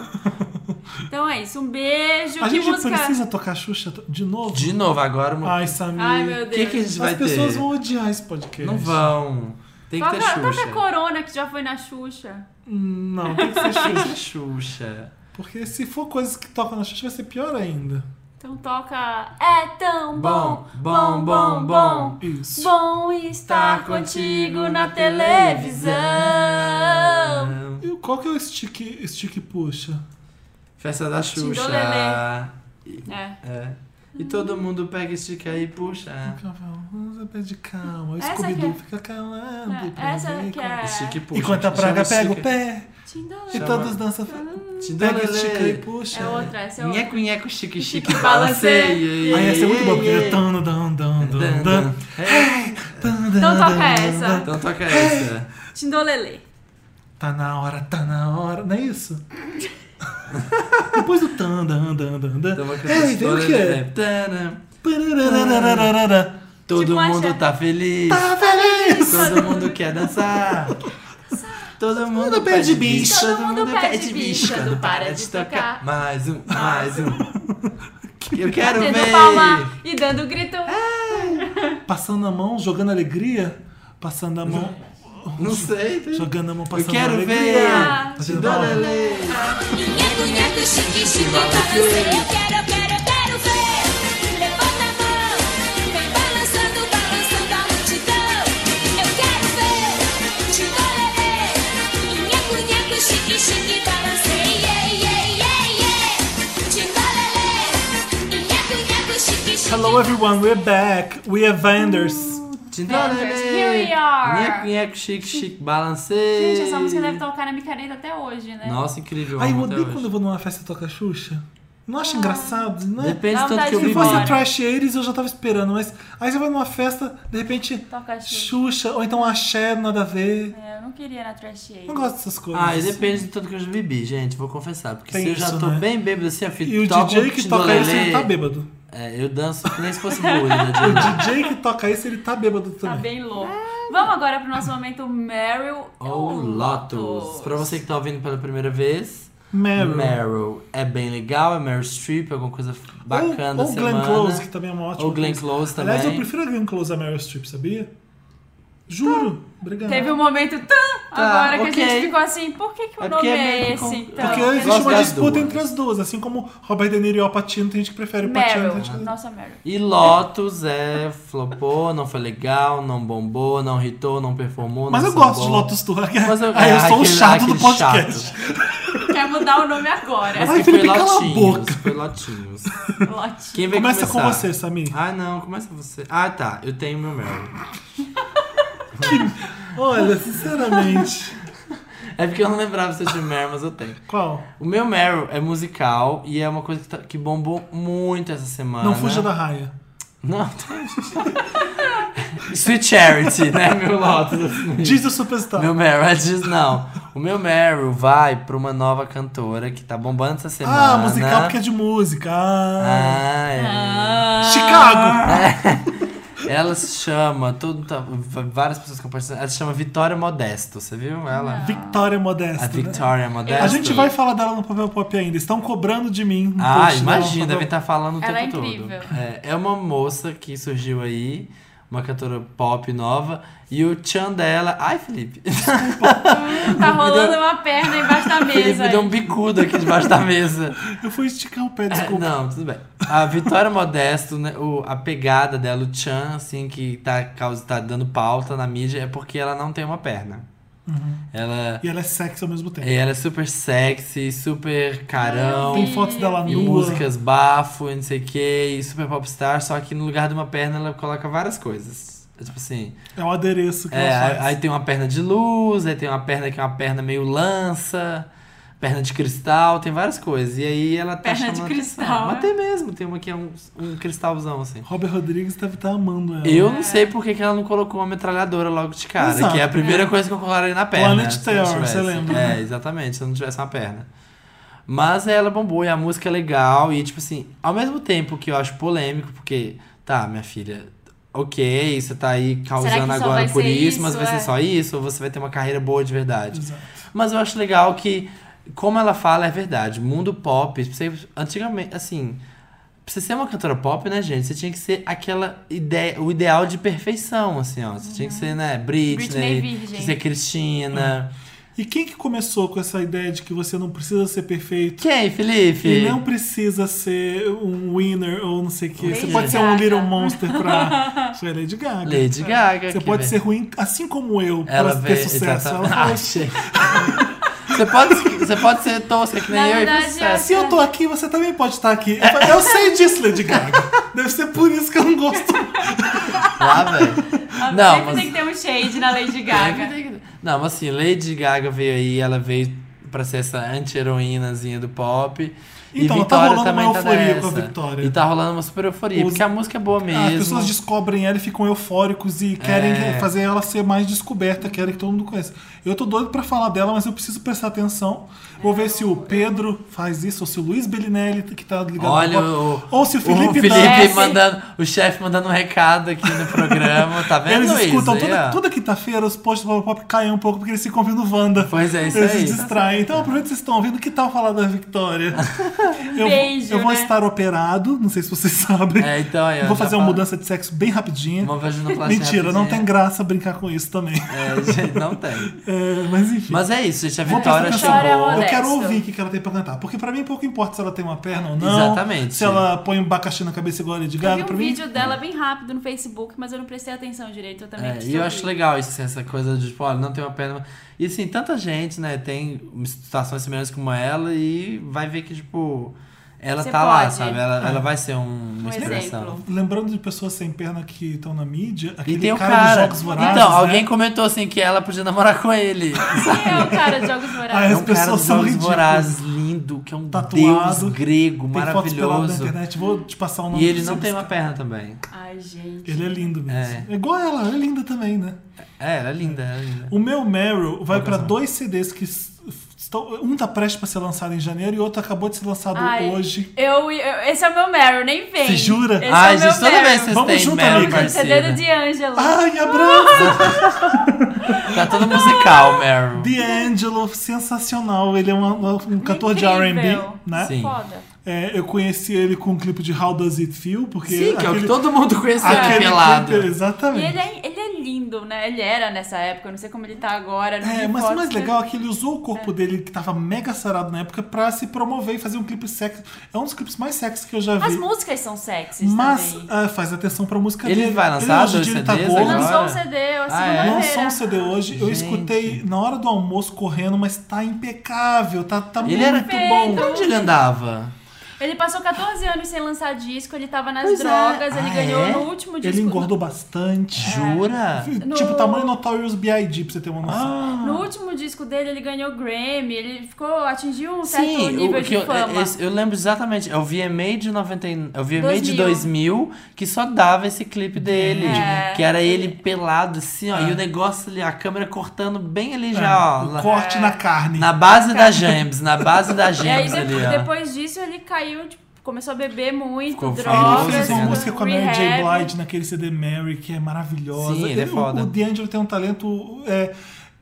B: Então é isso, um beijo.
C: A
B: que
C: gente
B: música.
C: precisa tocar Xuxa de novo?
A: De novo, agora uma-
C: Ai, Samir.
B: Ai, meu
A: O
B: Deus.
A: que, que a gente vai
C: As pessoas
A: ter?
C: vão odiar esse podcast.
A: Não vão. Tem que ter
B: Toca,
A: Xuxa.
B: toca Corona, que já foi na Xuxa.
C: Não, tem que ser
A: Tem que
C: Xuxa.
A: ter Xuxa.
C: Porque se for coisas que tocam na Xuxa, vai ser pior ainda.
B: Então toca. É tão bom,
A: Bom,
B: bom,
A: bom,
B: bom, bom.
C: Isso.
B: Bom estar Tá contigo na televisão.
C: E qual que é o stick, stick puxa?
A: Festa da
B: Tindolelê.
A: Xuxa.
B: É.
A: É. E todo mundo pega esse estica e puxa.
C: É. Usa pé de calma. O
B: Essa
C: Scooby-Doo
B: que é-
C: fica calado.
B: É,
C: pra
B: essa
C: ver
B: que
C: como-
B: é-
A: Estica e puxa.
C: Enquanto a praga pega o pé
B: Tindolê.
C: e
A: Chama-
C: todos dançam. Pega, estica e
A: Tindolelê.
C: puxa.
B: É outra, essa é outra.
A: Nheco, nheco, chique, chique,
B: Chique,
A: balanceia.
B: balanceia.
C: Aí essa é muito boa, porque é
A: Então
C: tan, dan, dan, dan, dan.
B: Então toca
C: dan.
B: essa.
A: então toca essa.
B: Tindolelê.
C: Tá na hora, tá na hora. Não é isso? Depois do tan, dan, dan, dan, dan.
A: Então vai cantar
C: Ei, tem o
A: Tindolelê.
C: quê?
A: Tana.
C: Tipo Pararararararara.
A: Todo
B: Tipo,
A: mundo
B: acha-
A: tá feliz.
C: Tá feliz!
A: Todo mundo quer dançar. Todo mundo pede bicha.
B: Todo mundo pede bicha,
A: Quando
B: não para de tocar.
A: Mais um, mais um. Eu quero
B: Batendo
A: ver.
B: palma e dando grito.
C: Passando a mão, jogando alegria. Passando a mão,
A: Não sei.
C: jogando a mão,
A: Eu
C: passando a
A: quero
C: alegria. Tá
A: ver.
B: Ah,
A: Te dou lelê.
D: Nheco, nheco, chique, chique, balanceia. Eu quero, eu quero, eu quero ver. Levanta a mão, vem balançando, balançando a multidão. Eu quero ver, te dou lelê. Nheco, nheco, chique, chique, balanceia. Yeah, yeah, yeah. Te dou lelê. Nheco, nheco, chique, chique.
C: Hello everyone, we're back. We are vendors.
A: Te dou
B: Vendors, here we are.
A: Nheco, nheco, chique, chique, balancei.
B: Gente, essa música deve tá tocar na micareta até hoje, né?
A: Nossa, incrível.
C: Ai, eu
A: amo até
C: odeio
A: hoje.
C: quando eu vou numa festa e toca Xuxa. Não
A: Ah.
C: acho engraçado, né?
A: Depende
B: Dá
A: do tanto
B: vontade
A: que eu
B: de
C: Se
A: vivi.
B: ir
C: fosse a
B: embora.
C: Trash Aires, eu já tava esperando, mas aí você vai numa festa, de repente,
A: Tá
B: Toca Xuxa.
C: Xuxa, ou então axé, nada a ver.
B: É, eu não queria ir na Trash Aid.
C: Não gosto dessas coisas.
A: Ah, e depende do tanto que eu já bebi, gente, vou confessar. Porque
C: Tem
A: se eu já
C: isso,
A: tô
C: né?
A: bem bêbado assim, a fita
C: E o DJ que toca isso, ele tá bêbado.
A: É, eu danço que nem se fosse bolha, né,
C: O
A: Dilma?
C: DJ que toca isso, ele tá bêbado
B: Tá
A: Né?
C: também.
B: bem louco. Vamos agora pro nosso momento Meryl
A: Ou É Oh, um Lotus. Pra você que tá ouvindo pela primeira vez,
C: Meryl.
A: Meryl é bem legal, é Meryl Streep, alguma coisa bacana
C: ou,
A: da
C: ou Glenn
A: semana.
C: Close, que também é uma ótima
A: Ou Glenn
C: coisa.
A: Close também.
C: Aliás, eu prefiro a Glenn Close a Meryl Streep, sabia? Juro. Obrigado.
B: Teve um momento tan,
A: Tá,
B: agora que
A: ok.
B: a gente ficou assim, por que, que o
A: É porque
B: nome
A: é
B: é,
A: meio
B: esse?
A: com-
B: Então,
C: Porque
A: Eu
C: existe
A: gosto
C: uma
A: das
C: disputa
A: duas.
C: entre as duas, assim como Robert De Niro e Al Pacino, tem gente que prefere o Pacino.
B: Meryl,
C: tem gente que-
B: nossa Meryl.
A: E Lotus é flopou, não foi legal, não bombou, não hitou, não performou,
C: Mas
A: não
C: eu gosto de
A: sambou.
C: Lotus Tour.
A: Ah, Mas eu-
C: Ah, eu
A: é,
C: sou o
A: aquele-
C: chato do
A: aquele
C: podcast.
A: chato.
B: Quer mudar o nome agora.
A: Mas
C: Ai,
A: que
C: Felipe,
A: foi
C: cala a
A: Lotinhos,
C: boca.
A: Foi Lotinhos.
B: Lotinho.
A: Quem vai
C: Começa com
A: começar?
C: você, Samir.
A: Ah, não, começa você. Ah, tá, eu tenho meu Meryl.
C: Olha, sinceramente.
A: É porque eu não lembrava se eu tinha Meryl, mas eu tenho.
C: Qual?
A: O meu Meryl é musical e é uma coisa que, tá- que bombou muito essa semana.
C: Não fuja da raia.
A: Não, tá... Sweet Charity, né, meu Lotus? assim.
C: Diz o Superstar.
A: Meu Meryl, ela diz não. O meu Meryl vai pra uma nova cantora que tá bombando essa semana.
C: Ah, musical porque é de música. Ah.
A: Ah, é.
B: Ah,
C: Chicago!
A: Ela se chama, todo, tá- v- várias pessoas compartilhando, ela se chama Vitória Modesto, você viu ela?
C: Victoria Modesta.
A: A
C: né?
A: Victoria Modesto.
C: A gente vai falar dela no papel pop ainda. Estão cobrando de mim. no
A: Ah,
C: post dela no
A: imagina,
C: Papel
A: deve estar falando o
B: Ela é
A: tempo
B: incrível.
A: todo. É, é uma moça que surgiu aí, uma cantora pop nova, e o tchan dela. Ai, Felipe!
B: Tá rolando uma perna embaixo da
A: Felipe
B: mesa.
A: me
B: aí.
A: deu um bicudo aqui debaixo da mesa.
C: Eu fui esticar o pé,
A: É,
C: desculpa.
A: Não, tudo bem. A Vitória Modesto, né, o, a pegada dela, o Chan, assim, que tá, causa, tá dando pauta na mídia, é porque ela não tem uma perna. Ela,
C: E ela é sexy ao mesmo tempo.
A: ela é super sexy, super carão.
C: Tem fotos dela
A: E
C: nua.
A: músicas bafo, e não sei o que, e super popstar, só que no lugar de uma perna ela coloca várias coisas. É tipo assim,
C: É o adereço que
A: é,
C: ela
A: aí,
C: faz.
A: aí tem uma perna de luz, aí tem uma perna que é uma perna meio lança, Perna de cristal, tem várias coisas. E aí ela tá
B: Perna de
A: chamando
B: cristal,
A: atenção.
B: né?
A: Mas tem mesmo, tem uma que é um, um cristalzão, assim.
C: Robert Rodrigues deve estar amando ela.
A: Eu não sei por que que ela não colocou uma metralhadora logo de cara,
C: Exato.
A: que é a primeira coisa que eu colaria na perna. né,
C: Planet
A: se eu
C: Terror,
A: tivesse.
C: você lembra, né?
A: É, exatamente, se eu não tivesse uma perna. Mas aí ela bombou e a música é legal e, tipo assim, ao mesmo tempo que eu acho polêmico, porque, tá, minha filha, ok, você tá aí
B: Será
A: causando
B: que só
A: agora
B: vai
A: por
B: ser
A: isso, mas
B: isso,
A: vai
B: é?
A: ser só isso? Ou você vai ter uma carreira boa de verdade?
C: Exato.
A: Mas eu acho legal que, como ela fala, é verdade. Mundo pop, você, antigamente, assim. Pra você ser uma cantora pop, né, gente? Você tinha que ser aquela ideia, o ideal de perfeição, assim, ó. Você tinha que ser, né, Britney,
B: Britney é virgem.
A: tinha que ser Cristina.
C: E quem que começou com essa ideia de que você não precisa ser perfeito?
A: Quem,
C: E
A: Felipe?
C: não precisa ser um winner ou não sei o quê. Você
A: Lady
C: pode ser um
B: Gaga.
C: Little Monster pra. Isso é Lady Gaga.
A: Lady Gaga.
C: Você
A: que
C: pode
A: vem.
C: ser ruim, assim como eu,
A: Ela
C: pra
A: vem,
C: ter sucesso. Ela
A: exatamente.
C: fala, assim.
A: Ah, chega. você, pode, você pode ser tosca que nem
B: Na
A: eu e
B: verdade,
A: e sucesso.
C: se eu tô aqui, você também pode estar aqui. Eu, falo, eu sei disso, Lady Gaga. Deve ser por isso que eu não gosto.
A: Lá, velho.
B: Ah,
A: Não,
B: sempre
A: mas...
B: tem que ter um shade na Lady
A: Tem
B: Gaga.
A: que- tem que- Não, mas assim, Lady Gaga veio aí, ela veio pra ser essa anti-heroínazinha do pop.
C: Então,
A: e
C: tá
A: Vitória
C: rolando
A: também
C: uma
A: tá
C: euforia
A: nessa.
C: com a Vitória.
A: E tá rolando uma super euforia,
C: Os- Ah,
A: porque a música é boa mesmo.
C: As pessoas descobrem ela e ficam eufóricos e querem
A: É.
C: fazer ela ser mais descoberta, querem que todo mundo conheça. Eu tô doido pra falar dela, mas eu preciso prestar atenção. Vou ver se o Pedro faz isso, ou se o Luiz Bellinelli, que tá ligado.
A: Olha
C: no-
A: o,
C: ou se o Felipe,
A: o Felipe
C: Dantas.
B: Dantas.
A: mandando, o chefe mandando um recado aqui no programa, tá vendo
C: Eles
A: isso
C: escutam
A: aí,
C: toda,
A: ó?
C: toda quinta-feira os posts do Pop caem um pouco porque eles se ouvem no Wanda.
A: Pois é, isso
C: Eles
A: aí.
C: se distraem. Então aproveita que vocês estão ouvindo. Que tal falar da Victoria? eu,
B: Beijo,
C: eu vou
B: né?
C: estar operado, não sei se vocês sabem.
A: É, então aí, ó,
C: vou
A: já
C: fazer uma
A: fala-
C: mudança de sexo bem rapidinha.
A: Uma vaginoplastia
C: Mentira, não tem
A: rapidinha.
C: graça brincar com isso também.
A: É, gente, não tem.
C: É, mas enfim.
A: Mas é isso, gente, a
C: Vou
A: Vitória
C: prestar
B: Vitória
A: chegou.
B: é
C: eu
B: Honesto.
C: quero ouvir o que que ela tem pra cantar. Porque pra mim pouco importa se ela tem uma perna ou não.
A: Exatamente.
C: Se ela põe um abacaxi na cabeça igual a Lady
B: Eu
C: Gaga.
B: vi
C: pra
B: um
C: mim,
B: vídeo dela bem rápido no Facebook, mas eu não prestei atenção direito. Eu também
A: É,
B: quis
A: e eu
B: ouvir.
A: acho legal isso, assim, essa coisa de, tipo, olha, não tem uma perna. E assim, tanta gente, né, tem situações semelhantes como ela e vai ver que, tipo, ela
B: Você
A: tá lá,
B: pode.
A: sabe? Ela,
C: É.
A: ela vai ser um- uma
B: Um
A: inspiração.
B: exemplo.
C: Lembrando de pessoas sem perna que estão na mídia,
A: E
C: aquele
A: tem o
C: cara, dos
A: cara.
C: Jogos Vorazes,
A: então,
C: né?
A: alguém comentou assim que ela podia namorar com ele.
B: Quem é o cara de Jogos
A: É
C: Ah,
B: Vorazes?
C: As
A: um cara
C: pessoas
A: dos
C: são
A: Jogos
C: ridículas.
A: Vorazes, lindo, que é um
C: Tatuado.
A: deus grego,
C: Tem fotos peladas
A: maravilhoso.
C: na internet, vou te passar o nome
A: E ele
C: pra você
A: não tem uma
C: buscar.
A: perna também.
B: Ai, gente.
C: Ele é lindo mesmo.
A: É.
C: É. Igual ela, ela é linda também, né?
A: É, ela é linda, ela é linda.
C: O meu Meryl vai
A: Qual
C: pra
A: canção?
C: dois CDs que s- estão. Um tá prestes pra ser lançado em janeiro e outro acabou de ser lançado
B: Ai,
C: hoje.
B: Eu, eu- esse é o meu Meryl, nem vem.
C: Você jura?
B: Esse
A: Ai,
B: é o meu
A: gente, toda
B: Meryl.
A: vez que vocês
C: Vamos
A: têm
C: junto,
A: Mary
C: amiga.
B: Vamos, esse é
A: parceira.
B: dedo de Angela.
C: Ai, abraço!
A: Tá todo musical, Meryl.
C: The Angelo, sensacional. Ele é um, um cantor de
B: Incrível.
C: RB, né?
A: Sim.
B: Foda.
C: É, eu conheci ele com um clipe de How Does It Feel, porque.
A: Sim, que é o que
C: aquele-
A: todo mundo conhece aqui
C: aquele
A: pelado.
C: clipe-
B: E
C: Exatamente.
B: ele é, ele é lindo, né? Ele era nessa época, eu não sei como ele tá agora. não
C: É,
B: vi
C: mas o
B: fotos,
C: mais
B: né?
C: legal é que ele usou o corpo dele, que tava mega sarado na época, pra se promover e fazer um clipe sexy. É um dos clipes mais sexy que eu já vi.
B: As músicas são sexys
C: é mas
B: também.
C: ah, faz atenção pra música
A: Ele
C: dele.
A: vai lançar
C: hoje em
A: dois
C: dia ele tá
A: CDs
C: gordo,
A: agora?
B: Lançou um CD, a
A: Ah, é?
B: segunda-feira.
C: Lançou um CD hoje, eu
A: Gente.
C: escutei na hora do almoço correndo, mas tá impecável, tá, tá
A: Ele
C: muito
A: era
B: bom.
A: Pra Onde ele andava?
B: Ele passou 14 anos sem lançar disco, ele tava nas
A: Pois é.
B: drogas, ele
A: Ah,
B: ganhou
A: é?
B: no último
C: bom.
B: um disco.
C: Ele
B: né?
C: engordou bastante.
A: Jura?
B: No-
C: Tipo, tamanho Notorious B.I.G., pra você ter uma
A: Ah,
C: noção.
B: No último disco dele, ele ganhou Grammy, ele ficou, atingiu um certo
A: Sim,
B: nível
A: o, que
B: de
A: eu,
B: fama.
A: é- esse- eu lembro exatamente. É o VMA de 90, e- é o VMA de
B: 2000.
A: 2000 que só dava esse clipe dele.
B: É.
A: Que era ele pelado assim, ó. E o negócio ali, a câmera cortando bem
B: É,
A: ali já, ó.
C: É, o
A: lá- é
C: corte na carne.
A: na base da James, na base da
B: É, E aí,
A: James ali,
B: depois,
A: ó.
B: depois disso, ele caiu, tipo, começou a beber muito,
A: Ficou famoso,
C: Ele
B: drogas,
C: fez uma
A: né?
C: música com a Mary J.
B: rehab.
C: Blige naquele CD Mary, que é maravilhosa.
A: Sim, ele é
C: o-
A: foda.
C: O D'Angelo tem um talento. É,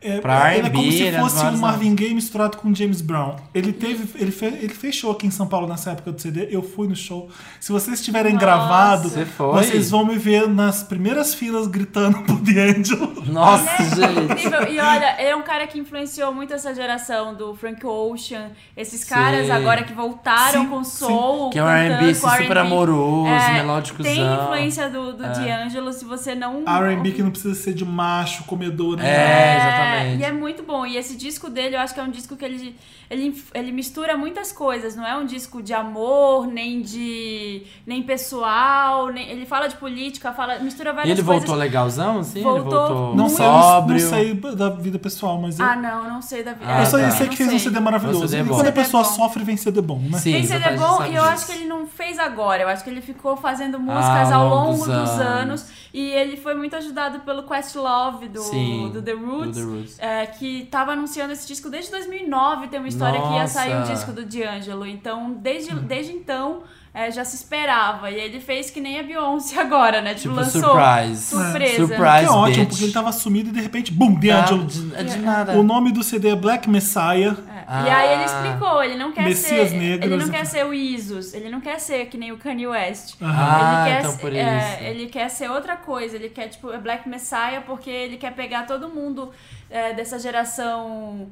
C: é,
A: Pra
C: ele é como
A: R&B,
C: se
A: ele é
C: fosse um
A: vários-
C: Marvin Gaye misturado com James Brown. Ele teve. Ele, fe, ele fechou aqui em São Paulo nessa época do CD. Eu fui no show. Se vocês tiverem
B: Nossa.
C: gravado,
A: Você foi?
C: vocês vão me ver nas primeiras filas gritando pro D'Angelo.
A: Nossa, gente.
B: Incrível. E olha, ele é um cara que influenciou muito essa geração do Frank Ocean, esses caras agora que voltaram
C: Sim,
B: com
C: sim.
B: soul,
A: Que é um
B: cantando
A: R&B
B: com
A: super
B: R&B.
A: amoroso,
B: É,
A: melódicozão. É.
B: Tem influência do, do D'Angelo, se você não...
C: RB que não precisa ser de macho, comedor, né?
A: É,
B: É,
A: Exatamente.
B: e é muito bom. E esse disco dele, eu acho que é um disco que ele, ele, ele mistura muitas coisas. Não é um disco de amor, nem de. nem pessoal. Nem, ele fala de política, fala, mistura várias
A: E ele
B: coisas.
A: voltou legalzão, sim? Ele
B: Voltou.
A: voltou
C: Não sei, não
A: sóbrio.
C: sei da vida pessoal, mas eu,
B: Ah, não, não sei da vida.
A: Ah,
C: eu só
A: tá.
C: sei
B: não
C: que fez um CD maravilhoso.
A: Você é
C: e
A: bom.
C: quando a
B: Você é
C: pessoa
B: bom.
C: sofre, vem CD bom, né?
A: Sim,
B: Tem
A: você
B: CD
A: tá-
B: é bom
A: sabe
B: e eu
A: disso. Ah,
B: acho que ele não fez agora. Eu acho que ele ficou fazendo músicas ao longo dos, anos. E ele foi muito ajudado pelo Questlove do,
A: Sim,
B: do The Roots.
A: do The Roots.
B: é, que tava anunciando esse disco desde 2009. Tem uma história que ia sair um
A: Nossa. Hum.
B: disco do D'Angelo. Então, desde, desde então, é, já se esperava. E ele fez que nem a Beyoncé agora, né? Tipo,
A: Tipo,
B: lançou.
A: surprise.
B: Surpresa.
A: Surprise,
C: Que é ótimo,
A: bitch.
C: porque ele tava sumido e de repente, bum, The
A: Tá?
C: Angel.
A: De, é de nada.
C: O nome do CD é Black Messiah.
B: É.
A: Ah.
B: e aí ele explicou, ele não quer
C: Messias
B: ser.
C: negros. né?
B: Ele não quer ser o Isus, ele não quer ser que nem o Kanye West.
A: Ah,
B: ele quer,
A: então
B: se-
A: por
B: é,
A: isso.
B: ele quer ser outra coisa, ele quer, tipo, é Black Messiah, porque ele quer pegar todo mundo é, dessa geração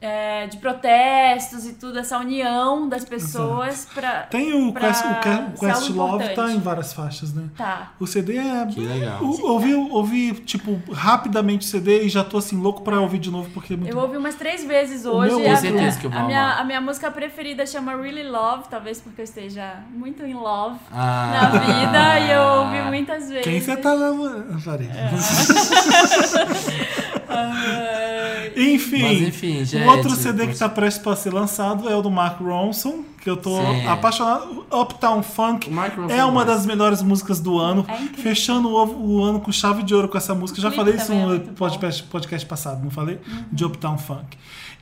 B: é, de protestos e tudo, essa união das pessoas pra.
C: Tem o
B: pra
C: Quest, o Ca- o
B: ser algo
C: Quest Love, tá
B: importante.
C: em várias faixas, né?
B: Tá.
C: O CD é.
A: Que legal.
C: O- ouvi, ouvi, tipo, rapidamente o CD e já tô assim, louco pra ouvir de novo, porque é muito
B: Eu
C: bom.
B: ouvi umas três vezes
C: O
B: hoje.
C: meu é
B: e a,
C: outro-
B: minha,
A: Certeza que eu vou
B: a, minha,
A: amar.
B: a minha música preferida chama Really Love, talvez porque eu esteja muito in love
A: Ah.
B: na vida e eu ouvi muitas vezes.
C: Quem você tá namorando? Parei.
B: Ah,
C: Enfim,
A: Mas enfim, gente,
C: o outro CD que
A: você-
C: tá prestes pra ser lançado é o do Mark Ronson, que eu tô
A: Sim.
C: apaixonado. Uptown Funk
A: O Mark Ronson
C: é uma
A: gosta.
C: das melhores músicas do ano.
B: É incrível.
C: Fechando o, o ano com chave de ouro com essa música. Já
B: clipe
C: falei isso
B: também é
C: no
B: muito bom. Uhum.
C: podcast, podcast passado, não falei? De Uptown Funk.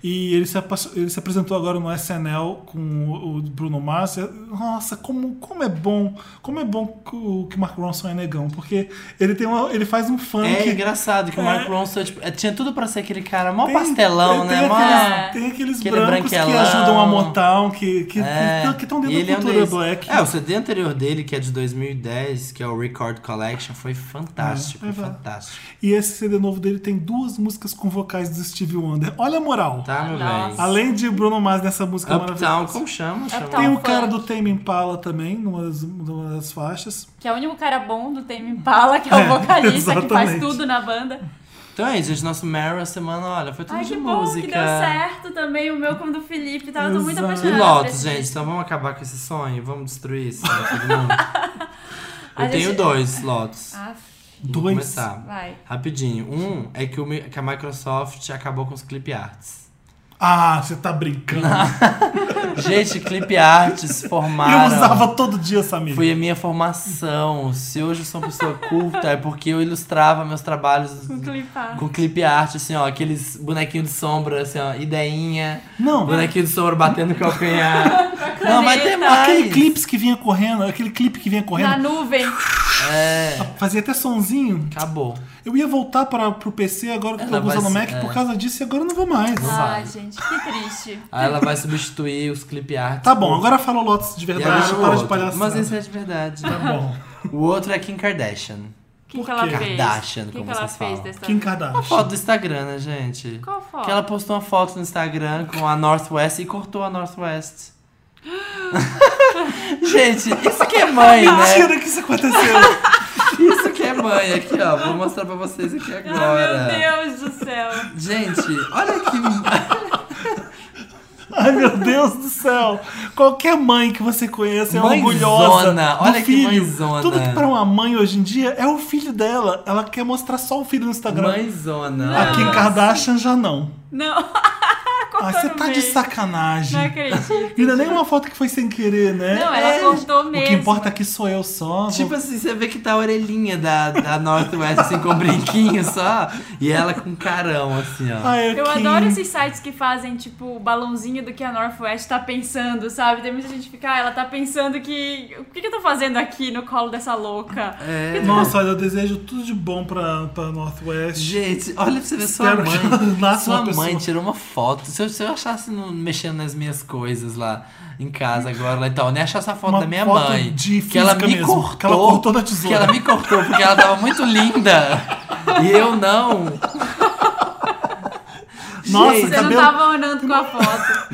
C: E ele se, apaixo- ele se apresentou agora no SNL com o o Bruno Mars. Nossa, como, como é bom, como é bom que o que o Mark Ronson é negão, porque ele tem uma, ele faz um funk
A: É engraçado que o Mark
C: É.
A: Ronson tipo, é, tinha tudo pra ser aquele cara mó
C: tem-
A: pastelão,
C: tem
A: né? Mó...
B: É.
C: Aqueles, tem aqueles
A: Aquele
C: brancos que
A: branquelão.
C: ajudam a Motown, que que
A: É,
C: que estão
A: e
C: dentro
A: ele
C: da
A: é um
C: cultura
A: desses.
C: black.
A: É, o CD anterior dele, que é de 2010, que é o Record Collection, foi fantástico,
C: É, é verdade.
A: fantástico.
C: E esse CD novo dele tem duas músicas com vocais do Steve Wonder. Olha a moral.
A: Tá, meu
B: Nossa.
A: velho?
C: Além de Bruno Mars nessa música
A: Uptown,
C: maravilhosa.
A: como chama? chama?
B: Uptown.
C: Tem o
B: Funk.
C: cara do Tame Impala também, numa das, numa das faixas.
B: Que é o único cara bom do Tame Impala, que é o vocalista que faz
C: exatamente.
B: tudo na banda.
A: Então é isso, gente. Nosso Meryl a semana, olha, foi tudo
B: Ai,
A: de
B: que bom
A: música.
B: que deu certo também. O meu como do Felipe, tá? Eu tô muito
C: Exato.
A: E
B: apaixonada. por
A: Lotus,
B: esse
A: gente,
B: disco.
A: então vamos acabar com esse sonho, vamos destruir isso. né, todo mundo?
B: A
A: Eu tenho
B: gente-
A: dois Lotus.
B: Ah,
A: Vou
C: dois?
A: começar.
B: vai.
C: Hum.
A: Rapidinho. Um é que, o, mi- que a Microsoft acabou com os clip arts.
C: Ah, você tá brincando.
A: Gente, clip arts formaram.
C: Eu usava todo dia essa amiga.
A: Foi a minha formação. Se hoje eu sou uma pessoa culta, é porque eu ilustrava meus trabalhos
B: Um clipar.
A: com clip art, assim, ó. Aqueles bonequinhos de sombra, assim, ó. Ideinha.
C: Não,
A: Bonequinho de sombra batendo calcanhar. Não, vai ter
B: caneta.
A: mais.
C: aquele clipe que vinha correndo, aquele clipe que vinha
B: Na
C: correndo,
B: nuvem.
A: É,
C: fazia até sonzinho.
A: acabou.
C: Eu ia voltar para pro PC agora que eu
A: Ela
C: tô usando o
A: vai
C: Mac
A: se- é.
C: por causa disso e agora eu não vou mais.
B: Ai, gente, que triste.
A: Aí ela vai substituir os clip arts.
C: Tá bom,
A: por-
C: agora fala o Lotus de
A: E agora
C: verdade,
A: o
C: para de
A: outro.
C: palhaçada.
A: Mas esse é de verdade.
C: Tá bom.
A: O outro é Kim Kardashian.
B: O que,
C: Por
B: que ela
C: quê?
B: fez?
A: Kardashian,
B: O que,
A: como
B: que ela
A: vocês
B: fez
A: falam.
B: dessa
C: Kim
A: A foto
C: Kardashian.
A: do Instagram, né, gente?
B: Qual foto?
A: Que ela postou uma foto no Instagram com a Northwest e cortou a Northwest. gente, isso que é mãe, né?
C: Mentira que isso aconteceu.
A: Isso que é mãe. Aqui, ó. Vou mostrar pra vocês aqui agora.
B: Ai, meu Ah, Deus do céu.
A: Gente, olha que...
C: Ai, meu Deus do céu. Qualquer mãe que você conheça é
A: Mãezona,
C: orgulhosa do
A: olha que
C: filho.
A: mãezona.
C: Tudo que para uma mãe hoje em dia é o filho dela. Ela quer mostrar só o filho no Instagram.
A: Mãezona.
C: A Kim Kardashian já não.
B: Não. Cortou
C: Ah, você
B: no
C: tá de
B: meio.
C: sacanagem.
B: Não é acredito.
C: Ainda nem uma foto que foi sem querer, né?
B: Não, ela cortou
C: O
B: mesmo.
C: que importa aqui sou eu só. vou-
A: Tipo assim, você vê que tá a orelhinha da, da Northwest, assim, com brinquinho só. E ela com carão, assim, ó.
C: Ai,
B: Eu
C: Kim.
B: adoro esses sites que fazem, tipo, o balãozinho do que a Northwest tá pensando, sabe? Tem muita gente que fica, ah, ela tá pensando que. O que, que eu tô fazendo aqui no colo dessa louca?
A: É.
C: Nossa, olha, eu desejo tudo de bom pra, pra Northwest.
A: Gente, olha pra você ver sua
C: Espero
A: mãe.
C: que ela nasça
A: Sua
C: uma pessoa.
A: mãe tirou uma foto. Se eu, se eu achasse no- mexendo nas minhas coisas lá em casa agora lá e tal, eu nem achasse a foto
C: Uma
A: da minha
C: foto
A: mãe.
C: de
A: que ela
C: física
A: me
C: mesmo,
A: cortou.
C: que ela cortou na tesoura.
A: Que ela me cortou, porque ela tava muito linda. e eu não.
C: Nossa,
A: Gente,
B: Você não
C: cabelo-
B: tava ornando com a foto.
C: Eu queria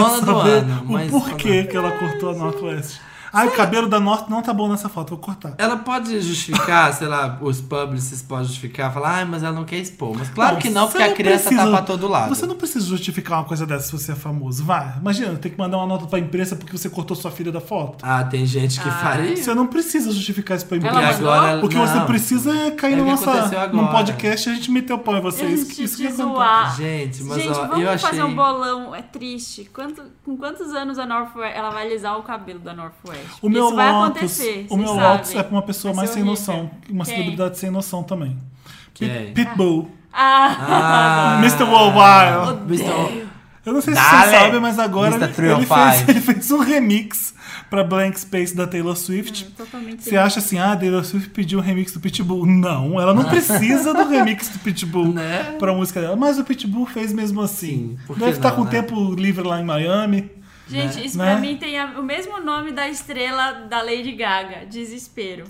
A: Mãezona do
C: saber
A: ano.
C: O
A: mãezona.
C: porquê que ela cortou a Northwest. Ai, o cabelo da Norte não tá bom nessa foto, vou cortar.
A: Ela pode justificar, sei lá, os publicists podem justificar, falar, ai, mas ela não quer expor. Mas claro que não,
C: você
A: porque a criança
C: precisa-
A: tá pra todo lado.
C: Você não precisa justificar uma coisa dessa se você é famoso. Vai, imagina, tem que mandar uma nota pra imprensa porque você cortou sua filha da foto.
A: Ah, tem gente que faria isso.
C: Você não precisa justificar isso pra
A: E
B: Ela
C: imprensa.
B: mandou?
A: agora.
C: O que
A: não.
C: você precisa é cair
A: É
C: no
A: o que
C: nosso
A: aconteceu
C: num
A: agora.
C: podcast e a gente meteu o pau em
B: A
C: vocês.
B: gente
C: isso que ia
B: te
C: cantar.
B: zoar.
A: Gente, mas
B: Ah, Gente,
A: ó,
B: vamos
A: eu achei.
B: fazer um bolão. É triste. Quanto, com quantos anos a Northwest ela vai alisar o cabelo da Northwest?
C: O meu
B: Isso vai
C: Lotus-
B: acontecer.
C: o meu Lotus
B: Lotus
C: é pra uma pessoa
B: Vai
C: mais
B: ser
C: sem
B: horrível.
C: noção, uma
B: Quem?
C: celebridade sem noção também. Pit-
A: Quem?
C: Pitbull.
A: Ah,
C: Mr. Worldwide.
A: Mr.
C: Eu não sei se
A: Dale.
C: vocês sabem, mas agora ele,
A: Mr. 305.
C: fez, ele fez um remix pra Blank Space da Taylor Swift.
B: Totalmente.
C: Você acha assim, ah, a Taylor Swift pediu um remix do Pitbull. Não, ela não precisa do remix do Pitbull
A: Né?
C: pra música dela. Mas o Pitbull fez mesmo assim.
A: Sim, por que
C: Deve estar
A: não,
C: com
A: né?
C: tempo livre lá em Miami.
B: Gente, isso
C: Né?
B: pra mim tem a- o mesmo nome da estrela da Lady Gaga. Desespero.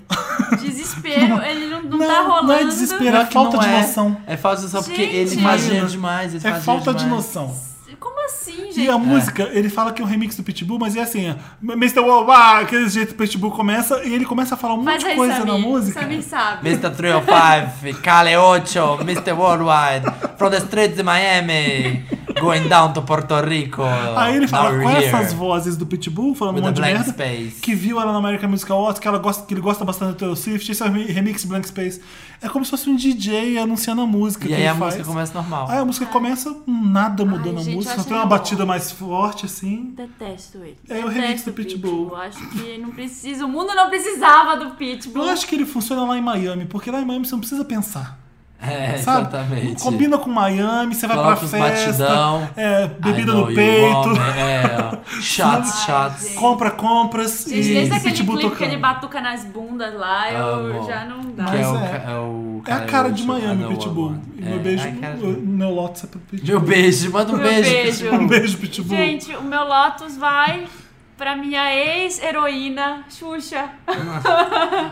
B: Desespero, ele não, não, tá rolando.
C: não é desespero, é
A: Pior que não
C: falta de noção.
A: É falta de noção porque
B: Gente.
A: ele imagina
C: Imagina.
A: demais. Ele
C: É
A: fazia
C: falta de
A: demais.
C: noção.
B: Como assim,
C: E é
B: gente?
C: a música, ele fala que é um remix do Pitbull, mas é assim, ó, Mr. Worldwide, aquele jeito que o Pitbull começa, e ele começa a falar um monte
B: Faz
C: de
B: aí,
C: coisa
B: Samir.
C: na música.
B: Samir sabe.
A: Mr. 305, Cale 8, Mr. Worldwide, from the streets of Miami, going down to Puerto Rico.
C: Aí ele fala
A: now
C: com
A: we're here.
C: essas vozes do Pitbull, falando um
A: With a
C: monte de
A: blank
C: merda,
A: space.
C: que viu ela na American Musical Awards, que, ela gosta, que ele gosta bastante do Taylor Swift, esse é o remi- remix Blank Space. É como se fosse um DJ anunciando a música
A: E
C: que
A: aí
C: ele
A: a
C: faz.
A: música começa normal.
C: Aí a música começa com nada mudando
B: gente,
C: a
B: eu
C: música, só
B: acho
C: tem uma
B: bom.
C: batida mais forte, assim.
B: Detesto ele.
C: É o
B: Detesto
C: remix do
B: o
C: Pitbull.
B: Acho que não precisa. O mundo não precisava do Pitbull.
C: Eu acho que ele funciona lá em Miami, porque lá em Miami você não precisa pensar.
A: É,
C: Sabe?
A: exatamente.
C: Combina com Miami, você vai
A: Coloca
C: pra
A: uns
C: festa.
A: batidão.
C: é,
A: I
C: bebida
A: know
C: no
A: you
C: peito.
A: want me, É, shots, shots.
C: Compra compras
B: Gente,
C: e
B: desde aquele
C: Pitbull
B: clipe que
C: tocando.
B: ele batuca nas bundas lá, eu
A: Amo.
B: já não dá.
A: Que é,
C: Mas
A: o,
C: é.
A: ca- é o
C: É a
A: Cale
C: cara de
A: 8, I
C: Miami,
A: know I
C: Pitbull.
A: want.
C: E
A: É,
C: meu beijo,
A: é a cara de-
C: o meu Lotus é pro Pitbull.
A: Meu beijo, manda um
B: Meu
A: beijo,
B: beijo.
A: Pitbull.
C: Um beijo, Pitbull.
B: Gente, o meu Lotus vai pra minha ex-heroína, Xuxa.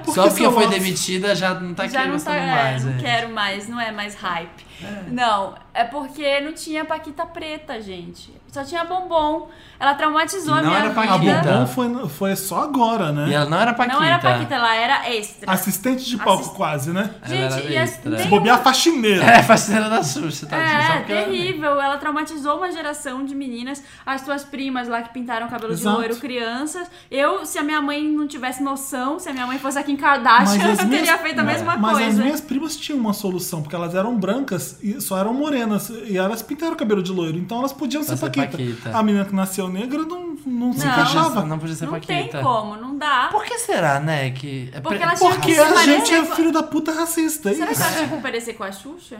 C: Por
A: Só
C: que
A: porque
C: seu
A: foi
C: Lotus?
A: demitida já não tá
B: já
A: querendo
B: não tá, é,
A: mais.
B: não
A: gente.
B: quero mais, não é mais hype. Não, é porque não tinha Paquita preta, gente. Só tinha bombom. Ela traumatizou
A: E
B: a
A: não
B: minha
A: era
B: vida.
C: A
A: Paquita.
C: Bombom Tá foi, foi só agora,
A: E
C: né?
A: ela não era Paquita.
B: Não era Paquita, ela era extra.
C: Assistente de palco,
B: Assist-
C: quase, né?
A: Ela
B: gente,
A: era
B: e as,
A: extra.
B: nem
C: Se bobear, faxineira.
A: É, faxineira da Xuxa, tá? Só
B: É,
A: porque ela-
B: terrível. Ela traumatizou uma geração de meninas, as suas primas lá que pintaram o cabelo
C: Exato.
B: de loiro, crianças. Eu, se a minha mãe não tivesse noção, se a minha mãe fosse aqui em
C: Mas
B: Kardashian,
C: as
B: eu teria
C: minhas-
B: feito
A: É.
B: a mesma
C: Mas as
B: coisa.
C: minhas primas tinham uma solução, porque elas eram brancas e só eram morenas. E elas pintaram o cabelo de loiro, então elas podiam
A: ser
C: ser paquita.
A: paquita.
C: A menina que nasceu negra não, não se
B: Não.
A: Podia
C: encaixava.
A: ser- Não podia ser
B: Não tem
A: Paquita.
B: como, não dá.
A: Por que será, né? Que... é
B: Porque
A: pre-
B: ela tinha
C: Porque
B: Se
C: a gente é
B: parecer-
C: filho da puta racista. é
B: Será que
C: Isso.
B: ela tinha que parecer com a Xuxa?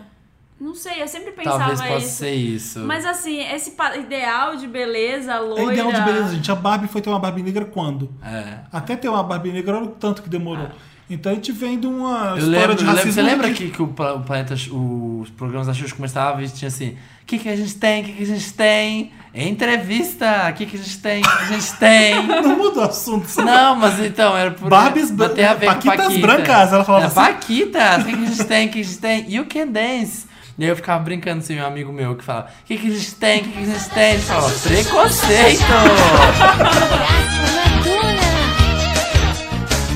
B: Não sei, eu sempre pensava
A: Talvez possa
B: isso.
A: ser isso.
B: Mas assim, esse pa- ideal de beleza
C: É
B: loira...
C: ideal de beleza, gente. A Barbie foi ter uma Barbie negra quando?
A: É.
C: Até ter uma Barbie negra, olha o tanto que demorou.
B: É.
C: Então a gente vem de uma
A: Eu
C: história
A: lembro,
C: de
A: eu lembro-
C: racismo.
A: você lembra que, que o, pla- o planeta, X- os programas da Xuxa começavam e tinha assim: o que, que a gente tem, o que, que a gente tem? Entrevista, o que, que a gente tem, o que, que a gente tem?
C: Não muda o assunto.
B: Ah.
C: sabe?
A: Não, mas então, era por.
C: Barbies
A: não
C: bran-
A: tem a ver com
C: Paquitas
A: Paquita.
C: brancas, ela falava
A: é,
C: assim.
A: Paquitas, o que, que a gente tem, o que a gente tem? You can dance. E aí eu ficava brincando assim, meu amigo meu, que falava, o que, que a gente tem, o que, que a gente tem? Ele falava, preconceito!
D: Dona Duna,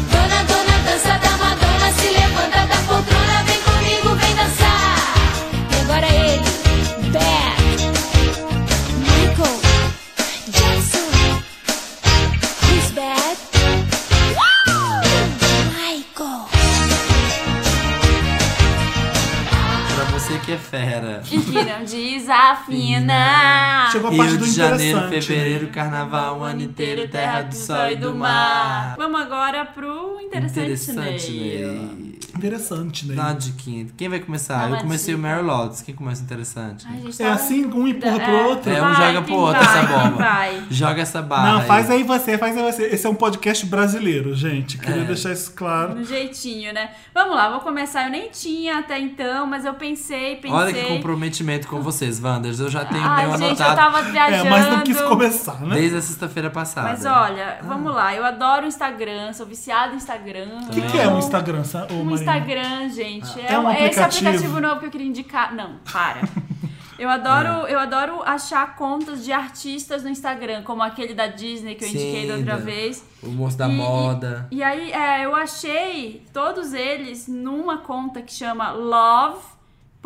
D: Dona Dona dança da Madonna, se levanta da poltrona, vem comigo, vem dançar. E agora é ele, Beck, Michael, Jackson, he's back. Michael.
A: pra você que é fera.
B: E que não desafina.
C: Chegou a parte
A: Rio
C: do
A: de Janeiro,
C: interessante, né?
A: fevereiro, carnaval, o ano inteiro, terra do sol e do mar.
B: Vamos agora pro interessante,
A: Interessante,
B: Ney.
A: né?
C: Interessante, né?
A: Dá uma diquinha. Quem vai começar?
B: Dá uma
A: eu comecei
B: dica.
A: o Mary Lotus. Quem começa o interessante?
B: Ai, gente,
C: É
B: tá
C: assim, um empurra
B: É,
C: pro outro.
A: é, um
B: vai,
A: joga pro
B: quem
A: outro
B: vai,
A: essa
B: quem
A: bomba.
B: vai?
A: Joga essa barra.
C: Não, faz
A: aí.
C: aí você, faz aí você. Esse é um podcast brasileiro, gente. Queria
A: É.
C: deixar isso claro.
B: No jeitinho, né? Vamos lá, vou começar. Eu nem tinha até então, mas eu pensei, pensei.
A: Olha que comprometimento com vocês, Wanders. Eu já tenho
B: Ai,
A: meu
B: gente,
A: anotado
B: eu tava viajando.
C: É, mas não quis começar, né?
A: desde a sexta-feira passada.
B: Mas olha, vamos lá. Eu adoro o Instagram, sou viciada em Instagram.
C: Ah. O que, que é um Instagram, sa- ô,
B: Um
C: Marina?
B: Instagram, gente.
C: É um
B: esse
C: aplicativo.
B: aplicativo novo que eu queria indicar. Não, para. Eu
C: É.
B: adoro, eu adoro achar contas de artistas no Instagram, como aquele da Disney que eu
A: Sim,
B: indiquei da outra
A: da-
B: vez.
A: O moço da
B: E- e-
A: moda.
B: E aí, é, eu achei todos eles numa conta que chama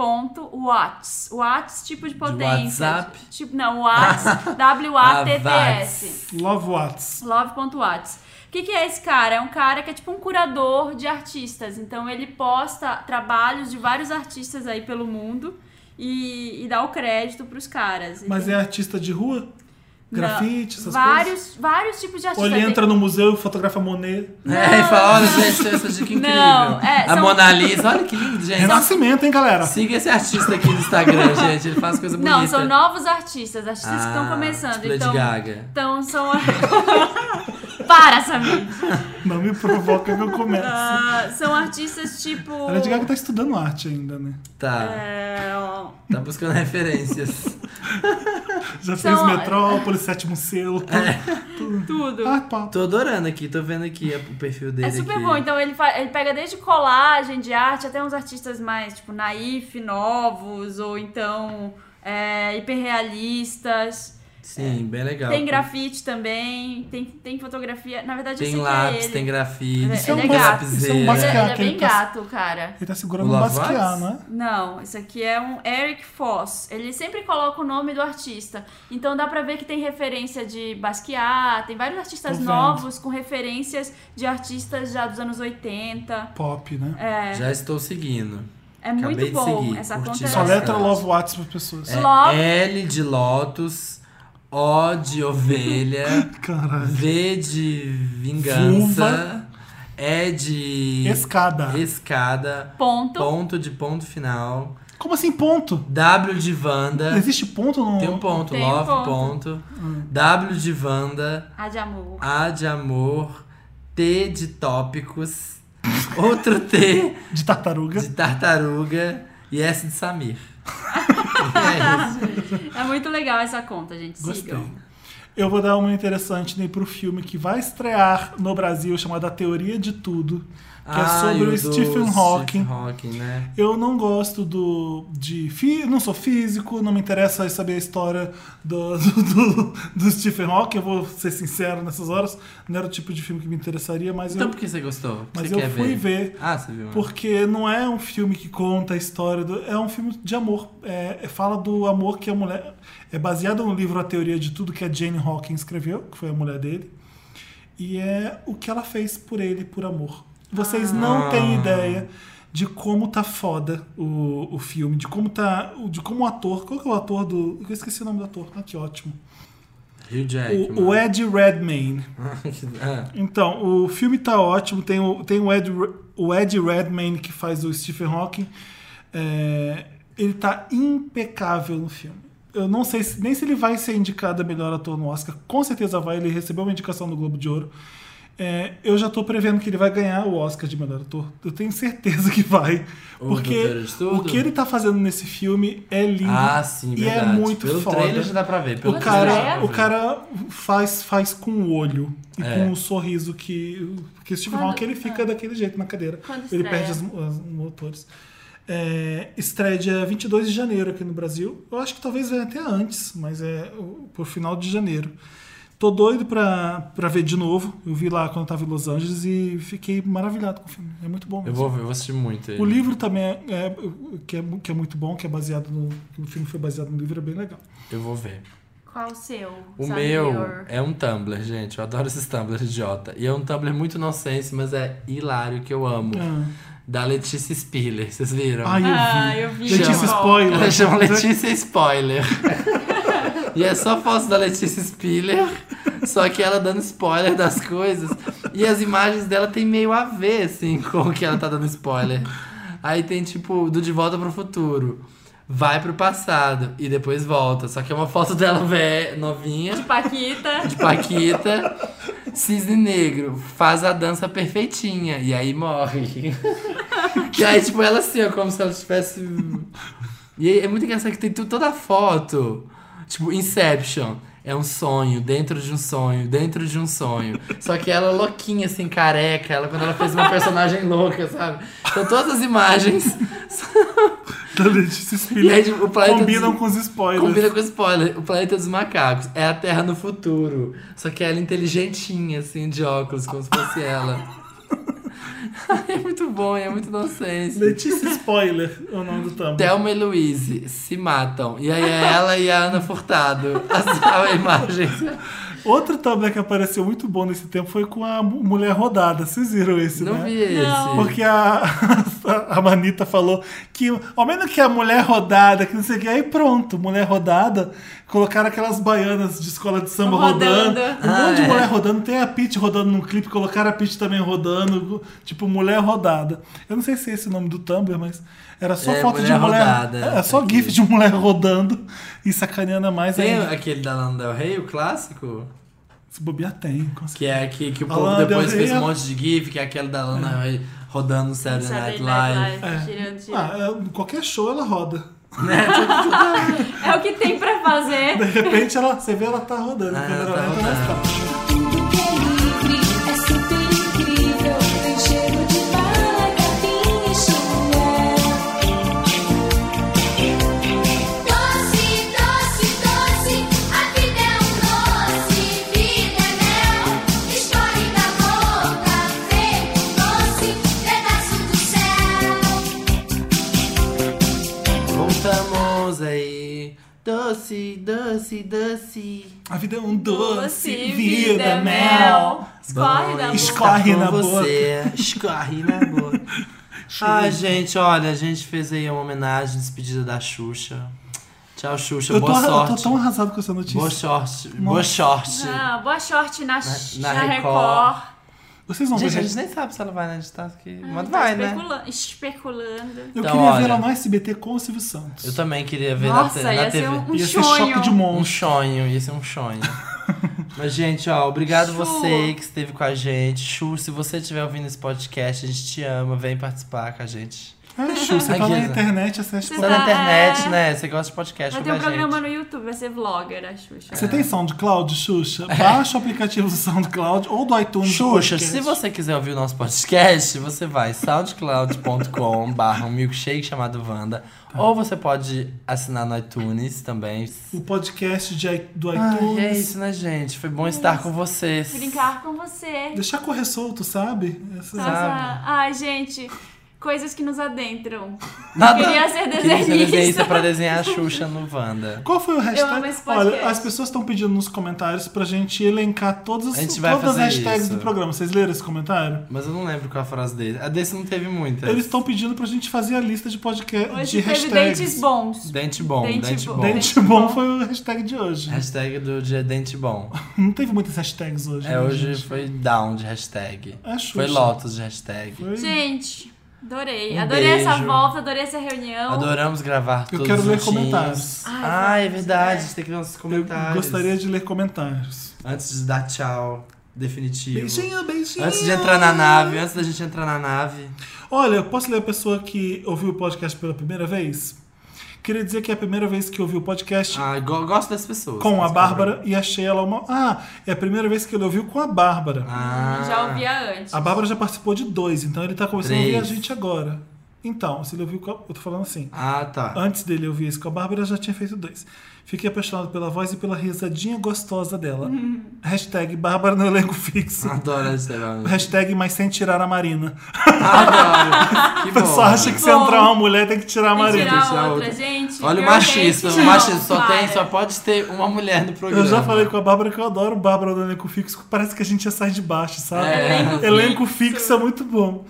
B: love.watts. Watts, tipo de potência.
A: WhatsApp?
B: Tipo, não, Watts,
C: Ah,
B: W-A-T-T-S.
C: Love Watts.
B: Love.watts. O que, que é esse cara? É um cara que é tipo um curador de artistas. Então ele posta trabalhos de vários artistas aí pelo mundo e, e dá o crédito pros caras.
C: Mas é artista de rua?
B: Não.
C: Grafite, essas coisas?
B: vários, vários tipos de
C: Ou
B: artistas.
C: ele
B: Tem-
C: entra no museu e fotografa Monet.
A: É, e fala, olha, gente, essa dica incrível.
B: Não, é,
A: a
B: são-
A: Mona Lisa, olha que lindo, gente.
C: Renascimento, É hein, galera?
A: Siga esse artista aqui no Instagram, gente. Ele faz coisa bonita.
B: Não, são novos artistas, artistas que estão
A: Ah,
B: começando.
A: tipo Lady
B: então,
A: Gaga.
B: então são. Para, Samir!
C: Não me provoca que eu começo.
B: Ah, são artistas tipo.
C: A Lady Gaga tá estudando arte ainda, né?
A: Tá,
B: É, ó,
A: tá buscando referências.
C: Já
B: São-
C: fez Metrópolis, Sétimo Selo.
B: tudo.
C: Ah, pá.
A: Tô adorando aqui, tô vendo aqui o perfil dele
B: É super
A: aqui.
B: bom, então ele, fa- ele pega desde colagem de arte até uns artistas mais, tipo, naif, novos, ou então é, hiperrealistas.
A: Sim, bem legal.
B: então- Tem grafite também, tem, tem fotografia. Na verdade, eu
A: Tem
B: sei
A: lápis,
B: que é
A: tem
B: ele.
A: grafite,
B: Isso é um
A: tem
B: gato,
C: isso é um
A: lapiseira.
B: Ele, é- ele é
C: Aquele
B: bem
C: que tá-
B: gato, cara.
C: Ele tá segurando
A: O
C: um
A: Love Watts?
C: basquear, né?
B: Não, isso aqui é um Eric Foss. Ele sempre coloca o nome do artista. Então dá pra ver que tem referência de Basquiat, tem vários artistas
C: Tô vendo.
B: novos com referências de artistas já dos anos 80.
C: Pop, né?
A: Já estou seguindo.
B: É
A: Acabei
B: muito
A: de
B: bom
A: seguir,
B: essa
A: curti
B: conta.
A: É.
C: Só
A: bastante.
C: letra Love Watts pras pessoas.
A: É
B: Love.
A: L de Lotus, O de ovelha,
C: Caralho.
A: V de vingança, E de
C: Escada.
A: escada,
B: Ponto.
A: ponto de ponto final,
C: Como assim, ponto?
A: W de Wanda.
C: Existe ponto no.
A: É. Tem um ponto,
B: Tem um
A: love,
B: ponto.
A: ponto.
C: Hum.
A: W de Wanda,
B: A de amor.
A: A de amor, T de tópicos, outro T
C: De tartaruga.
A: de tartaruga e S de Samir. é isso.
B: É muito legal essa conta, gente. Sigam.
C: Eu vou dar uma interessante né, pro filme que vai estrear no Brasil, chamada A Teoria de Tudo, que é
A: e
C: sobre o
A: do
C: Stephen Hawking.
A: Stephen Hawking, né?
C: Eu não gosto do de fi- não sou físico, não me interessa saber a história do, do, do Stephen Hawking. Eu vou ser sincero nessas horas, não era o tipo de filme que me interessaria, mas
A: Então
C: eu
A: por que você gostou? O que
C: Mas
A: você
C: eu
A: quer
C: fui
A: ver?
C: ver
A: Ah, você viu. né?
C: Porque não é um filme que conta a história do. É um filme de amor. É, fala do amor que a mulher. É baseado no livro A Teoria de Tudo que a Jane Hawking escreveu, que foi a mulher dele. E é o que ela fez por ele, por amor. Vocês não têm ideia de como tá foda o, o filme, de como tá. De como o ator. Qual que é o ator do. Eu esqueci o nome do ator. Ah, que ótimo.
A: Hugh Jackman.
C: O, o Ed Redmayne.
A: Ah,
C: Então, o filme tá ótimo. Tem o, tem o, Ed, Re- o Ed Redmayne que faz o Stephen Hawking. É, ele tá impecável no filme. Eu não sei se- nem se ele vai ser indicado a melhor ator no Oscar. Com certeza vai. Ele recebeu uma indicação no Globo de Ouro. É, eu já tô prevendo que ele vai ganhar o Oscar de melhor ator. Eu tenho certeza que vai.
A: O
C: Porque
A: Doutor de Tudo?
C: o que ele tá fazendo nesse filme é lindo.
A: ah, sim,
C: E é
A: verdade.
C: muito
A: Pelo
C: foda
A: trailer já dá pra ver.
C: o
A: pelo trailer já dá
C: cara,
A: pra
C: o
A: ver.
C: cara faz, faz com o olho e
A: É.
C: com o sorriso que, que o Stephen
B: Quando- tá?
C: Hawking ele fica daquele jeito na cadeira.
B: Quando
C: ele
B: estreia?
C: perde as- as- os motores. É, estreia dia 22 de janeiro aqui no Brasil. Eu acho que talvez venha até antes, mas é o- por final de janeiro. Tô doido pra, pra ver de novo. Eu vi lá quando eu tava em Los Angeles e fiquei maravilhado com o filme. É muito bom
A: Eu
C: mesmo.
A: vou ver, eu vou assistir muito ele.
C: O livro também é, é- que é, mu- que é muito bom, que é baseado no. que O filme foi baseado no livro, é bem legal.
A: Eu vou ver.
B: Qual o seu?
A: O
B: Samir?
A: meu é um Tumblr, gente. Eu adoro esses Tumblrs idiota. E é um Tumblr muito nonsense, mas é hilário que eu amo.
C: Ah.
A: Da Letícia Spiller, vocês viram?
C: Ai, eu vi.
B: Ah, eu vi.
C: Letícia
A: Chama.
C: Spoiler.
A: Ela chama Letícia é Spoiler. e é só foto da Letícia Spiller, só que ela dando spoiler das coisas. E as imagens dela tem meio a ver, assim, com o que ela tá dando spoiler. Aí tem, tipo, do De Volta pro Futuro. Vai pro passado e depois volta. Só que é uma foto dela vé- novinha
B: De Paquita.
A: de Paquita, cisne negro, faz a dança perfeitinha e aí morre. que aí, tipo, ela assim, ó, como se ela tivesse. E aí, é muito engraçado que tem tu- toda a foto. Tipo, Inception. É um sonho, dentro de um sonho, dentro de um sonho. Só que ela louquinha, assim, careca. Ela, quando ela fez uma personagem louca, sabe? Então todas as imagens
C: Então eles se espelham.
A: E aí, tipo, o planeta
C: combinam
A: dos-
C: com os spoilers.
A: Combina com spoiler. O planeta dos macacos é a Terra no futuro. Só que ela é inteligentinha, assim, de óculos, como se fosse ela. é muito bom, é muito inocência.
C: Letícia Spoiler é o nome do tambor.
A: Thelma e Louise se matam. E aí é ela e a Ana Furtado. Essa é a imagem.
C: Outro Tumblr que apareceu muito bom nesse tempo foi com a mu- mulher rodada. Vocês viram esse,
A: Não
C: né?
A: vi esse.
C: Porque a, a Manita falou que, ao menos que a mulher rodada, que não sei o que, aí pronto, mulher rodada, colocaram aquelas baianas de escola de samba rodando.
B: Rodando.
C: Um
A: Ah,
C: monte de
A: é.
C: mulher rodando, tem a Pete rodando num clipe, colocaram a Pete também rodando, tipo, mulher rodada. Eu não sei se é esse o nome do Tumblr, mas era só
A: É,
C: foto de
A: mulher
C: mulher.
A: rodada,
C: é, só
A: aqui.
C: GIF de mulher rodando e sacaneando mais
A: Tem
C: ainda.
A: aquele da Lana Del Rey, o clássico?
C: Se bobear tem, com certeza.
A: Que é que, que o
C: A
A: povo
C: Lana Del
A: depois
C: Rey
A: fez um
C: é-
A: monte de gif, que é aquele da Lana Del Rey rodando no Saturday Night
B: Saturday
A: Live.
B: Night né, Live, tirando, tirando.
C: Ah, é, qualquer show ela roda.
B: É o que tem pra
C: De
B: fazer.
C: repente ela, você vê ela tá rodando.
A: Ah,
C: quando ela né?
A: tá
C: leva, ela
A: rodando.
C: está.
E: Tudo que é livre é super incrível. Tem cheiro de bala, capim e chinelo.
D: Doce, doce, doce, a vida é um doce, vida é mel. Escolhe da boca, vem com doce, pedaço do céu.
A: Voltamos aí. Doce, doce, doce.
C: A vida é um doce,
B: Doce,
C: vida,
B: vida,
C: mel.
B: mel. Escorre da
A: Bom
B: boca.
C: Escorre
A: estar
C: na
A: com você. Escorre na boca. Ai, gente, olha, a gente fez aí uma homenagem, despedida da Xuxa. Tchau, Xuxa.
C: Eu tô,
A: boa
C: eu
A: sorte.
C: tô tão arrasado com essa notícia.
A: Boa sorte. Boa sorte.
B: Ah, boa sorte na,
A: na
B: na,
A: Record.
B: Record.
C: Vocês vão ver. né?
A: Gente, a gente nem sabe se ela vai na editar, porque...
B: Ah,
A: mas
B: tá
A: vai, né?
B: especula- Especulando.
C: Eu
A: Então,
C: queria ver
A: olha.
C: ela no SBT com o Silvio Santos.
A: Eu também queria ver na,
B: Nossa,
A: te- na
B: ia
A: TV.
B: ser um, um
C: Ia ser
B: sonho.
C: choque de
A: Um
C: monstro.
A: sonho, ia ser um sonho. Mas, gente, ó, obrigado
B: Chu.
A: você que esteve com a gente. Chu, se você estiver ouvindo esse podcast, a gente te ama. Vem participar com a gente.
C: Ah, Chu, você tá
A: Aqui,
C: na
A: né?
C: internet, acessa
A: Você tá
C: por...
A: na
B: tá-
A: internet, né? Você gosta de podcast
B: Vai
A: com
B: ter
A: a
B: um
A: gente.
B: programa no YouTube, vai ser vlogger, a Xuxa.
C: Você tem SoundCloud, Xuxa? Baixa o aplicativo do SoundCloud ou do iTunes. do
A: É. Xuxa,
C: podcast.
A: se você quiser ouvir o nosso podcast, você vai soundcloud.com barra um milkshake chamado Wanda.
B: Tá.
A: Ou você pode assinar no iTunes também.
C: O podcast de i- do
A: Ai, é
C: iTunes.
A: isso, né, gente? Foi bom estar com vocês.
B: Brincar com você.
C: Deixar correr solto, sabe? Essa-
B: Nossa, Ai, gente, coisas que nos adentram.
A: Nada.
B: Queria ser
A: Queria ser desenhista
B: desenhista.
A: pra desenhar a Xuxa no Wanda.
C: Qual foi o hashtag?
B: amo esse podcast.
C: Olha, as pessoas estão pedindo nos comentários pra gente elencar todas, as-
A: A gente vai
C: todas as
A: fazer
C: hashtags
A: isso.
C: do programa. Vocês leram esse comentário?
A: Mas eu não lembro qual a frase dele. A desse não teve muita.
C: Eles estão pedindo pra gente fazer a lista de podcast de
B: Hoje teve
C: hashtags.
B: dentes bons.
A: Dente bom, dente,
B: Dente
A: bom.
B: bom.
C: Dente bom foi o hashtag de hoje.
A: Hashtag do dia dente bom.
C: Não teve muitas hashtags hoje.
A: É,
C: né,
A: hoje
C: gente?
A: foi down de hashtag.
C: É Xuxa.
A: Foi Lotus de hashtag.
C: Foi-
B: Gente, adorei.
A: Um
B: adorei essa
A: beijo.
B: volta, adorei essa reunião.
A: Adoramos gravar
C: Eu
A: todos
C: quero ler
A: juntinhos.
C: comentários.
A: Ah, é verdade. A
B: é.
A: gente tem que ler nossos
C: Eu
A: comentários.
C: gostaria de ler comentários.
A: Antes de dar tchau definitivo.
C: Beijinho, beijinho.
A: Antes de entrar na nave, antes da gente entrar na nave.
C: Olha, eu posso ler a pessoa que ouviu o podcast pela primeira vez? Queria dizer que é a primeira vez que eu ouvi o podcast
A: Ah, go- gosto das pessoas.
C: com a
A: Mas-
C: Bárbara e achei ela uma. Ah, é a primeira vez que ele ouviu com a Bárbara.
A: Ah,
B: Já ouvia antes.
C: A Bárbara já participou de dois, então ele tá começando a ouvir a
A: Três.
C: gente agora. Então, se ele ouviu com a... Eu tô falando assim.
A: Ah, tá.
C: Antes dele ouvir esse com a Bárbara, eu já tinha feito dois. Fiquei apaixonado pela voz e pela risadinha gostosa dela.
B: Uhum.
C: Hashtag Bárbara no elenco fixo.
A: Adoro a Instagram.
C: Hashtag mas sem tirar a Marina.
A: Adoro. Que
C: O pessoal acha que se
B: Bom.
C: entrar uma mulher tem que tirar a
B: Tem que
C: Marina.
B: tirar
A: Tirar
B: outra,
A: outra.
B: gente.
A: Olha o
B: Girl
A: machista.
B: hate,
A: O
B: não,
A: machista só
B: para.
A: tem, só pode ter uma mulher no programa.
C: Eu já falei com a Bárbara que eu adoro Bárbara do elenco fixo, que parece que a gente já sai de baixo, sabe?
A: É.
B: Elenco
C: fixo.
B: fixo.
C: é muito bom.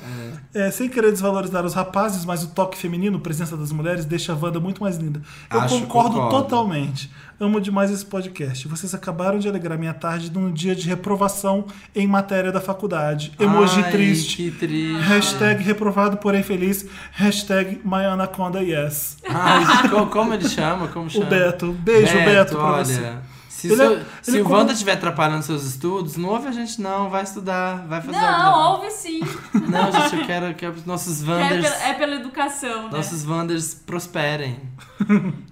C: É, sem querer desvalorizar os rapazes, mas o toque feminino, presença das mulheres, deixa a Wanda muito mais linda. Eu
A: Acho,
C: concordo,
A: concordo.
C: totalmente. Amo demais esse podcast. Vocês acabaram de alegrar minha tarde num dia de reprovação em matéria da faculdade. Emoji
A: Ai,
C: triste.
A: Que triste.
C: Hashtag reprovado, porém feliz. Hashtag my anaconda yes.
A: Ai, co- como ele chama? Como chama?
C: O Beto. Beijo, Beto, pra
A: olha.
C: você.
A: Se,
C: Ele
A: seu-
C: é-
A: se
C: ele
A: o
C: como-
A: Wanda estiver atrapalhando seus estudos, não ouve a gente não, vai estudar, vai fazer
B: Não,
A: alguma
B: ouve sim.
A: coisa. Não, gente, eu quero que os nossos
B: É
A: Wanders,
B: pela, é pela educação, né?
A: nossos Wanders prosperem.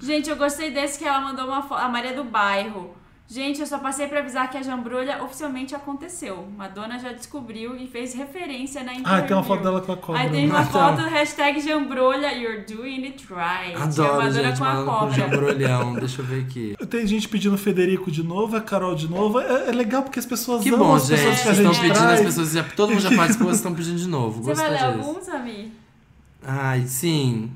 B: Gente, eu gostei desse que ela mandou uma foto. A Maria do Bairro Gente, eu só passei pra avisar que a jambrulha oficialmente aconteceu. Madonna já descobriu e fez referência na internet.
C: Ah, tem uma foto dela com a cobra.
B: Aí tem uma
C: Ah, tá.
B: foto, hashtag jambrolha, you're doing it right.
A: Adoro,
B: Madonna
A: gente,
B: com a
A: Madonna com
B: cobra.
A: jambrolhão. Deixa eu ver aqui.
C: Tem gente pedindo Federico de novo, a Carol de novo. É, é legal porque as pessoas
A: Que
C: amam
A: bom,
C: as
A: gente.
C: pessoas que a
A: Vocês
C: gente
A: estão pedindo,
C: traz.
A: as pessoas já. Todo mundo já participou, vocês estão pedindo de novo.
B: Você
A: Gostei
B: vai ler
A: disso.
B: alguns, Ami?
A: Ai, sim.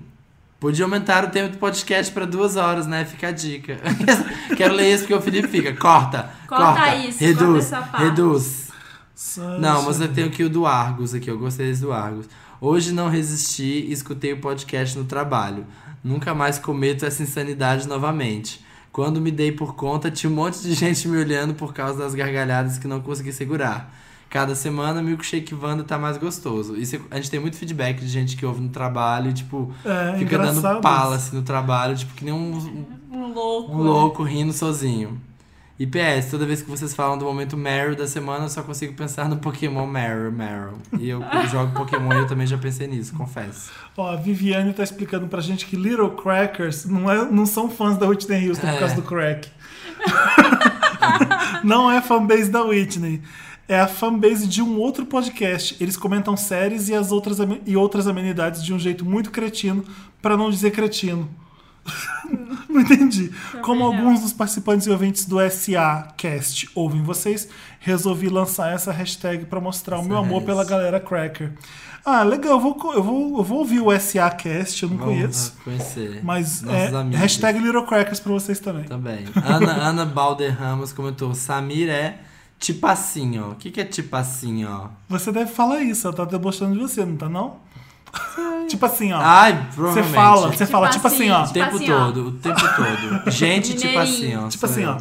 A: Podia aumentar o tempo do podcast pra duas horas, né? Fica a dica. Quero ler isso porque o Felipe fica. Corta.
B: Corta
A: Corta,
B: isso, corta
A: Reduz.
B: essa parte.
A: reduz.
C: Sabe,
A: Não, mas é eu tenho aqui o do Argos aqui, eu gostei desse do Argos. Hoje não resisti e escutei o podcast no trabalho. Nunca mais cometo essa insanidade novamente. Quando me dei por conta, tinha um monte de gente me olhando por causa das gargalhadas que não consegui segurar. Cada semana, milkshake Wanda tá mais gostoso. Isso, a gente tem muito feedback de gente que ouve no trabalho e, tipo,
C: É,
A: fica
C: engraçado
A: dando
C: isso.
A: pala assim, no trabalho, tipo, que nem um,
B: Um louco.
A: um louco rindo sozinho. E PS, toda vez que vocês falam do momento Meryl da semana, eu só consigo pensar no Pokémon Meryl, Meryl. E eu jogo Pokémon e eu também já pensei nisso, confesso.
C: Ó, a Viviane tá explicando pra gente que Little Crackers não, é, não são fãs da Whitney Houston por
A: É.
C: causa do crack. não é fanbase da Whitney. É a fanbase de um outro podcast. Eles comentam séries e, as outras, amen- e outras amenidades de um jeito muito cretino, pra não dizer cretino. não entendi. Como
B: não.
C: alguns dos participantes e ouvintes do SA Cast ouvem vocês, resolvi lançar essa hashtag pra mostrar o meu amor
A: hashtag.
C: pela galera cracker. Ah, legal, eu vou, co- eu vou, eu vou ouvir o SA Cast, eu não
A: Vamos
C: conheço.
A: Conhecer.
C: Mas
A: nossos
C: é,
A: amigos.
C: hashtag Little Crackers pra vocês também.
A: Também. Ana, Ana Balder Ramos comentou: Samir é tipacinho. O que, que é tipacinho?
C: Você deve falar isso, ela tá debochando de você, não tá não? tipo assim, ó.
A: Ai,
C: você
A: Ah, provavelmente.
C: fala, você fala,
B: Tipo
C: tipo assim,
B: assim,
C: ó.
A: O
B: tipo
A: tempo
B: assim, ó.
A: todo, o tempo todo. Gente, tipo assim, ó.
C: Tipo
A: sou
C: assim,
A: eu.
C: ó.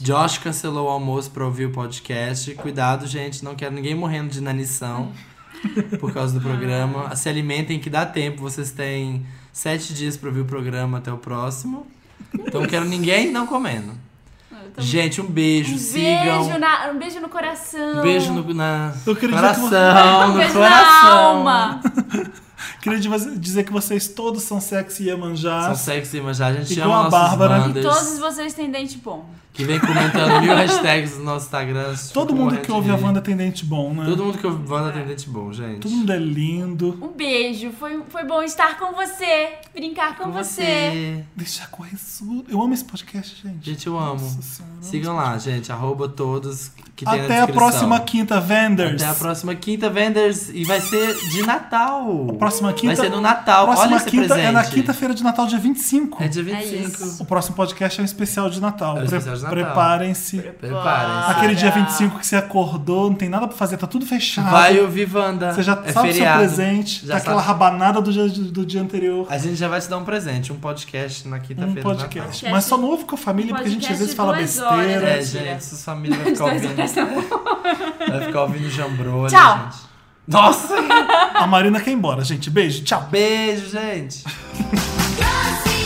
A: Josh cancelou o almoço pra ouvir o podcast. Cuidado, gente, não quero ninguém morrendo de inanição por causa do programa. Se alimentem que dá tempo. Vocês têm sete dias pra ouvir o programa até o próximo. Então não quero ninguém não comendo.
B: Eu tô-
A: Gente, um beijo,
B: Um
A: sigam.
B: beijo, na, um beijo no coração.
A: Um beijo no, na
C: Eu queria dizer que
A: coração,
C: uma-
B: Um
A: no
B: beijo
A: coração. Um
B: na alma.
C: Queria div- dizer que vocês todos são sexy e
A: São
C: manjar.
A: sexy, mas já a gente
C: Igual
A: ama
C: a
A: nossos
C: Bárbara. né?
B: E
A: Wanders,
B: todos vocês têm dente bom.
A: que vem comentando mil hashtags no nosso Instagram.
C: Todo
A: Fico
C: mundo
A: morrendo
C: que
A: de
C: ouve a
A: rir.
C: Wanda tem dente bom, né?
A: Todo mundo que ouve Wanda tem dente bom, gente.
C: Todo mundo é lindo.
B: Um beijo. Foi, foi bom estar com você. Brincar com, você.
C: Deixar correr tudo. Eu amo esse podcast, gente.
A: Gente, eu amo.
C: Nossa Senhora.
A: Sigam lá, gente. Arroba todos que tem
C: Até
A: na
C: a
A: descrição.
C: próxima quinta, Vendors.
A: Até a próxima quinta, Vendors. E vai ser de Natal.
C: Próxima quinta.
A: Vai ser no Natal.
C: Próxima
A: tá- Olha esse
C: quinta
A: presente.
C: é na quinta-feira de Natal, dia 25.
A: É dia
B: É
A: 25.
B: isso.
C: O próximo podcast é um especial de Natal.
A: É um especial de Natal.
C: Preparem-se.
A: Preparem-se.
C: Aquele dia 25 que você acordou, não tem nada pra fazer, tá tudo fechado.
A: Vai ouvir Wanda.
C: Você já
A: é
C: sabe o seu
A: feriado.
C: presente,
A: Já
C: tá aquela
A: sabe.
C: rabanada do dia, do dia anterior.
A: A gente já vai te dar um presente. Um podcast na
C: Um
A: quinta-feira. do Natal.
C: podcast.
B: Natal.
C: Mas só não ouve com a família,
B: Um
C: porque a gente às vezes
B: podcast de
C: fala
B: duas
C: besteira.
B: horas.
A: É, gente. Sua família vai ficar
B: Dois
A: ouvindo.
B: horas tá bom.
A: Vai ficar ouvindo jambrolha,
B: Tchau.
A: gente. Nossa!
C: A Marina quer ir embora, gente. Beijo, tchau.
A: Beijo, gente.
D: Doce é um